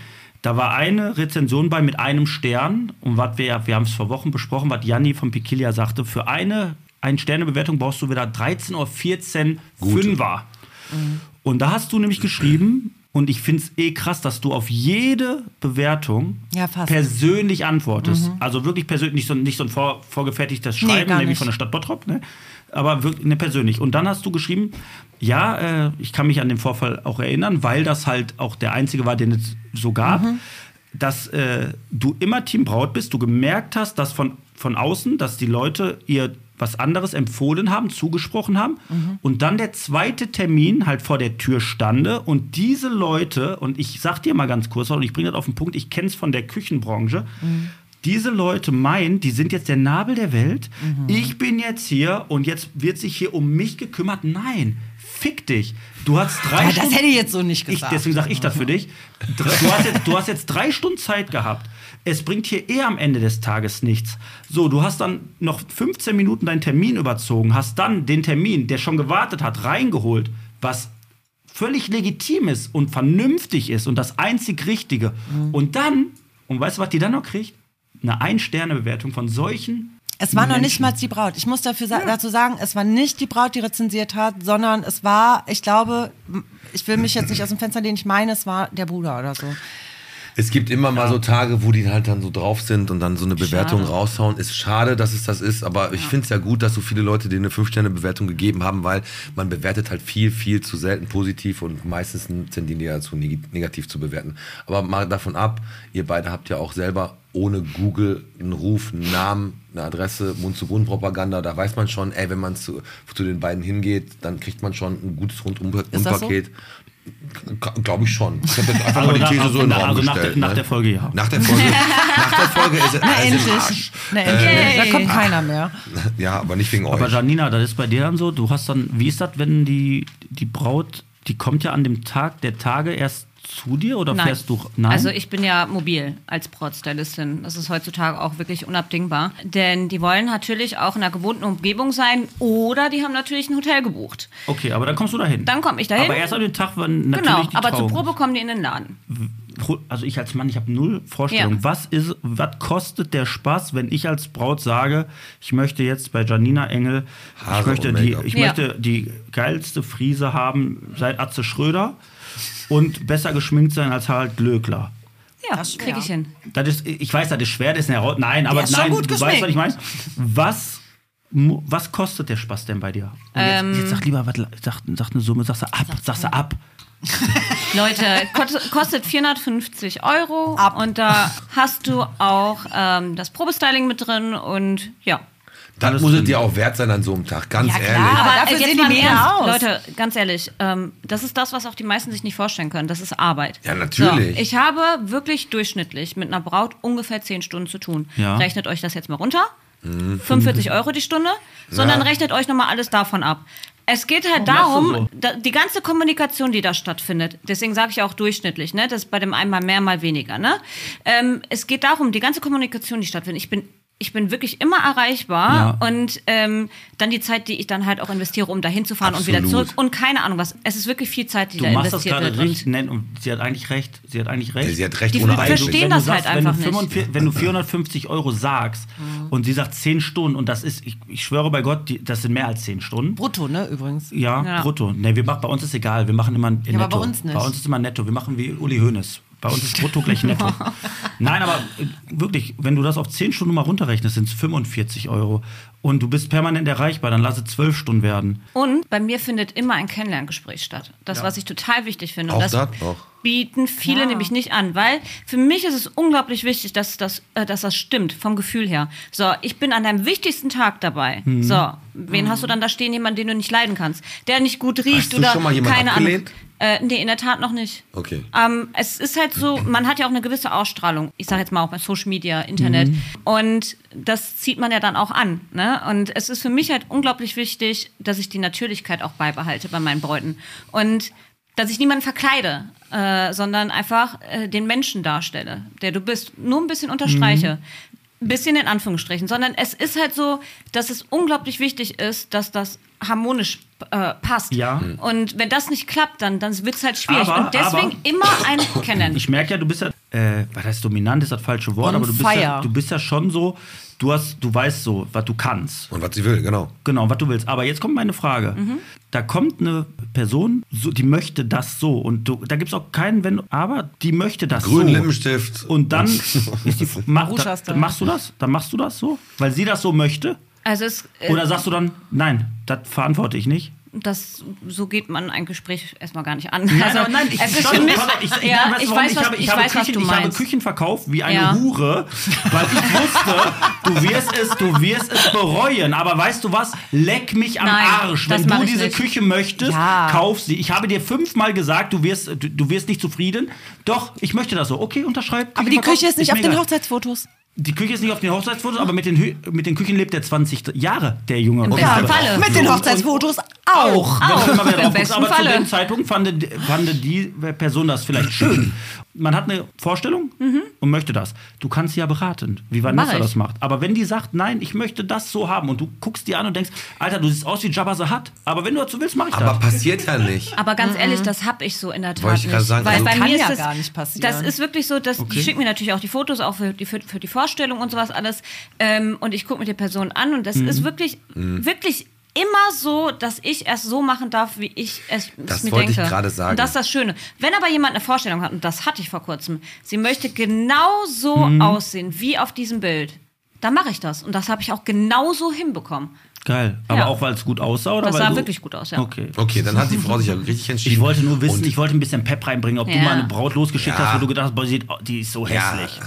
Speaker 3: Da war eine Rezension bei mit einem Stern und was wir, wir haben es vor Wochen besprochen, was Janni von Pikilia sagte, für eine ein Sternebewertung brauchst du wieder 13 oder 14 Fünfer.
Speaker 6: Mhm.
Speaker 3: Und da hast du nämlich geschrieben, und ich finde es eh krass, dass du auf jede Bewertung
Speaker 6: Ja, fast. Mhm.
Speaker 3: persönlich antwortest. Also wirklich persönlich, nicht so, nicht so ein vor, vorgefertigtes
Speaker 6: Nee,
Speaker 3: Schreiben,
Speaker 6: gar
Speaker 3: nämlich
Speaker 6: nicht.
Speaker 3: von der Stadt Bottrop, ne? aber wirklich ne, persönlich. Und dann hast du geschrieben, ja, äh, ich kann mich an den Vorfall auch erinnern, weil das halt auch der einzige war, den es so gab,
Speaker 6: Mhm.
Speaker 3: dass äh, du immer Team Braut bist, du gemerkt hast, dass von, von außen, dass die Leute ihr was anderes empfohlen haben, zugesprochen haben
Speaker 6: Mhm.
Speaker 3: und dann der zweite Termin halt vor der Tür stande und diese Leute, und ich sag dir mal ganz kurz, und ich bringe das auf den Punkt, ich kenne es von der Küchenbranche,
Speaker 6: Mhm.
Speaker 3: diese Leute meinen, die sind jetzt der Nabel der Welt.
Speaker 6: Mhm.
Speaker 3: Ich bin jetzt hier und jetzt wird sich hier um mich gekümmert. Nein, fick dich. Du hast drei
Speaker 6: Ja, das
Speaker 3: Stunden-
Speaker 6: hätte ich jetzt so nicht
Speaker 3: Ich,
Speaker 6: gesagt.
Speaker 3: deswegen sage ich das für dich. Du hast, jetzt, du hast jetzt drei Stunden Zeit gehabt. Es bringt hier eh am Ende des Tages nichts. So, du hast dann noch 15 Minuten deinen Termin überzogen, hast dann den Termin, der schon gewartet hat, reingeholt, was völlig legitim ist und vernünftig ist und das einzig Richtige.
Speaker 6: Mhm.
Speaker 3: Und dann, und weißt du, was die dann noch kriegt? Eine Ein-Sterne-Bewertung von solchen.
Speaker 6: Es war noch
Speaker 3: Menschen.
Speaker 6: nicht mal die Braut. Ich muss dafür sa dazu sagen, es war nicht die Braut, die rezensiert hat, sondern es war, ich glaube, ich will mich jetzt nicht aus dem Fenster lehnen, ich meine, es war der Bruder oder so.
Speaker 2: Es gibt immer mal so Tage, wo die halt dann so drauf sind und dann so eine Bewertung
Speaker 5: Schade.
Speaker 2: raushauen. Ist schade, dass es das ist, aber ich finde es ja gut, dass so viele Leute denen eine 5-Sterne-Bewertung gegeben haben, weil man bewertet halt viel, viel zu selten positiv und meistens sind die ja zu neg negativ zu bewerten. Aber mal davon ab, ihr beide habt ja auch selber ohne Google einen Ruf, einen Namen, eine Adresse, Mund-zu-Mund-Propaganda, da weiß man schon, ey, wenn man zu, zu den beiden hingeht, dann kriegt man schon ein gutes
Speaker 6: das so?
Speaker 2: Rundum-Paket. Glaube ich schon. Ich habe jetzt einfach
Speaker 3: Also
Speaker 2: mal die
Speaker 3: nach-
Speaker 2: These so in den
Speaker 3: also
Speaker 2: Raum
Speaker 3: nach der-
Speaker 2: gestellt.
Speaker 3: nach
Speaker 2: ne?
Speaker 3: der Folge, ja.
Speaker 2: Nach der Folge, nach der Folge ist es alles im Arsch.
Speaker 3: Äh.
Speaker 2: Ähm,
Speaker 6: Na, endlich. Da
Speaker 3: Ah.
Speaker 6: kommt keiner mehr.
Speaker 2: Ja, aber nicht wegen
Speaker 3: Aber
Speaker 2: euch.
Speaker 3: Janina, das ist bei dir dann so, du hast dann, wie ist das, wenn die, die Braut, die kommt ja an dem Tag der Tage erst zu dir oder
Speaker 5: Nein.
Speaker 3: fährst du? Nein.
Speaker 5: Also ich bin ja mobil als Brautstylistin. Das ist heutzutage auch wirklich unabdingbar. Denn die wollen natürlich auch in einer gewohnten Umgebung sein oder die haben natürlich ein Hotel gebucht.
Speaker 3: okay, aber dann kommst du dahin.
Speaker 5: Dann komm ich dahin.
Speaker 3: Aber erst an dem Tag, wenn natürlich
Speaker 5: Genau,
Speaker 3: die
Speaker 5: aber zur
Speaker 3: Trauung.
Speaker 5: Probe kommen die in den Laden.
Speaker 3: Pro- Also ich als Mann, ich habe null Vorstellung.
Speaker 5: Ja.
Speaker 3: Was ist, was kostet der Spaß, wenn ich als Braut sage, ich möchte jetzt bei Janina Engel, ich
Speaker 2: Haare
Speaker 3: möchte
Speaker 2: und
Speaker 3: die,
Speaker 2: Make-up.
Speaker 3: ich
Speaker 5: Ja.
Speaker 3: möchte die geilste Frise haben seit Atze Schröder und besser geschminkt sein als Harald Glöckler.
Speaker 5: Ja,
Speaker 6: Das ist
Speaker 5: krieg ich
Speaker 6: schwer.
Speaker 5: hin.
Speaker 3: Das ist, ich weiß, das ist schwer, das ist eine Heraus Nein, aber
Speaker 6: ist schon
Speaker 3: nein,
Speaker 6: gut
Speaker 3: du weißt, was ich
Speaker 6: geschminkt.
Speaker 3: meine. Was mu- was kostet der Spaß denn bei dir? Und jetzt,
Speaker 5: Ähm.
Speaker 3: jetzt sag lieber, was, sag, sag eine Summe, sagst du ab, sagst du ab.
Speaker 5: Leute, kot- kostet 450 Euro und da hast du auch ähm, das Probestyling mit drin und ja.
Speaker 2: Dann muss es dir auch wert sein an so einem Tag, ganz
Speaker 6: Ja, klar.
Speaker 2: ehrlich.
Speaker 6: Aber
Speaker 5: äh,
Speaker 6: dafür
Speaker 5: jetzt
Speaker 6: sehen die
Speaker 5: mal im
Speaker 6: mega
Speaker 5: Ernst,
Speaker 6: aus.
Speaker 5: Leute, ganz ehrlich, ähm, das ist das, was auch die meisten sich nicht vorstellen können. Das ist Arbeit.
Speaker 2: Ja, natürlich.
Speaker 5: So, ich habe wirklich durchschnittlich mit einer Braut ungefähr 10 Stunden zu tun.
Speaker 3: Ja.
Speaker 5: Rechnet euch das jetzt mal runter. 45 Euro die Stunde, sondern rechnet euch nochmal alles davon ab. Es geht halt darum,
Speaker 3: so.
Speaker 5: da, die ganze Kommunikation, die da stattfindet, deswegen sage ich ja auch durchschnittlich, ne? das ist bei dem einen mal mehr, mal weniger. Ne? Ähm, es geht darum, die ganze Kommunikation, die stattfindet. Ich bin, ich bin wirklich immer erreichbar
Speaker 3: Ja.
Speaker 5: und ähm, dann die Zeit, die ich dann halt auch investiere, um da hinzufahren und wieder
Speaker 2: Absolut.
Speaker 5: zurück und keine Ahnung was. Es ist wirklich viel Zeit, die
Speaker 3: Du
Speaker 5: da
Speaker 3: machst das
Speaker 5: investiert
Speaker 3: gerade
Speaker 5: wird. Und
Speaker 3: richtig nett und sie hat eigentlich recht. Sie hat eigentlich recht.
Speaker 2: Sie hat recht,
Speaker 5: Die
Speaker 2: ohne
Speaker 5: verstehen
Speaker 2: eigentlich.
Speaker 5: das halt
Speaker 3: wenn
Speaker 5: einfach Mhm.
Speaker 3: du 45 Wenn du 450 Euro sagst und sie sagt 10 Stunden und das ist, ich, ich schwöre bei Gott, die, das sind mehr als 10 Stunden.
Speaker 6: Brutto, ne, übrigens.
Speaker 3: Ja,
Speaker 5: Ja.
Speaker 3: brutto. Nee, wir machen, bei uns ist egal. Wir machen immer netto.
Speaker 6: aber bei uns nicht.
Speaker 3: Bei uns ist immer netto. Wir machen wie Uli Hoeneß. Bei uns ist brutto gleich netto. Nein, aber äh, wirklich, wenn du das auf 10 Stunden mal runterrechnest, sind es 45 Euro. Und du bist permanent erreichbar, dann lass es 12 Stunden werden.
Speaker 5: Und bei mir findet immer ein Kennenlerngespräch statt. Das, was ich total wichtig finde.
Speaker 2: Auch
Speaker 5: und das
Speaker 2: das noch.
Speaker 5: bieten viele nämlich nicht an, weil für mich ist es unglaublich wichtig, dass das, äh, dass das stimmt, vom Gefühl her. So, ich bin an deinem wichtigsten Tag dabei. So, wen hast du dann da stehen? Jemanden, den du nicht leiden kannst, der nicht gut riecht
Speaker 2: Hast du
Speaker 5: oder
Speaker 2: schon mal jemanden
Speaker 5: keine
Speaker 2: abgelehnt?
Speaker 5: Ahnung. Äh, nee, in der Tat noch nicht.
Speaker 2: Okay.
Speaker 5: Ähm, es ist halt so, man hat ja auch eine gewisse Ausstrahlung. Ich sage jetzt mal auch bei Social Media, Internet.
Speaker 3: Mhm.
Speaker 5: Und das zieht man ja dann auch an. Ne? Und es ist für mich halt unglaublich wichtig, dass ich die Natürlichkeit auch beibehalte bei meinen Bräuten. Und dass ich niemanden verkleide, äh, sondern einfach äh, den Menschen darstelle, der du bist. Nur ein bisschen unterstreiche.
Speaker 3: Mhm.
Speaker 5: Ein bisschen in Anführungsstrichen. Sondern es ist halt so, dass es unglaublich wichtig ist, dass das harmonisch äh, passt.
Speaker 3: Ja.
Speaker 5: Und wenn das nicht klappt, dann, dann wird es halt schwierig.
Speaker 3: Aber-
Speaker 5: und deswegen
Speaker 3: aber-
Speaker 5: immer ein Kennenlernen.
Speaker 3: Ich merke ja, du bist ja, äh, was heißt dominant ist das falsche Wort,
Speaker 6: On
Speaker 3: aber du bist,
Speaker 6: fire.
Speaker 3: ja, du bist ja schon so, du hast, du weißt so, was du kannst.
Speaker 2: Und was sie will, genau.
Speaker 3: Genau, was du willst. Aber jetzt kommt meine Frage.
Speaker 6: Mhm.
Speaker 3: Da kommt eine Person, so, die möchte das so. Und du, da gibt es auch keinen, wenn, aber die möchte das
Speaker 2: Grünen
Speaker 3: so.
Speaker 2: Lippenstift.
Speaker 3: Und dann ist die, mach, da,
Speaker 6: Maruschas da.
Speaker 3: machst du das? Dann machst du das so? Weil sie das so möchte?
Speaker 5: Also es, äh,
Speaker 3: Oder sagst du dann, nein, das verantworte ich nicht?
Speaker 5: das, so geht man ein Gespräch erstmal gar nicht an.
Speaker 3: Nein,
Speaker 5: also,
Speaker 3: aber nein, ich,
Speaker 5: es ist
Speaker 3: sorry,
Speaker 5: für mich,
Speaker 3: pardon, ich, ich,
Speaker 5: ja,
Speaker 3: weißt du
Speaker 5: ich
Speaker 3: warum?
Speaker 5: weiß,
Speaker 3: ich
Speaker 5: was,
Speaker 3: habe,
Speaker 5: ich weiß, was
Speaker 3: Küchen,
Speaker 5: du
Speaker 3: ich habe
Speaker 5: meinst.
Speaker 3: Küchen verkauft wie eine
Speaker 5: Ja.
Speaker 3: Hure, weil ich wusste, du wirst es, du wirst es bereuen. Aber weißt du was? Leck mich am
Speaker 5: Nein,
Speaker 3: Arsch.
Speaker 5: das
Speaker 3: Wenn
Speaker 5: mach
Speaker 3: du
Speaker 5: ich
Speaker 3: diese
Speaker 5: nicht.
Speaker 3: Küche möchtest,
Speaker 6: Ja.
Speaker 3: kauf sie. Ich habe dir fünfmal gesagt, du wirst, du, du wirst nicht zufrieden. Doch, ich möchte das so. Okay, unterschreib.
Speaker 6: Aber die
Speaker 3: verkauft,
Speaker 6: Küche ist nicht auf
Speaker 3: mega.
Speaker 6: den Hochzeitsfotos.
Speaker 3: Die Küche ist nicht auf den Hochzeitsfotos, aber mit den, Hü- mit den Küchen lebt er 20 Jahre, der Junge. Im
Speaker 5: besten Falle.
Speaker 6: Mit den Hochzeitsfotos auch.
Speaker 3: wenn
Speaker 5: Auch,
Speaker 3: du mal wieder
Speaker 5: im
Speaker 3: drauf guckst.
Speaker 5: besten
Speaker 3: aber
Speaker 5: Falle.
Speaker 3: zu dem Zeitpunkt fand, fand die Person das vielleicht schön. Man hat eine Vorstellung und möchte das. Du kannst sie ja beraten, wie
Speaker 5: Mhm. Mach
Speaker 3: Vanessa
Speaker 5: ich.
Speaker 3: das macht. Aber wenn die sagt, nein, ich möchte das so haben und du guckst die an und denkst, Alter, du siehst aus wie Jabba the Hutt, aber wenn du dazu willst, mache ich
Speaker 2: Aber
Speaker 3: das.
Speaker 2: passiert ja nicht.
Speaker 5: Aber ganz
Speaker 3: Mhm.
Speaker 5: ehrlich, das habe ich so in der Tat
Speaker 2: Wollte ich
Speaker 5: nicht.
Speaker 2: gerade sagen,
Speaker 5: Weil
Speaker 2: also-
Speaker 5: bei
Speaker 6: Kann
Speaker 5: mir
Speaker 6: ja
Speaker 5: ist das,
Speaker 6: gar nicht passieren.
Speaker 5: Das ist wirklich so, dass die schicken mir natürlich auch die Fotos, auch für die, für, für die Vorstellung und sowas alles. Ähm, und ich gucke mir die Person an und das
Speaker 2: Mhm.
Speaker 5: ist wirklich, wirklich immer so, dass ich es so machen darf, wie ich es
Speaker 2: Das
Speaker 5: mir
Speaker 2: wollte ich
Speaker 5: denke.
Speaker 2: gerade sagen.
Speaker 5: Und das ist das Schöne. Wenn aber jemand eine Vorstellung hat, und das hatte ich vor kurzem, sie möchte genau so
Speaker 2: Mhm.
Speaker 5: aussehen, wie auf diesem Bild, dann mache ich das. Und das habe ich auch genauso hinbekommen.
Speaker 3: Geil. Aber
Speaker 5: Ja.
Speaker 3: auch, weil es gut aussah? Oder
Speaker 5: Das
Speaker 3: weil
Speaker 5: sah
Speaker 3: du-
Speaker 5: wirklich gut aus, ja.
Speaker 3: Okay.
Speaker 2: Okay, dann hat die Frau sich ja richtig entschieden.
Speaker 3: Ich wollte nur wissen,
Speaker 2: Und-
Speaker 3: ich wollte ein bisschen Pep reinbringen, ob du
Speaker 5: Ja.
Speaker 3: mal eine Braut losgeschickt
Speaker 2: Ja.
Speaker 3: hast, wo du gedacht hast, boah, sie- oh, die ist so hässlich.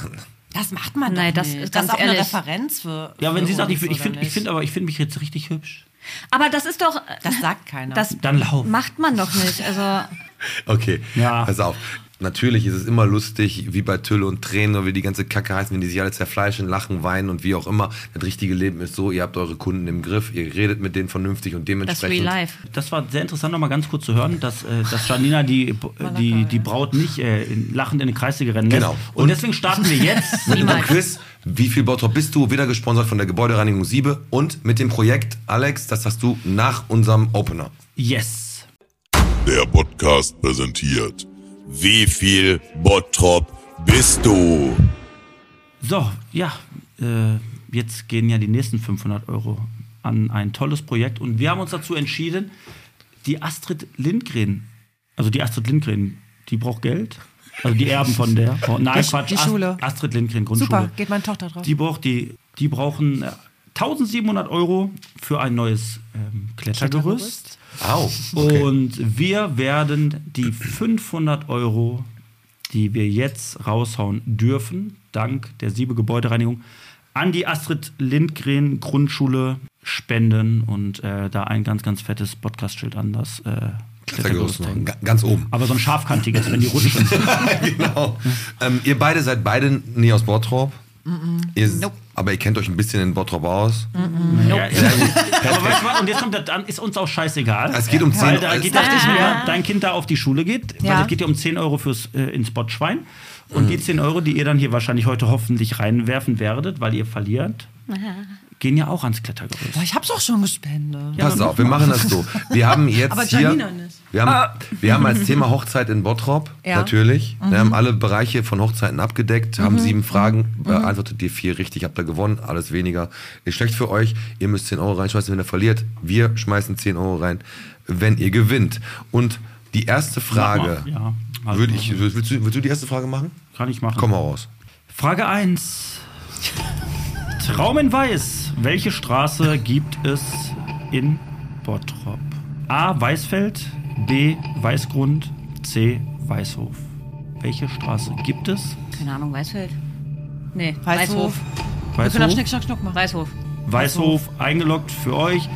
Speaker 6: Das macht man
Speaker 5: Nein,
Speaker 6: doch
Speaker 5: das
Speaker 6: nicht.
Speaker 5: ist
Speaker 6: das
Speaker 5: ganz
Speaker 6: ist auch eine
Speaker 5: ehrlich.
Speaker 6: Referenz für.
Speaker 3: Ja, wenn
Speaker 6: für
Speaker 3: sie sagt, ich, find-
Speaker 6: uns,
Speaker 3: ich
Speaker 6: oder
Speaker 3: finde
Speaker 6: nicht?
Speaker 3: find aber ich finde mich jetzt richtig hübsch,
Speaker 5: Aber das ist doch.
Speaker 6: Das sagt keiner.
Speaker 5: Das
Speaker 3: dann lauf.
Speaker 5: macht man doch nicht. Also.
Speaker 2: Okay,
Speaker 3: Ja.
Speaker 2: pass auf. Natürlich ist es immer lustig, wie bei Tülle und Tränen oder wie die ganze Kacke heißen, wenn die sich alle zerfleischen, lachen, weinen und wie auch immer. Das richtige Leben ist so, ihr habt eure Kunden im Griff, ihr redet mit denen vernünftig und
Speaker 5: Das Real
Speaker 2: dementsprechend.
Speaker 5: Life.
Speaker 3: Das war sehr interessant, nochmal ganz kurz zu hören, dass, äh, dass Janina die, die, die Braut nicht äh, in, lachend in eine Kreissäge rennen lässt.
Speaker 2: Genau.
Speaker 3: Und, deswegen starten wir jetzt.
Speaker 2: mit einem
Speaker 5: Niemals.
Speaker 2: Quiz, wie viel Bautrop bist du? Wieder gesponsert von der Gebäudereinigung Siebe und mit dem Projekt Alex, das hast du nach unserem Opener.
Speaker 3: yes.
Speaker 8: Der Podcast präsentiert. Wie viel Bottrop bist du?
Speaker 3: So, ja. Äh, jetzt gehen ja die nächsten 500 Euro an ein tolles Projekt. Und wir haben uns dazu entschieden, die Astrid Lindgren, also die Astrid Lindgren, die braucht Geld. Also die Erben von der. Von, nein,
Speaker 6: Die
Speaker 3: Quatsch.
Speaker 6: Schule.
Speaker 3: Ast- Astrid Lindgren Grundschule.
Speaker 6: Super, geht meine Tochter drauf.
Speaker 3: Die braucht die, die brauchen äh, 1700 Euro für ein neues ähm, Klettergerüst.
Speaker 2: Au.
Speaker 3: Und wir werden die 500 Euro, die wir jetzt raushauen dürfen, dank der Siebe Gebäudereinigung, an die Astrid Lindgren Grundschule spenden und äh, da ein ganz, ganz fettes Podcast-Schild an das äh, Klettergerüst
Speaker 2: Klettergerüst
Speaker 3: hängen.
Speaker 2: machen. Ga- Ganz oben.
Speaker 3: Aber so ein scharfkantiges, wenn die rutschen.
Speaker 2: genau. ähm, ihr beide seid beide nie aus Bottrop. Ihr, Aber ihr kennt euch ein bisschen in Bottrop aus.
Speaker 3: Ja, ja, gut. Aber weißt du was? Und jetzt kommt, das- dann ist uns auch scheißegal.
Speaker 2: Es geht um 10
Speaker 3: Weil
Speaker 2: Euro.
Speaker 3: da
Speaker 2: Es-
Speaker 3: geht dachte ich mir, dein Kind da auf die Schule geht, weil
Speaker 6: Ja.
Speaker 3: es geht ja um 10 Euro fürs äh, ins Botschwein. Und
Speaker 2: Mhm.
Speaker 3: die 10 Euro, die ihr dann hier wahrscheinlich heute hoffentlich reinwerfen werdet, weil ihr verliert, gehen ja auch ans Klettergerüst.
Speaker 6: Boah, ich hab's auch schon gespendet.
Speaker 2: Pass auf, wir machen das so. Wir haben jetzt
Speaker 6: Aber
Speaker 2: hier.
Speaker 6: Janina nicht.
Speaker 2: Wir
Speaker 3: Ah.
Speaker 2: haben, wir haben als Thema Hochzeit in Bottrop,
Speaker 6: Ja. Mhm.
Speaker 2: natürlich. Wir haben alle Bereiche von Hochzeiten abgedeckt, haben sieben Fragen,
Speaker 6: Mhm.
Speaker 2: beantwortet ihr vier richtig, habt ihr gewonnen, alles weniger. Ist schlecht für euch, ihr müsst 10 Euro reinschmeißen, wenn ihr verliert. Wir schmeißen 10 Euro rein, wenn ihr gewinnt. Und die erste Frage,
Speaker 3: Mach mal, ja. also
Speaker 2: würde ich, willst, du, willst du die erste Frage machen?
Speaker 3: Kann ich machen.
Speaker 2: Komm mal raus.
Speaker 3: Frage 1. Traum in Weiß. Welche Straße gibt es in Bottrop? A. Weißfeld, B. Weißgrund, C. Weißhof. Welche Straße gibt es?
Speaker 5: Keine Ahnung, Weißfeld? Nee,
Speaker 6: Weißhof.
Speaker 5: Weißhof.
Speaker 6: Wir können auch
Speaker 3: Weißhof,
Speaker 6: Schnick, Schnack, Schnuck machen.
Speaker 5: Weißhof.
Speaker 3: Weißhof eingeloggt für euch.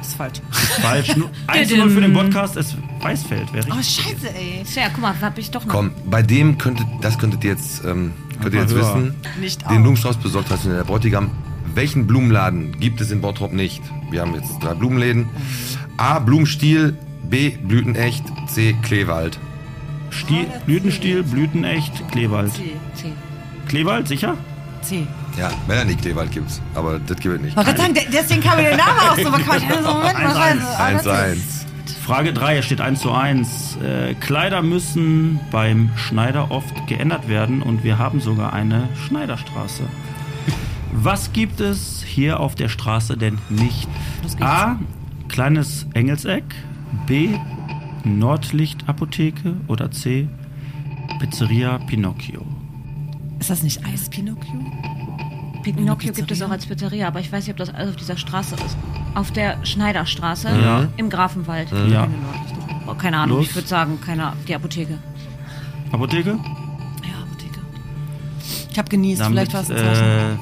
Speaker 6: Ist falsch.
Speaker 3: Falsch. 1 zu 0 für den Podcast. Es Weißfeld wäre
Speaker 6: Oh,
Speaker 3: richtig.
Speaker 6: scheiße, ey.
Speaker 5: Tja, guck mal, hab ich doch noch.
Speaker 2: Komm, bei dem könntet, das könntet ihr jetzt, ähm, könnt ihr jetzt
Speaker 3: Einfach höher.
Speaker 2: wissen.
Speaker 6: Nicht
Speaker 2: Den
Speaker 6: auf.
Speaker 2: Blumenstrauß besorgt hast du in der Bräutigam. Welchen Blumenladen gibt es in Bottrop nicht? Wir haben jetzt drei Blumenläden. A. Blumenstiel, B. Blütenecht, C. Kleewald.
Speaker 3: Stiel, Blütenstiel, Blütenecht, Kleewald.
Speaker 5: C.
Speaker 3: Kleewald, sicher?
Speaker 6: C.
Speaker 2: Ja, wenn er nicht Kleewald gibt, aber das gibt es nicht.
Speaker 6: Ich wollte gerade sagen, de- deswegen kam mir der Name auch so bekannt. Ich dachte so, Moment mal,
Speaker 3: Eins,
Speaker 6: scheiße.
Speaker 2: Eins, eins.
Speaker 3: Frage 3, es steht 1 zu 1. Äh, Kleider müssen beim Schneider oft geändert werden und wir haben sogar eine Schneiderstraße. Was gibt es hier auf der Straße denn nicht? A. Kleines Engelseck. B. Nordlichtapotheke. Oder C. Pizzeria Pinocchio.
Speaker 6: Ist das nicht Eis Pinocchio?
Speaker 5: Pinocchio gibt es auch als Pizzeria, aber ich weiß nicht, ob das alles auf dieser Straße ist. Auf der Schneiderstraße
Speaker 3: Ja.
Speaker 5: im Grafenwald.
Speaker 3: Ja.
Speaker 5: Oh, keine Ahnung,
Speaker 3: Los.
Speaker 5: ich würde sagen, keine, die Apotheke.
Speaker 3: Apotheke?
Speaker 6: Ja, Apotheke. Ich hab genießt, vielleicht war es ein Zeichen.
Speaker 3: äh,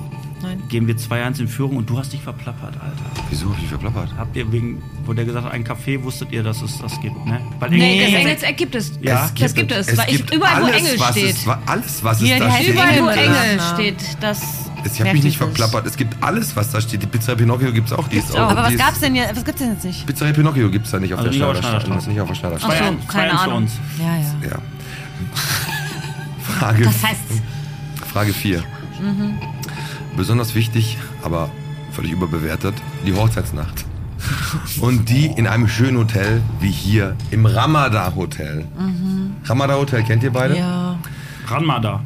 Speaker 6: Nein.
Speaker 3: geben wir 2-1 in Führung und du hast dich verplappert, Alter.
Speaker 2: Wieso hab ich verplappert?
Speaker 3: Habt ihr wegen, wo der gesagt hat, ein Café, wusstet ihr, dass es das gibt, ne? Weil
Speaker 5: Nee, das
Speaker 3: Engel-
Speaker 5: Engelseck gibt es.
Speaker 3: Ja.
Speaker 5: das gibt es. weil ich, überall, wo Engel
Speaker 2: was
Speaker 5: steht.
Speaker 2: Es, wa- alles, was
Speaker 6: Hier,
Speaker 2: es da
Speaker 6: die heißt
Speaker 2: steht.
Speaker 5: überall, wo
Speaker 6: Stimmt.
Speaker 5: Engel
Speaker 6: Ja.
Speaker 5: steht, das.
Speaker 2: Es- Ich habe mich nicht verplappert. Es gibt alles, was da steht. Die Pizzeria Pinocchio gibt's auch. Die ist auch.
Speaker 6: Aber
Speaker 2: die
Speaker 6: was
Speaker 2: ist-
Speaker 6: gab's denn jetzt? Was gibt's denn jetzt nicht?
Speaker 2: Pizzeria Pinocchio gibt's da nicht auf
Speaker 3: Also
Speaker 2: der
Speaker 3: nicht auf der
Speaker 2: Schneiderstraße.
Speaker 3: Schneiderstraße.
Speaker 2: Nicht auf der Schneiderstraße.
Speaker 5: Ach
Speaker 3: 2-1,
Speaker 5: so, keine
Speaker 3: 2-1 für
Speaker 5: Ahnung.
Speaker 3: uns.
Speaker 6: Ja, ja.
Speaker 2: Ja. Frage
Speaker 5: Das heißt,
Speaker 2: Frage 4. Besonders wichtig, aber völlig überbewertet, die Hochzeitsnacht. Und die in einem schönen Hotel wie hier im Ramada Hotel. Ramada Hotel kennt ihr beide?
Speaker 6: Ja.
Speaker 3: Ranmada.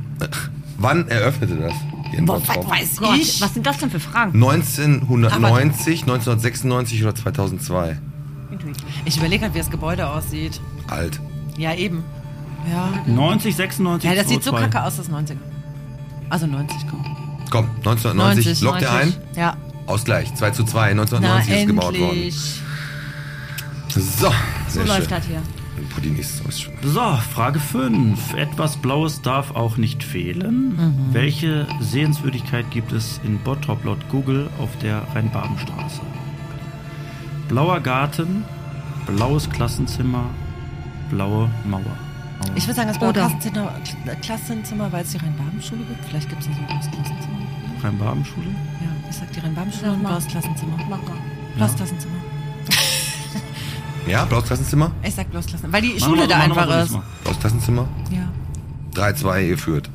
Speaker 2: Wann eröffnete das? Hier in Bottrop?
Speaker 6: weiß
Speaker 5: Gott, was sind das denn für Fragen?
Speaker 2: 1990, 1996 oder 2002?
Speaker 6: Ich überlege gerade, wie das Gebäude aussieht.
Speaker 2: Alt.
Speaker 6: Ja, eben. Ja.
Speaker 3: 90, 96,
Speaker 6: Ja, das sieht so
Speaker 3: 02.
Speaker 6: kacke aus, das 90er. Also 90, komm.
Speaker 2: Komm, 1990, lockt ihr ein?
Speaker 6: Ja.
Speaker 2: Ausgleich, 2 zu 2,
Speaker 6: Na,
Speaker 2: 1990 ist gebaut worden.
Speaker 6: endlich.
Speaker 2: So,
Speaker 5: So
Speaker 2: sehr
Speaker 5: läuft
Speaker 2: schön.
Speaker 5: das hier.
Speaker 2: Pudding ist so schön.
Speaker 3: So, Frage 5. Etwas Blaues darf auch nicht fehlen.
Speaker 6: Mhm.
Speaker 3: Welche Sehenswürdigkeit gibt es in Bottrop laut Google auf der Rheinbabenstraße? Blauer Garten, blaues Klassenzimmer, blaue Mauer.
Speaker 6: Ich würde sagen, das blaue
Speaker 5: Oder-
Speaker 6: Klassenzimmer, Kl- Klassenzimmer, weil es die Rhein-Baben-Schule gibt. Vielleicht gibt es ja so ein blaues Klassenzimmer.
Speaker 3: Rheinbabenschule?
Speaker 6: Ja, ich sag die Rhein-Baben-Schule
Speaker 5: Sag
Speaker 6: und
Speaker 5: mal.
Speaker 6: blaues Klassenzimmer. Blaues
Speaker 3: Ja.
Speaker 6: Klassenzimmer.
Speaker 2: Ja, blaues Klassenzimmer?
Speaker 6: Ich sag blaues Klassenzimmer. Weil die
Speaker 3: Machen
Speaker 6: Schule
Speaker 3: wir so,
Speaker 6: da
Speaker 3: machen wir so
Speaker 6: einfach ist.
Speaker 3: diesmal.
Speaker 2: Blaues Klassenzimmer?
Speaker 6: Ja.
Speaker 2: 3-2, ihr führt.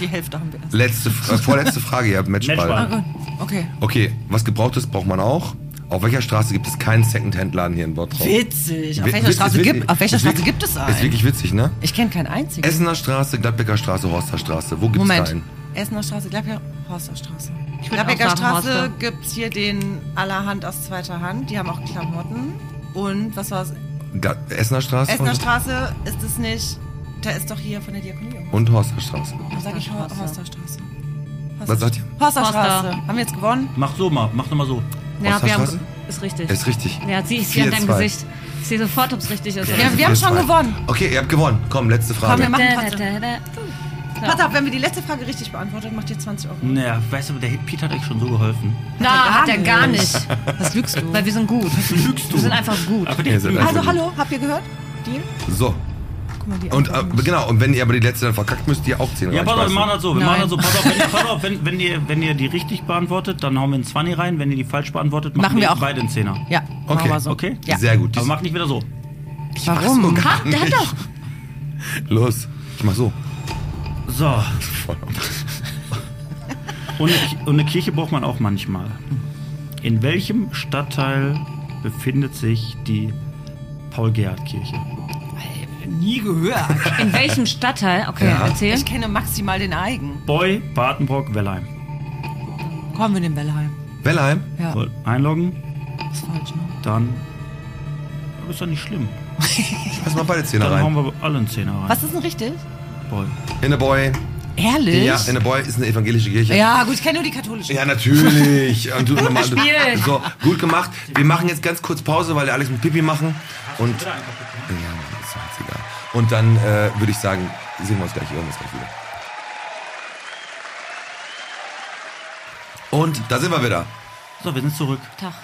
Speaker 6: Die Hälfte haben wir erst. Oh
Speaker 2: Letzte, äh, vorletzte Frage, ihr habt Matchball.
Speaker 3: Matchball.
Speaker 6: Okay.
Speaker 2: Okay, was Gebrauchtes braucht man auch. Auf welcher Straße gibt es keinen Secondhand-Laden hier in Bottrop?
Speaker 6: Witzig. Auf
Speaker 2: Oh. Wi-
Speaker 6: welcher
Speaker 2: witz-
Speaker 6: Straße
Speaker 2: ist wirklich-
Speaker 6: gibt, auf welcher
Speaker 2: ist
Speaker 6: Straße
Speaker 2: wirklich-
Speaker 6: gibt es
Speaker 2: Ist
Speaker 6: einen?
Speaker 2: wirklich witzig, ne?
Speaker 6: Ich kenne keinen einzigen.
Speaker 2: Essener Straße, Gladbecker Straße, Horster Straße. Wo gibt's
Speaker 6: Moment.
Speaker 2: da einen?
Speaker 6: Essener Straße, Gladbecker, Horster Straße.
Speaker 5: Ich würd auch
Speaker 6: Gladbecker
Speaker 5: sagen,
Speaker 6: Straße
Speaker 5: Horster.
Speaker 6: gibt es hier den allerhand aus zweiter Hand. Die haben auch Klamotten. Und was war's?
Speaker 2: Glad Essener Straße
Speaker 6: Essener
Speaker 2: und-
Speaker 6: Straße ist es nicht. Da ist doch hier von der Diakonie. irgendwo.
Speaker 2: und Horster Straße.
Speaker 6: Dann sag ich Hor-
Speaker 5: Horster.
Speaker 6: Horster Straße.
Speaker 2: Was sagt ihr?
Speaker 6: Horsterstraße.
Speaker 5: Horster.
Speaker 6: Haben wir jetzt gewonnen?
Speaker 3: Mach so mal, mach nochmal so.
Speaker 5: Ja, wir
Speaker 2: Osterstraße?
Speaker 5: haben, ist richtig.
Speaker 2: Ist richtig.
Speaker 5: ja, sie, sie an deinem
Speaker 2: 4-2.
Speaker 5: Gesicht. Ich sehe sofort, ob es richtig ist.
Speaker 6: Ja, wir haben schon
Speaker 2: Zwei.
Speaker 6: gewonnen.
Speaker 2: Okay, ihr habt gewonnen. Komm, letzte Frage.
Speaker 6: Komm, wir machen
Speaker 5: Da, da,
Speaker 6: Patze.
Speaker 5: da, da.
Speaker 6: Pass auf, wenn wir die letzte Frage richtig beantwortet, macht ihr 20 Euro.
Speaker 3: Naja, weißt du, der Hit Pete hat euch schon so geholfen.
Speaker 5: Na, hat er gar nicht.
Speaker 6: Was lügst du?
Speaker 5: Weil wir sind gut.
Speaker 3: Lügst du?
Speaker 5: Wir sind einfach gut.
Speaker 3: Einfach
Speaker 2: Ihr seid
Speaker 3: die
Speaker 2: einfach
Speaker 6: Also, hallo, habt ihr gehört? Deal?
Speaker 2: So.
Speaker 6: Guck mal, die
Speaker 2: Und äh,
Speaker 6: antworten nicht.
Speaker 2: genau, und wenn ihr aber die letzte dann verkackt, müsst ihr auch 10
Speaker 3: Ja, pass auf, wir
Speaker 2: reinspeisen.
Speaker 3: machen das so. Wir
Speaker 6: Nein.
Speaker 3: machen das so. Pass auf, wenn, pass auf wenn, wenn, ihr, wenn ihr die richtig beantwortet, dann hauen wir einen 20 rein. Wenn ihr die falsch beantwortet, machen,
Speaker 6: Machen wir auch.
Speaker 3: beide einen Zehner.
Speaker 6: Ja,
Speaker 2: Okay,
Speaker 6: machen wir so.
Speaker 3: Okay?
Speaker 6: Ja.
Speaker 2: Sehr gut.
Speaker 3: Aber mach nicht wieder so.
Speaker 6: Warum?
Speaker 5: Ha, der hat doch.
Speaker 2: Los. Ich mach so.
Speaker 3: So. Und, eine Ki- und eine Kirche braucht man auch manchmal. In welchem Stadtteil befindet sich die Paul-Gerhardt-Kirche?
Speaker 6: Nie gehört.
Speaker 5: In welchem Stadtteil? Okay,
Speaker 2: Ja.
Speaker 5: erzähl.
Speaker 6: Ich kenne maximal den Eigen.
Speaker 3: Boy, Badenbrock, Wellheim.
Speaker 6: Kommen wir in den Bellheim.
Speaker 2: Wellheim?
Speaker 6: Ja,
Speaker 3: Wollt Einloggen,
Speaker 6: ist falsch, ne?
Speaker 3: dann. Aber ist doch nicht schlimm.
Speaker 2: Schmeiß mal beide 10
Speaker 3: Dann hauen
Speaker 2: rein.
Speaker 3: wir alle einen Zehner rein.
Speaker 6: Was ist denn richtig?
Speaker 3: Boy.
Speaker 2: Inneboy.
Speaker 6: Ehrlich?
Speaker 2: Ja, Inneboy ist eine evangelische Kirche.
Speaker 6: Ja, gut, ich kenne nur die katholische.
Speaker 2: Ja, natürlich. Und du nochmal-
Speaker 5: gespielt.
Speaker 2: So, gut gemacht. Wir machen jetzt ganz kurz Pause, weil der Alex mit Pipi machen. Und. Ja, Mann, ist doch jetzt egal. Und dann äh, würde ich sagen, sehen wir uns gleich, hören wir uns gleich wieder. Und da sind wir wieder.
Speaker 3: So, wir sind zurück.
Speaker 5: Tag.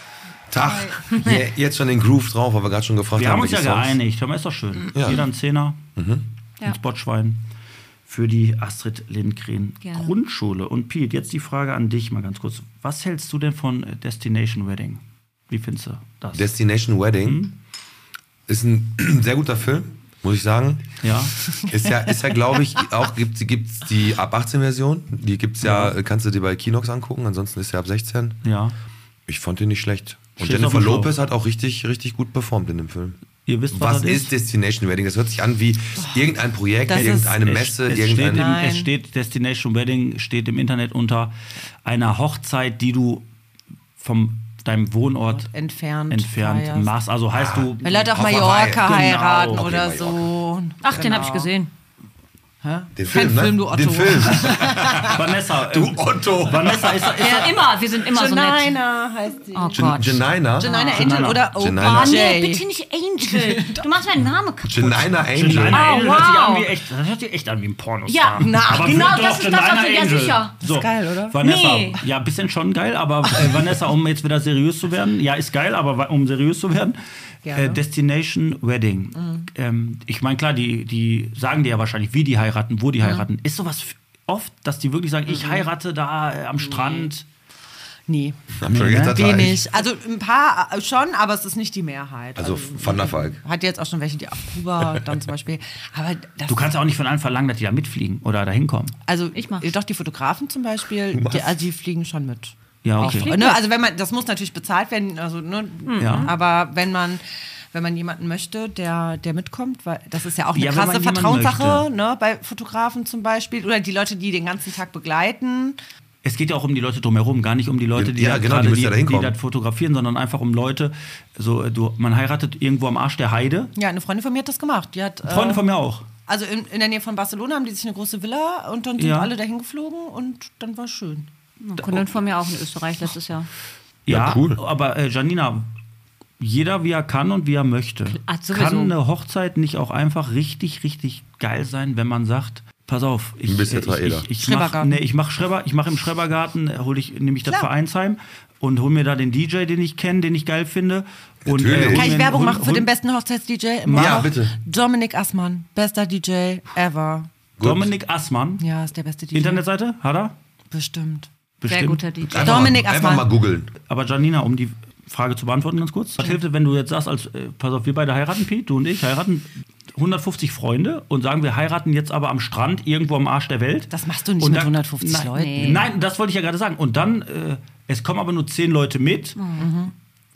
Speaker 2: Tag. Je- Jetzt schon den Groove drauf, weil wir gerade schon gefragt
Speaker 3: Wir haben uns ja
Speaker 2: welche Songs.
Speaker 3: geeinigt. Hör mal, ist doch schön.
Speaker 2: Ja. Mhm.
Speaker 3: Jeder ein Zehner,
Speaker 5: Ja.
Speaker 3: ein Spotschwein für die Astrid Lindgren
Speaker 5: Gerne.
Speaker 3: Grundschule. Und Pete, jetzt die Frage an dich mal ganz kurz. Was hältst du denn von äh, Destination Wedding? Wie findest du das?
Speaker 2: Destination Wedding
Speaker 3: Mhm.
Speaker 2: ist ein sehr guter Film, muss ich sagen.
Speaker 3: ja.
Speaker 2: Ist ja, ist ja glaube ich, auch gibt es die ab 18 Version. Die gibt's ja, kannst du dir bei Kinox angucken, ansonsten ist ja ab 16.
Speaker 3: ja.
Speaker 2: Ich fand den nicht schlecht. Und
Speaker 3: Steht
Speaker 2: Jennifer
Speaker 3: auf dem Schlauch.
Speaker 2: Lopez hat auch richtig, richtig gut performt in dem Film.
Speaker 3: Ihr wisst, was,
Speaker 2: Was
Speaker 3: das
Speaker 2: ist Destination Wedding? Das hört sich an wie irgendein Projekt,
Speaker 6: Oh, Das ist-
Speaker 2: irgendeine
Speaker 3: Es-
Speaker 2: Messe,
Speaker 3: es, steht im,
Speaker 2: irgendein.
Speaker 3: es steht Destination Wedding steht im Internet unter einer Hochzeit, die du vom deinem Wohnort
Speaker 6: Entfernt.
Speaker 3: entfernt
Speaker 6: feierst.
Speaker 3: machst. Also
Speaker 2: Ah.
Speaker 3: heißt du
Speaker 6: Vielleicht auf
Speaker 2: Auf
Speaker 6: Mallorca
Speaker 2: Hawaii.
Speaker 6: heiraten
Speaker 2: Genau.
Speaker 6: oder
Speaker 2: Okay,
Speaker 6: so.
Speaker 5: Ach, den habe ich gesehen.
Speaker 2: Den
Speaker 6: Kein Film, du Otto. Oh
Speaker 2: Den Film.
Speaker 3: Vanessa.
Speaker 2: Du
Speaker 3: ähm,
Speaker 2: Otto.
Speaker 3: Vanessa ist, ist
Speaker 5: Ja, Also immer. Wir sind immer so nett.
Speaker 6: Janina heißt sie.
Speaker 5: Oh
Speaker 2: Gen-
Speaker 5: Gott.
Speaker 2: Janina.
Speaker 6: Janina Angel
Speaker 3: Janina.
Speaker 6: oder
Speaker 2: Janina.
Speaker 5: Oh,
Speaker 6: Opa
Speaker 5: nee,
Speaker 6: Jay.
Speaker 5: bitte nicht Angel. Du machst meinen Namen kaputt.
Speaker 2: Janina Angel.
Speaker 3: Janina
Speaker 5: Oh,
Speaker 3: Angel hört sich
Speaker 5: wow.
Speaker 3: an wie echt, das hört sich echt an wie ein Pornostar.
Speaker 5: Ja, na,
Speaker 3: Aber
Speaker 5: genau,
Speaker 3: wird
Speaker 5: das
Speaker 3: doch
Speaker 5: ist das, was
Speaker 3: Janina
Speaker 5: wir- ja,
Speaker 3: Angel.
Speaker 5: sicher.
Speaker 3: So,
Speaker 6: geil, oder?
Speaker 3: Vanessa,
Speaker 5: Nee.
Speaker 3: ja, bisschen schon geil, aber äh, Vanessa, um jetzt wieder seriös zu werden, ja, ist geil, aber wa- um seriös zu werden,
Speaker 6: Gerne.
Speaker 3: äh, Destination Wedding.
Speaker 5: Mhm.
Speaker 3: Ähm, ich meine, klar, die, die sagen dir ja wahrscheinlich, wie die heiraten, wo die
Speaker 5: Mhm.
Speaker 3: heiraten. Ist sowas f- oft, dass die wirklich sagen, ich heirate da äh,
Speaker 5: Mhm.
Speaker 3: am Strand?
Speaker 6: Nee,
Speaker 2: Hab schon
Speaker 3: ne?
Speaker 2: gesagt, da ich-
Speaker 6: wenig. Also ein paar äh, schon, aber es ist nicht die Mehrheit.
Speaker 2: Also Van der Valk.
Speaker 6: hat jetzt auch schon welche, die auf Kuba dann zum Beispiel. Aber das,
Speaker 3: Du kannst ja auch nicht von allen verlangen, dass die da mitfliegen oder da hinkommen.
Speaker 6: also
Speaker 5: Ich mach.
Speaker 6: Doch die Fotografen zum Beispiel, die, also die fliegen schon mit.
Speaker 3: Ja,
Speaker 6: Auch,
Speaker 3: okay.
Speaker 6: ne, also wenn man, das muss natürlich bezahlt werden. Also ne,
Speaker 5: Mhm.
Speaker 3: Ja.
Speaker 6: aber wenn man wenn man jemanden möchte, der, der mitkommt, weil das ist ja auch eine
Speaker 3: Ja, wenn
Speaker 6: krasse
Speaker 3: man jemanden
Speaker 6: Vertrauenssache,
Speaker 3: möchte.
Speaker 6: ne, bei Fotografen zum Beispiel oder die Leute, die den ganzen Tag begleiten.
Speaker 3: Es geht ja auch um die Leute drumherum, gar nicht um die Leute, die
Speaker 2: Ja,
Speaker 3: da
Speaker 2: genau, die
Speaker 3: gerade
Speaker 2: müssen ja da
Speaker 3: die, die
Speaker 2: hinkommen.
Speaker 3: das fotografieren, sondern einfach um Leute. So, äh, du, man heiratet irgendwo am Arsch der Heide.
Speaker 6: Ja, eine Freundin von mir hat das gemacht. Die hat
Speaker 3: Freunde
Speaker 6: äh,
Speaker 3: von mir auch.
Speaker 6: Also in, in der Nähe von Barcelona haben die sich eine große Villa und dann sind
Speaker 3: Ja.
Speaker 6: alle dahin geflogen und dann war schön.
Speaker 5: Ein Kundin von mir auch in Österreich letztes Jahr.
Speaker 3: Ja,
Speaker 2: cool.
Speaker 3: Aber äh, Janina, jeder wie er kann und wie er möchte.
Speaker 5: Ach, sowieso.
Speaker 3: kann eine Hochzeit nicht auch einfach richtig, richtig geil sein, wenn man sagt, pass auf, ich,
Speaker 2: Ein bisschen
Speaker 3: äh,
Speaker 2: Traeler.
Speaker 3: ich, ich, ich mach,
Speaker 6: Schrebergarten.
Speaker 3: nee, ich mach Schreber, ich mach im Schrebergarten, äh, hol ich, nehme ich das Vereinsheim und hol mir da den DJ, den ich kenne, den ich geil finde. Und, äh,
Speaker 2: Natürlich.
Speaker 3: hol
Speaker 2: Kann
Speaker 6: Kann
Speaker 3: mir-
Speaker 6: ich Werbung
Speaker 3: hol-
Speaker 6: machen für
Speaker 3: hol-
Speaker 6: den besten Hochzeits-DJ? im
Speaker 3: Ja,
Speaker 6: Moment?
Speaker 2: bitte.
Speaker 6: Dominik Assmann, bester DJ ever.
Speaker 3: Dominik Assmann.
Speaker 6: Ja, ist der beste DJ.
Speaker 3: Internetseite? Hat er?
Speaker 6: Bestimmt.
Speaker 3: Bestimmt.
Speaker 5: Sehr guter DJ.
Speaker 2: Einfach mal-
Speaker 6: Dominik
Speaker 2: Einfach
Speaker 6: Assmann.
Speaker 2: mal googeln.
Speaker 3: Aber Janina, um die Frage zu beantworten ganz kurz. Was hilft, dir, wenn du jetzt sagst, als, äh, pass auf, wir beide heiraten, Pete, du und ich heiraten 150 Freunde und sagen, wir heiraten jetzt aber am Strand irgendwo am Arsch der Welt.
Speaker 6: Das machst du nicht
Speaker 3: Und
Speaker 6: mit
Speaker 3: dann-
Speaker 6: 150
Speaker 3: nein,
Speaker 6: Leuten.
Speaker 3: Nein, das wollte ich ja gerade sagen. Und dann, äh, es kommen aber nur 10
Speaker 6: Mhm.
Speaker 3: Leute mit.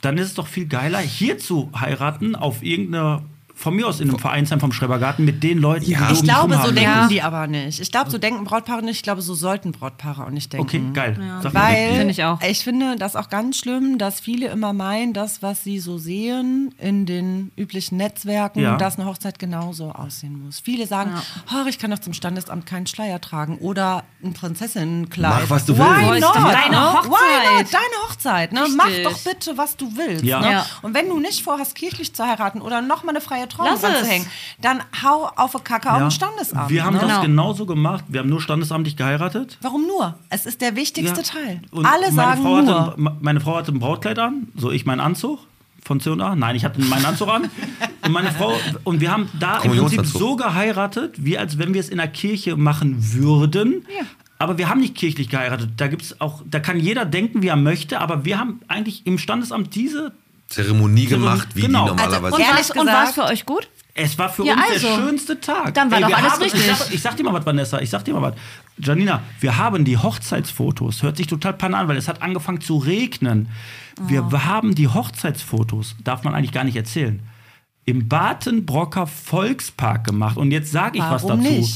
Speaker 3: Dann ist es doch viel geiler, hier zu heiraten auf irgendeiner Von mir aus in einem Vereinsheim vom Schrebergarten mit den Leuten,
Speaker 2: Ja.
Speaker 3: die du
Speaker 6: Ich
Speaker 3: um dich
Speaker 6: glaube,
Speaker 3: rum
Speaker 6: so
Speaker 3: haben
Speaker 6: denken
Speaker 3: willst.
Speaker 6: die aber nicht. Ich glaube, so denken Brautpaare nicht. Ich glaube, so sollten Brautpaare auch nicht denken.
Speaker 3: Okay, geil. Sag mir.
Speaker 6: Weil
Speaker 5: Finde ich auch.
Speaker 6: Ich finde das auch ganz schlimm, dass viele immer meinen, das, was sie so sehen in den üblichen Netzwerken,
Speaker 3: Ja.
Speaker 6: dass eine Hochzeit genauso aussehen muss. Viele sagen, "Ach, ich kann doch zum Standesamt keinen Schleier tragen oder ein Prinzessinnenkleid.
Speaker 2: Mach, was du
Speaker 6: Why
Speaker 2: willst.
Speaker 6: not,
Speaker 5: Deine
Speaker 6: ne?
Speaker 5: Hochzeit.
Speaker 6: Why not? Deine Hochzeit. Ne? Mach
Speaker 5: Richtig.
Speaker 6: doch bitte, was du willst.
Speaker 3: Ja.
Speaker 6: Ne?
Speaker 5: Ja.
Speaker 6: Und wenn du nicht vorhast, kirchlich zu heiraten oder nochmal eine freie Trauung
Speaker 5: Lass es.
Speaker 6: anzuhängen, dann hau auf eine Kacke auf
Speaker 3: Ja.
Speaker 6: dem Standesamt.
Speaker 3: Wir haben
Speaker 6: ne?
Speaker 3: das
Speaker 5: Genau.
Speaker 3: genauso gemacht. Wir haben nur standesamtlich geheiratet.
Speaker 6: Warum nur? Es ist der wichtigste
Speaker 3: Ja.
Speaker 6: Teil.
Speaker 3: Und
Speaker 6: Alle sagen
Speaker 3: Frau
Speaker 6: nur.
Speaker 3: Hatte, me- meine Frau hatte ein Brautkleid an, so ich meinen Anzug von C&A. Nein, ich hatte meinen Anzug an. und meine Frau und wir haben da im Prinzip
Speaker 2: Kommunionsanzug.
Speaker 3: so geheiratet, wie als wenn wir es in der Kirche machen würden. Aber wir haben nicht kirchlich geheiratet. Da gibt's auch, da kann jeder denken, wie er möchte, aber wir haben eigentlich im Standesamt diese
Speaker 2: Zeremonie gemacht, wie
Speaker 3: Genau.
Speaker 6: Also,
Speaker 2: die normalerweise.
Speaker 5: Und
Speaker 6: Ehrlich
Speaker 5: war's- und war es
Speaker 6: gesagt-
Speaker 5: für euch gut?
Speaker 3: Es war für
Speaker 5: Ja,
Speaker 3: uns der
Speaker 5: also.
Speaker 3: schönste Tag.
Speaker 5: Dann war doch
Speaker 3: wir
Speaker 5: alles
Speaker 3: haben,
Speaker 5: richtig.
Speaker 3: Ich sag, ich sag dir mal was, Vanessa. Ich sag dir mal was. Janina, wir haben die Hochzeitsfotos. Hört sich total panne an, weil es hat angefangen zu regnen. Wir
Speaker 5: Oh.
Speaker 3: haben die Hochzeitsfotos. Darf man eigentlich gar nicht erzählen. Im Batenbrocker Volkspark gemacht. Und jetzt sage ich was
Speaker 6: Warum
Speaker 3: dazu.
Speaker 6: nicht?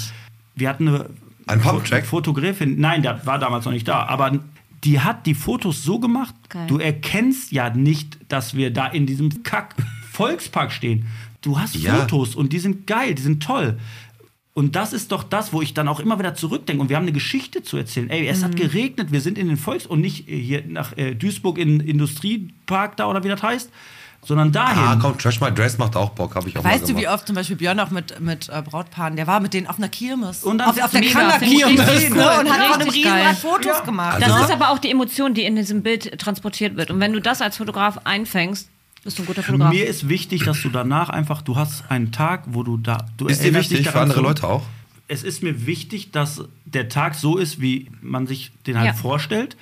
Speaker 3: Wir hatten eine
Speaker 2: Ein Pumptrack?
Speaker 3: Fotografin. Nein, der war damals noch nicht da. Aber die hat die Fotos so gemacht,
Speaker 5: Geil.
Speaker 3: du erkennst ja nicht, dass wir da in diesem Kack Volkspark stehen. Du hast
Speaker 2: Ja.
Speaker 3: Fotos und die sind geil, die sind toll. Und das ist doch das, wo ich dann auch immer wieder zurückdenke. Und wir haben eine Geschichte zu erzählen. Ey, es
Speaker 2: Mhm.
Speaker 3: hat geregnet, wir sind in den Volks und nicht äh, hier nach äh, Duisburg in Industriepark da oder wie das heißt, sondern dahin.
Speaker 2: Ah, komm, Trash My Dress macht auch Bock, habe ich auch
Speaker 6: Weißt
Speaker 2: mal
Speaker 6: du, wie
Speaker 2: gemacht.
Speaker 6: oft zum Beispiel Björn auch mit, mit äh, Brautpaaren, der war mit denen auf einer Kirmes.
Speaker 3: Und dann
Speaker 6: auf, auf der
Speaker 5: mega,
Speaker 6: Kannerkirmes.
Speaker 5: finde ich
Speaker 6: Ne?
Speaker 5: richtig
Speaker 6: Und
Speaker 5: cool.
Speaker 6: hat von einem
Speaker 5: Richtig
Speaker 6: Riesenrad
Speaker 5: geil.
Speaker 6: Fotos gemacht.
Speaker 2: Also,
Speaker 5: Das
Speaker 6: ne?
Speaker 5: ist aber auch die Emotion, die in diesem Bild transportiert wird. Und wenn du das als Fotograf einfängst, bist du ein guter Fotograf.
Speaker 3: Mir ist wichtig, dass du danach einfach, du hast einen Tag, wo du da. Du
Speaker 2: Ist dir
Speaker 3: erinnerst dich
Speaker 2: wichtig für
Speaker 3: Äh, daran
Speaker 2: andere
Speaker 3: zurück.
Speaker 2: Leute auch?
Speaker 3: Es ist mir wichtig, dass der Tag so ist, wie man sich den halt
Speaker 5: Ja.
Speaker 3: vorstellt.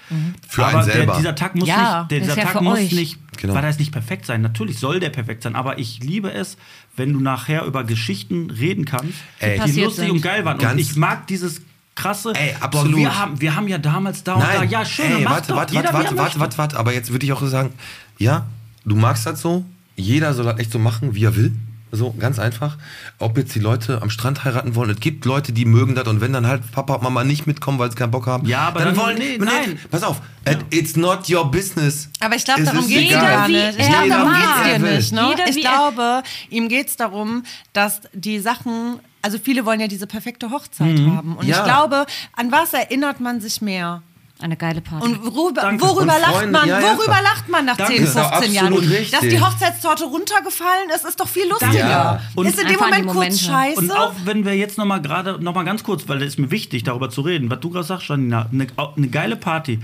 Speaker 2: Für
Speaker 3: aber
Speaker 2: einen selber.
Speaker 3: Der, dieser Tag muss
Speaker 6: Ja,
Speaker 3: nicht, der,
Speaker 5: das
Speaker 3: dieser
Speaker 5: ist ja
Speaker 3: Tag
Speaker 5: für
Speaker 3: muss
Speaker 5: euch.
Speaker 3: nicht,
Speaker 2: Genau.
Speaker 3: weil er ist nicht perfekt sein. Natürlich soll der perfekt sein, aber ich liebe es, wenn du nachher über Geschichten reden kannst,
Speaker 2: Ey.
Speaker 3: die
Speaker 5: Passiert
Speaker 3: lustig
Speaker 5: sind.
Speaker 3: und geil waren. Und
Speaker 2: Ganz-
Speaker 3: ich mag dieses krasse.
Speaker 2: Ey,
Speaker 3: boah,
Speaker 2: absolut.
Speaker 3: Wir haben, wir haben ja damals da und da. Ja, schön.
Speaker 2: Ey,
Speaker 3: mach
Speaker 2: warte,
Speaker 3: doch,
Speaker 2: warte,
Speaker 3: jeder,
Speaker 2: warte,
Speaker 3: wie er
Speaker 2: warte, warte,
Speaker 3: möchte.
Speaker 2: warte, warte. Aber jetzt würde ich auch so sagen, ja, du magst das so. Jeder soll das echt so machen, wie er will. So, ganz einfach. Ob jetzt die Leute am Strand heiraten wollen, es gibt Leute, die mögen das und wenn dann halt Papa und Mama nicht mitkommen, weil sie keinen Bock haben,
Speaker 3: Ja, aber
Speaker 2: dann,
Speaker 3: dann-
Speaker 2: wollen
Speaker 3: nee, nein.
Speaker 2: Pass auf, it- it's not your business.
Speaker 6: Aber ich glaube,
Speaker 2: Es
Speaker 6: darum
Speaker 2: ist
Speaker 6: geht es
Speaker 2: egal.
Speaker 6: gar
Speaker 5: Jeder
Speaker 6: nicht. Ich
Speaker 5: wie
Speaker 6: glaube,
Speaker 5: er
Speaker 6: darum
Speaker 5: mag.
Speaker 6: geht es dir
Speaker 2: Jeder
Speaker 6: nicht. Ne?
Speaker 5: will.
Speaker 6: ich
Speaker 5: Jeder wie er-
Speaker 6: glaube, ihm geht es darum, dass die Sachen, also viele wollen ja diese perfekte Hochzeit haben. Und
Speaker 2: Mhm. Ja.
Speaker 6: ich glaube, an was erinnert man sich mehr?
Speaker 5: Eine geile Party.
Speaker 6: Und worüber,
Speaker 3: Danke.
Speaker 6: worüber
Speaker 2: Und
Speaker 6: lacht
Speaker 2: Freunde,
Speaker 6: man?
Speaker 2: ja, ja.
Speaker 6: worüber lacht man nach
Speaker 2: Danke.
Speaker 6: 10,
Speaker 2: Ist doch
Speaker 6: 15 Jahren?
Speaker 2: absolut richtig.
Speaker 6: Dass die Hochzeitstorte runtergefallen ist, ist doch viel lustiger.
Speaker 2: Ja.
Speaker 3: Und-
Speaker 6: ist in dem
Speaker 5: Einfach an
Speaker 6: Moment
Speaker 5: die
Speaker 6: kurz
Speaker 5: Momente.
Speaker 6: scheiße.
Speaker 3: Und auch wenn wir jetzt nochmal gerade, nochmal ganz kurz, weil es ist mir wichtig, darüber zu reden, was du gerade sagst, Janina, eine, eine geile Party.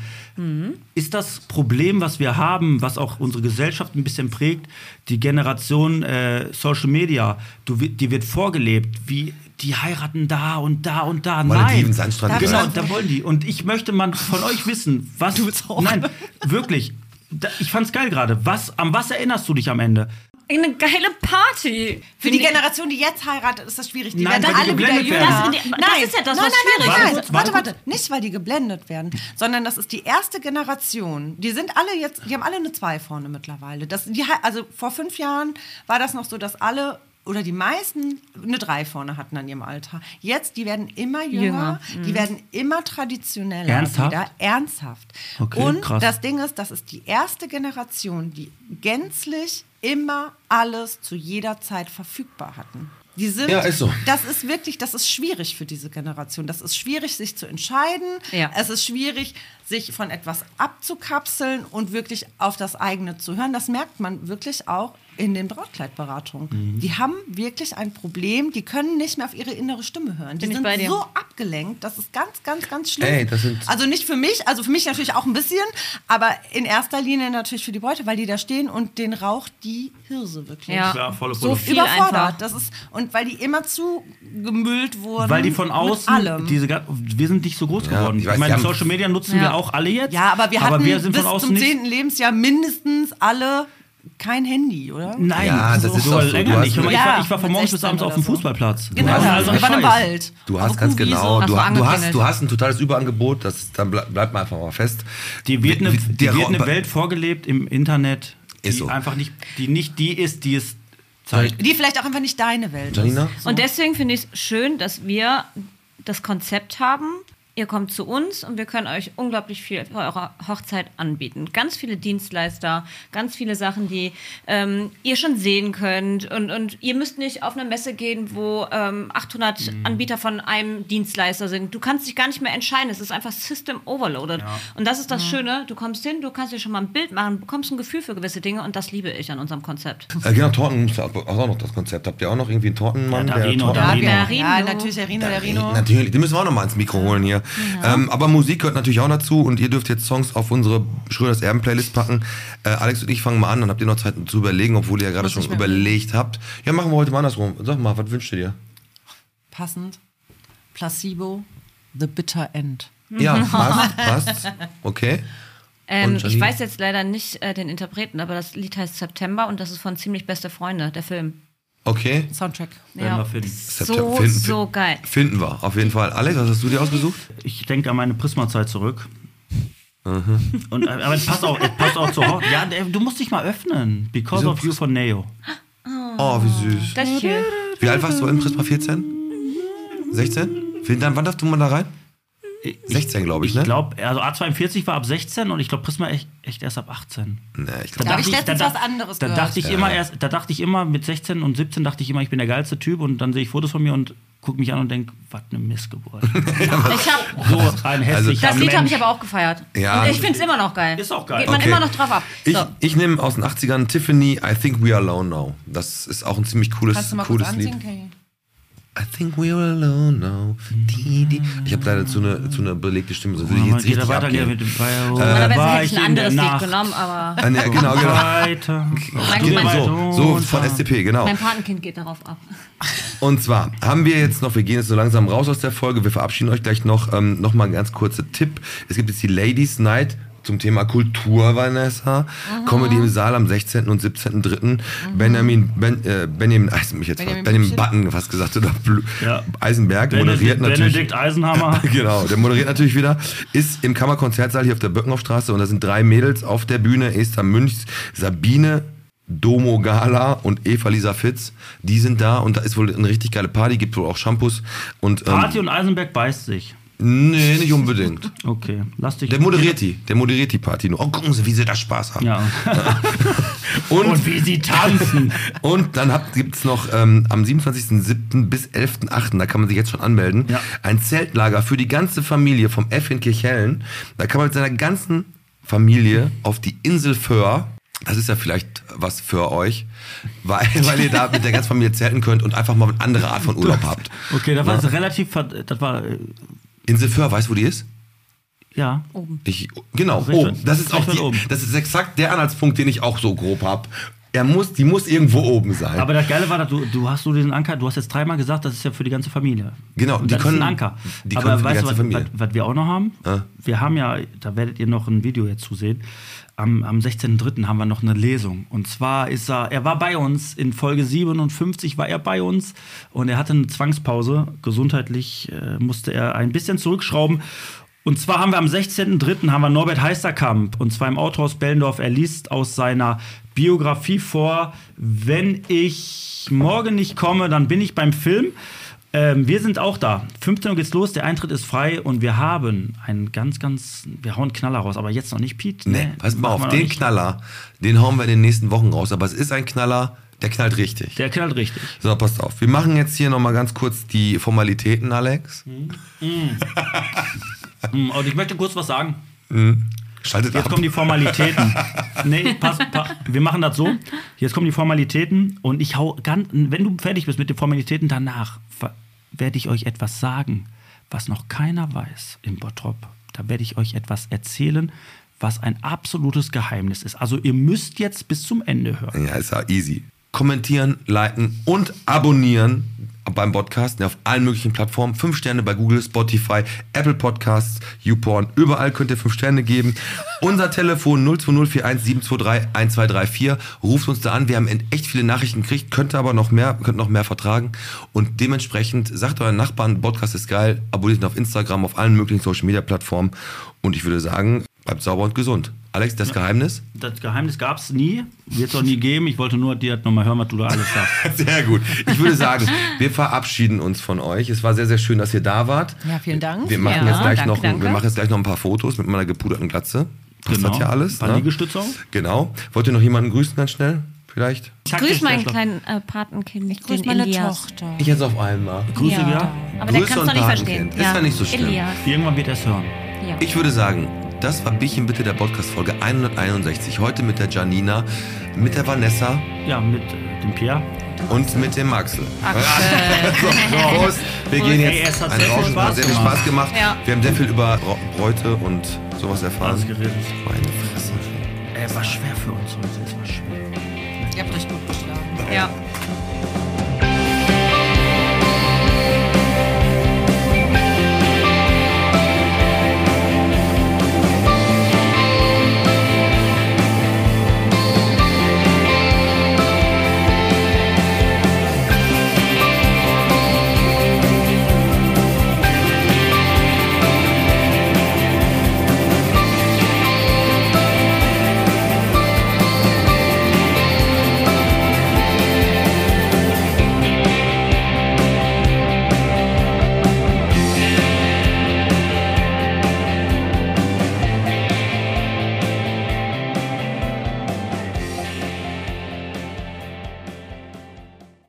Speaker 3: Ist das Problem, was wir haben, was auch unsere Gesellschaft ein bisschen prägt, die Generation äh, Social Media, du, wi- die wird vorgelebt, wie die heiraten da und da und da.
Speaker 2: Malediven,
Speaker 3: Nein.
Speaker 2: Sandstrand,
Speaker 3: Genau,
Speaker 2: Girls.
Speaker 3: da wollen die. Und ich möchte mal von euch wissen, was. Du auch. Nein, wirklich. Da, ich fand's geil gerade. Was, an was erinnerst du dich am Ende?
Speaker 5: eine geile Party.
Speaker 6: Für die Generation, die jetzt heiratet, ist das schwierig. Die
Speaker 3: Nein,
Speaker 6: werden
Speaker 3: weil die
Speaker 6: alle wieder
Speaker 3: geblendet
Speaker 6: jünger.
Speaker 3: werden.
Speaker 5: Das- das ist ja
Speaker 6: nein,
Speaker 5: das, was
Speaker 6: nein,
Speaker 5: schwierig
Speaker 6: nein, nein,
Speaker 3: ist.
Speaker 6: Warte,
Speaker 3: Warte
Speaker 6: warte. Nicht, weil die geblendet werden, sondern das ist die erste Generation. Die sind alle jetzt, die haben alle eine 2 vorne mittlerweile. Das, die, he- also vor fünf Jahren war das noch so, dass alle oder die meisten eine 3 vorne hatten an ihrem Alter. Jetzt, die werden immer jünger, die werden immer traditioneller.
Speaker 3: Ernsthaft?
Speaker 6: Wieder. Ernsthaft.
Speaker 3: Okay,
Speaker 6: Und
Speaker 3: krass.
Speaker 6: das Ding ist, das ist die erste Generation, die gänzlich immer alles zu jeder Zeit verfügbar hatten. Die sind,
Speaker 2: Ja, ist so.
Speaker 6: Das ist wirklich, das ist schwierig für diese Generation. Das ist schwierig, sich zu entscheiden.
Speaker 5: Ja.
Speaker 6: Es ist schwierig, sich von etwas abzukapseln und wirklich auf das eigene zu hören. Das merkt man wirklich auch in den Brautkleidberatungen.
Speaker 2: Mhm.
Speaker 6: Die haben wirklich ein Problem. Die können nicht mehr auf ihre innere Stimme hören. Die
Speaker 5: Bin ich
Speaker 6: sind
Speaker 5: bei dir.
Speaker 6: so abgelenkt. Das ist ganz, ganz, ganz schlimm.
Speaker 2: Ey, das sind-
Speaker 6: also nicht für mich, also für mich natürlich auch ein bisschen, aber in erster Linie natürlich für die Beute, weil die da stehen und den raucht die Hirse wirklich.
Speaker 5: Ja.
Speaker 3: Klar, volle
Speaker 5: so
Speaker 3: Pulle.
Speaker 5: viel
Speaker 6: Überfordert.
Speaker 5: einfach.
Speaker 6: Das ist, und weil die immer zugemüllt wurden.
Speaker 3: Weil die von
Speaker 6: mit
Speaker 3: außen,
Speaker 6: allem.
Speaker 3: diese, ga- wir sind nicht so groß
Speaker 2: Ja,
Speaker 3: geworden.
Speaker 2: ich
Speaker 3: Ich,
Speaker 2: weiß,
Speaker 3: meine,
Speaker 2: die haben-
Speaker 3: Social Media nutzen wir auch alle jetzt.
Speaker 6: ja, aber wir hatten
Speaker 3: wir sind
Speaker 6: bis
Speaker 3: von außen
Speaker 6: zum
Speaker 3: nicht.
Speaker 6: 10. Lebensjahr mindestens alle kein Handy, oder?
Speaker 3: Nein,
Speaker 2: Ja, das ist doch so. Du
Speaker 3: länger
Speaker 2: hast
Speaker 3: nicht. Ich
Speaker 2: mit-
Speaker 3: war, ich war, ich war von
Speaker 6: Ja, mit
Speaker 3: morgens bis
Speaker 6: 16
Speaker 3: abends auf
Speaker 6: oder
Speaker 3: dem
Speaker 6: so.
Speaker 3: Fußballplatz.
Speaker 6: Genau,
Speaker 3: Das ist alles
Speaker 6: wir waren im
Speaker 3: Scheiß.
Speaker 6: Wald.
Speaker 2: Du
Speaker 6: Auf
Speaker 2: hast
Speaker 6: der
Speaker 2: ganz
Speaker 6: Kuhwiese.
Speaker 2: genau,
Speaker 5: hast
Speaker 2: du,
Speaker 5: du
Speaker 2: ha- du hast,
Speaker 5: angeklingelt.
Speaker 2: du hast ein totales Überangebot, das, dann bleib, bleibt man einfach mal fest.
Speaker 3: Die wird eine,
Speaker 2: Wie-
Speaker 3: die
Speaker 2: der
Speaker 3: wird eine
Speaker 2: Rob-
Speaker 3: Welt vorgelebt im Internet, die
Speaker 2: Ist so.
Speaker 3: einfach nicht, die nicht die ist, die es
Speaker 2: Zeit.
Speaker 6: Die vielleicht auch einfach nicht deine Welt
Speaker 2: Janina?
Speaker 6: ist.
Speaker 5: Und deswegen finde ich es schön, dass wir das Konzept haben. Ihr kommt zu uns und wir können euch unglaublich viel für eure Hochzeit anbieten. Ganz viele Dienstleister, ganz viele Sachen, die ähm, ihr schon sehen könnt. Und, und ihr müsst nicht auf eine Messe gehen, wo ähm, 800 Anbieter von einem Dienstleister sind. Du kannst dich gar nicht mehr entscheiden. Es ist einfach System Overloaded. Und das ist das Schöne. Du kommst hin, du kannst dir schon mal ein Bild machen, bekommst ein Gefühl für gewisse Dinge. Und das liebe ich an unserem Konzept.
Speaker 2: Äh, genau, Torten muss ja auch auch noch das Konzept. Habt ihr auch noch irgendwie einen Tortenmann?
Speaker 3: Ja, Darino,
Speaker 2: Torten-
Speaker 3: Darino.
Speaker 6: ja,
Speaker 5: Rino.
Speaker 6: ja, natürlich, Erino, der Rino.
Speaker 2: Natürlich, die müssen wir auch noch mal ins Mikro holen hier.
Speaker 5: Genau.
Speaker 2: Ähm, aber Musik gehört natürlich auch dazu und ihr dürft jetzt Songs auf unsere Schröders Erben-Playlist packen. Äh, Alex und ich fangen mal an, dann habt ihr noch Zeit zu überlegen, obwohl ihr ja gerade schon überlegt habt. Ja, machen wir heute mal andersrum. Sag mal, was wünscht ihr dir?
Speaker 6: Passend. Placebo, The Bitter End.
Speaker 2: Ja, passt, passt. Okay.
Speaker 5: Ähm,
Speaker 2: Und
Speaker 5: ich
Speaker 2: Janine?
Speaker 5: weiß jetzt leider nicht äh, den Interpreten, aber das Lied heißt September und das ist von ziemlich beste Freunde, der Film.
Speaker 2: Okay.
Speaker 6: Soundtrack.
Speaker 3: Werden wir finden.
Speaker 5: So,
Speaker 2: September- finden-
Speaker 5: so geil.
Speaker 2: Finden wir, auf jeden Fall. Alex, was hast du dir ausgesucht?
Speaker 3: Ich denke an meine Prisma-Zeit zurück.
Speaker 2: Mhm.
Speaker 3: Und, äh, aber es passt auch, es passt auch zu Hochzeit. Ja, der- du musst dich mal öffnen. Because
Speaker 2: Wieso
Speaker 3: of You von Neo.
Speaker 2: Oh, wie süß.
Speaker 5: Das ist schön.
Speaker 2: Wie alt warst du im Prisma 14? 16? Wie- Dann, wann darfst du mal da rein? 16, glaube ich,
Speaker 3: Ich
Speaker 2: ne?
Speaker 3: glaube, also A42 war ab 16 und ich glaube Prisma echt, echt erst ab 18.
Speaker 2: nee, ich
Speaker 3: Da
Speaker 2: glaube.
Speaker 6: hab
Speaker 3: dachte
Speaker 6: ich letztens
Speaker 3: da-
Speaker 6: was anderes
Speaker 3: Da
Speaker 6: gehört.
Speaker 3: dachte ich immer erst, da dachte ich immer mit 16 und 17 dachte ich immer, ich bin der geilste Typ und dann sehe ich Fotos von mir und gucke mich an und denke, was eine Missgeburt.
Speaker 5: Ich hab,
Speaker 3: so ein
Speaker 2: Also
Speaker 3: hässlicher
Speaker 5: das Lied habe
Speaker 3: Mensch.
Speaker 5: ich aber auch gefeiert.
Speaker 2: Ja.
Speaker 5: Und ich finde es immer noch geil.
Speaker 3: Ist auch geil.
Speaker 5: Geht man
Speaker 2: Okay.
Speaker 5: immer noch drauf ab.
Speaker 2: Ich, äh,
Speaker 5: So.
Speaker 2: ich nehme aus den 80ern Tiffany, I Think We Are Alone Now. Das ist auch ein ziemlich cooles,
Speaker 6: Kannst du mal kurz
Speaker 2: cooles Lied.
Speaker 6: ansingen, Kenny?
Speaker 2: I think we are alone now. Die, die. Ich habe leider zu eine, zu eine belegte Stimme. So würde ich
Speaker 3: Mal
Speaker 2: Also jetzt
Speaker 3: Also geht
Speaker 2: richtig
Speaker 3: er weiter, geht er
Speaker 2: abgehen.
Speaker 3: mit dem Feuer hoch.
Speaker 5: Normalerweise
Speaker 3: War
Speaker 5: hätte ich
Speaker 3: in
Speaker 5: ein
Speaker 3: der
Speaker 5: anderes Lied
Speaker 3: Nacht
Speaker 5: genommen, aber
Speaker 2: Ah, ne, genau, genau.
Speaker 3: Weiter.
Speaker 5: Mein- mein-
Speaker 2: So, so von SDP, genau.
Speaker 5: mein Patenkind geht darauf ab.
Speaker 2: Und zwar haben wir jetzt noch, wir gehen jetzt so langsam raus aus der Folge, wir verabschieden euch gleich noch, ähm, noch mal ein ganz kurzer Tipp. Es gibt jetzt die Ladies Night zum Thema Kultur, Vanessa. Comedy im Saal am 16. und 17.3. Benjamin, ben, äh, Benjamin, Eisen- mich jetzt Benjamin,
Speaker 6: Benjamin
Speaker 2: Benjamin
Speaker 6: Blümchen.
Speaker 2: Button, fast gesagt, oder Blü-
Speaker 3: Ja.
Speaker 2: Eisenberg, moderiert
Speaker 3: Benedikt,
Speaker 2: natürlich.
Speaker 3: Benedikt Eisenhammer.
Speaker 2: Genau, der moderiert natürlich wieder. Ist im Kammerkonzertsaal hier auf der Böckenhofstraße und da sind drei Mädels auf der Bühne. Esther Münchs, Sabine Domo Gala und Eva-Lisa Fitz. Die sind da und da ist wohl eine richtig geile Party, gibt wohl auch Shampoos. Und, ähm,
Speaker 3: Party und Eisenberg beißt sich.
Speaker 2: Nee, nicht unbedingt.
Speaker 3: Okay, lass dich.
Speaker 2: Der moderiert die, der moderiert die Party nur. Oh, gucken Sie, wie sie da Spaß haben.
Speaker 3: Ja.
Speaker 2: Und,
Speaker 3: Und wie sie tanzen.
Speaker 2: Und dann habt- gibt's noch ähm, am 27.07. bis 11.08., da kann man sich jetzt schon anmelden,
Speaker 3: Ja.
Speaker 2: ein Zeltlager für die ganze Familie vom F in Kirchhellen. Da kann man mit seiner ganzen Familie auf die Insel Föhr, das ist ja vielleicht was für euch, weil, weil ihr da mit der ganzen Familie zelten könnt und einfach mal eine andere Art von Urlaub habt.
Speaker 3: Okay, das war jetzt relativ. ver- Das war. äh,
Speaker 2: Insel Föhr, weißt du, wo die ist?
Speaker 3: Ja.
Speaker 2: Ich, genau,
Speaker 3: Recht
Speaker 2: oben.
Speaker 3: weit-
Speaker 2: Das ist auch
Speaker 3: recht weit
Speaker 2: die,
Speaker 3: oben.
Speaker 2: das ist exakt der Anhaltspunkt, den ich auch so grob hab. Er muss, die muss irgendwo oben sein.
Speaker 3: Aber das Geile war, dass du, du hast so diesen Anker, du hast jetzt dreimal gesagt, das ist ja für die ganze Familie.
Speaker 2: Genau,
Speaker 3: Und
Speaker 2: die
Speaker 3: das
Speaker 2: können-
Speaker 3: ist ein Anker.
Speaker 2: die
Speaker 3: Aber
Speaker 2: können für die
Speaker 3: weißt du,
Speaker 2: ganze
Speaker 3: was, was,
Speaker 2: Familie. Ah.
Speaker 3: was wir auch noch haben? Wir haben ja, da werdet ihr noch ein Video jetzt zu sehen. Am, am 16.03. haben wir noch eine Lesung. Und zwar ist er, er war bei uns, in Folge 57 war er bei uns und er hatte eine Zwangspause. Gesundheitlich äh, musste er ein bisschen zurückschrauben. Und zwar haben wir am 16.03. haben wir Norbert Heisterkamp und zwar im Autohaus Bellendorf. Er liest aus seiner Biografie vor, wenn ich morgen nicht komme, dann bin ich beim Film. Ähm, wir sind auch da. 15 Uhr geht's los, der Eintritt ist frei und wir haben einen ganz, ganz. Wir hauen Knaller raus, aber jetzt noch nicht, Pete.
Speaker 2: Nee, pass mal
Speaker 3: machen
Speaker 2: auf,
Speaker 3: wir noch
Speaker 2: den
Speaker 3: nicht.
Speaker 2: Knaller, den hauen wir in den nächsten Wochen raus. Aber es ist ein Knaller, der knallt richtig.
Speaker 3: Der knallt richtig.
Speaker 2: so, passt auf. Wir machen jetzt hier nochmal ganz kurz die Formalitäten, Alex.
Speaker 3: Mhm. Mm, Und ich möchte kurz was sagen.
Speaker 2: Schaltet
Speaker 3: Jetzt
Speaker 2: ab.
Speaker 3: kommen die Formalitäten. nee, pass, pa wir machen das so. Jetzt kommen die Formalitäten und ich hau ganz. Wenn du fertig bist mit den Formalitäten danach, ver- werde ich euch etwas sagen, was noch keiner weiß im Bottrop. Da werde ich euch etwas erzählen, was ein absolutes Geheimnis ist. Also ihr müsst jetzt bis zum Ende hören.
Speaker 2: ja, ist ja easy. Kommentieren, liken und abonnieren beim Podcast ne, auf allen möglichen Plattformen. Fünf Sterne bei Google, Spotify, Apple Podcasts, YouPorn. Überall könnt ihr fünf Sterne geben. Unser Telefon 02041 723 1234. Ruft uns da an. Wir haben echt viele Nachrichten gekriegt, könnt aber noch mehr, könnt noch mehr vertragen. Und dementsprechend sagt euren Nachbarn, Podcast ist geil. Abonniert ihn auf Instagram, auf allen möglichen Social Media Plattformen. Und ich würde sagen, bleibt sauber und gesund. Alex, das Geheimnis?
Speaker 3: Das Geheimnis gab es nie, wird es auch nie geben. Ich wollte nur dir nochmal hören, was du da alles sagst.
Speaker 2: Sehr gut. Ich würde sagen, wir verabschieden uns von euch. Es war sehr, sehr schön, dass ihr da wart.
Speaker 6: Ja, vielen Dank.
Speaker 2: Wir machen,
Speaker 5: Ja,
Speaker 2: jetzt, gleich
Speaker 5: danke,
Speaker 2: noch,
Speaker 5: danke.
Speaker 2: Wir machen jetzt gleich noch ein paar Fotos mit meiner gepuderten Glatze. Passt
Speaker 3: Genau.
Speaker 2: das ja alles? ne?
Speaker 3: Ein paar Liegestütze auch.
Speaker 2: Genau. Wollt ihr noch jemanden grüßen ganz schnell? Vielleicht?
Speaker 5: Grüß meinen kleinen äh, Patenkind. Ich
Speaker 6: Grüß meine Tochter.
Speaker 2: Ich jetzt auf einmal.
Speaker 3: Grüße, ja.
Speaker 5: Aber der kann es
Speaker 2: und
Speaker 5: doch nicht verstehen.
Speaker 2: Patenkind. Ist ja nicht so schlimm.
Speaker 5: Elias.
Speaker 3: Irgendwann wird er es hören.
Speaker 5: Ja.
Speaker 2: Ich würde sagen, das war Bierchen bitte der Podcast-Folge 161. Heute mit der Janina, mit der Vanessa
Speaker 3: Ja, mit äh, dem Pierre.
Speaker 2: und mit dem Maxel. so, Prost. Wir gehen
Speaker 3: Ey,
Speaker 2: jetzt
Speaker 3: es hat
Speaker 2: einen
Speaker 3: sehr viel
Speaker 2: Rauschen. Hat
Speaker 3: Spaß
Speaker 2: sehr viel
Speaker 3: gemacht.
Speaker 2: Spaß gemacht.
Speaker 5: Ja.
Speaker 2: Wir haben sehr viel über Ra- Bräute und sowas erfahren.
Speaker 3: Alles geredet.
Speaker 2: Meine Fresse.
Speaker 3: Ey, war schwer für uns heute. Es war schwer.
Speaker 6: Ihr habt euch gut geschlagen.
Speaker 5: ja.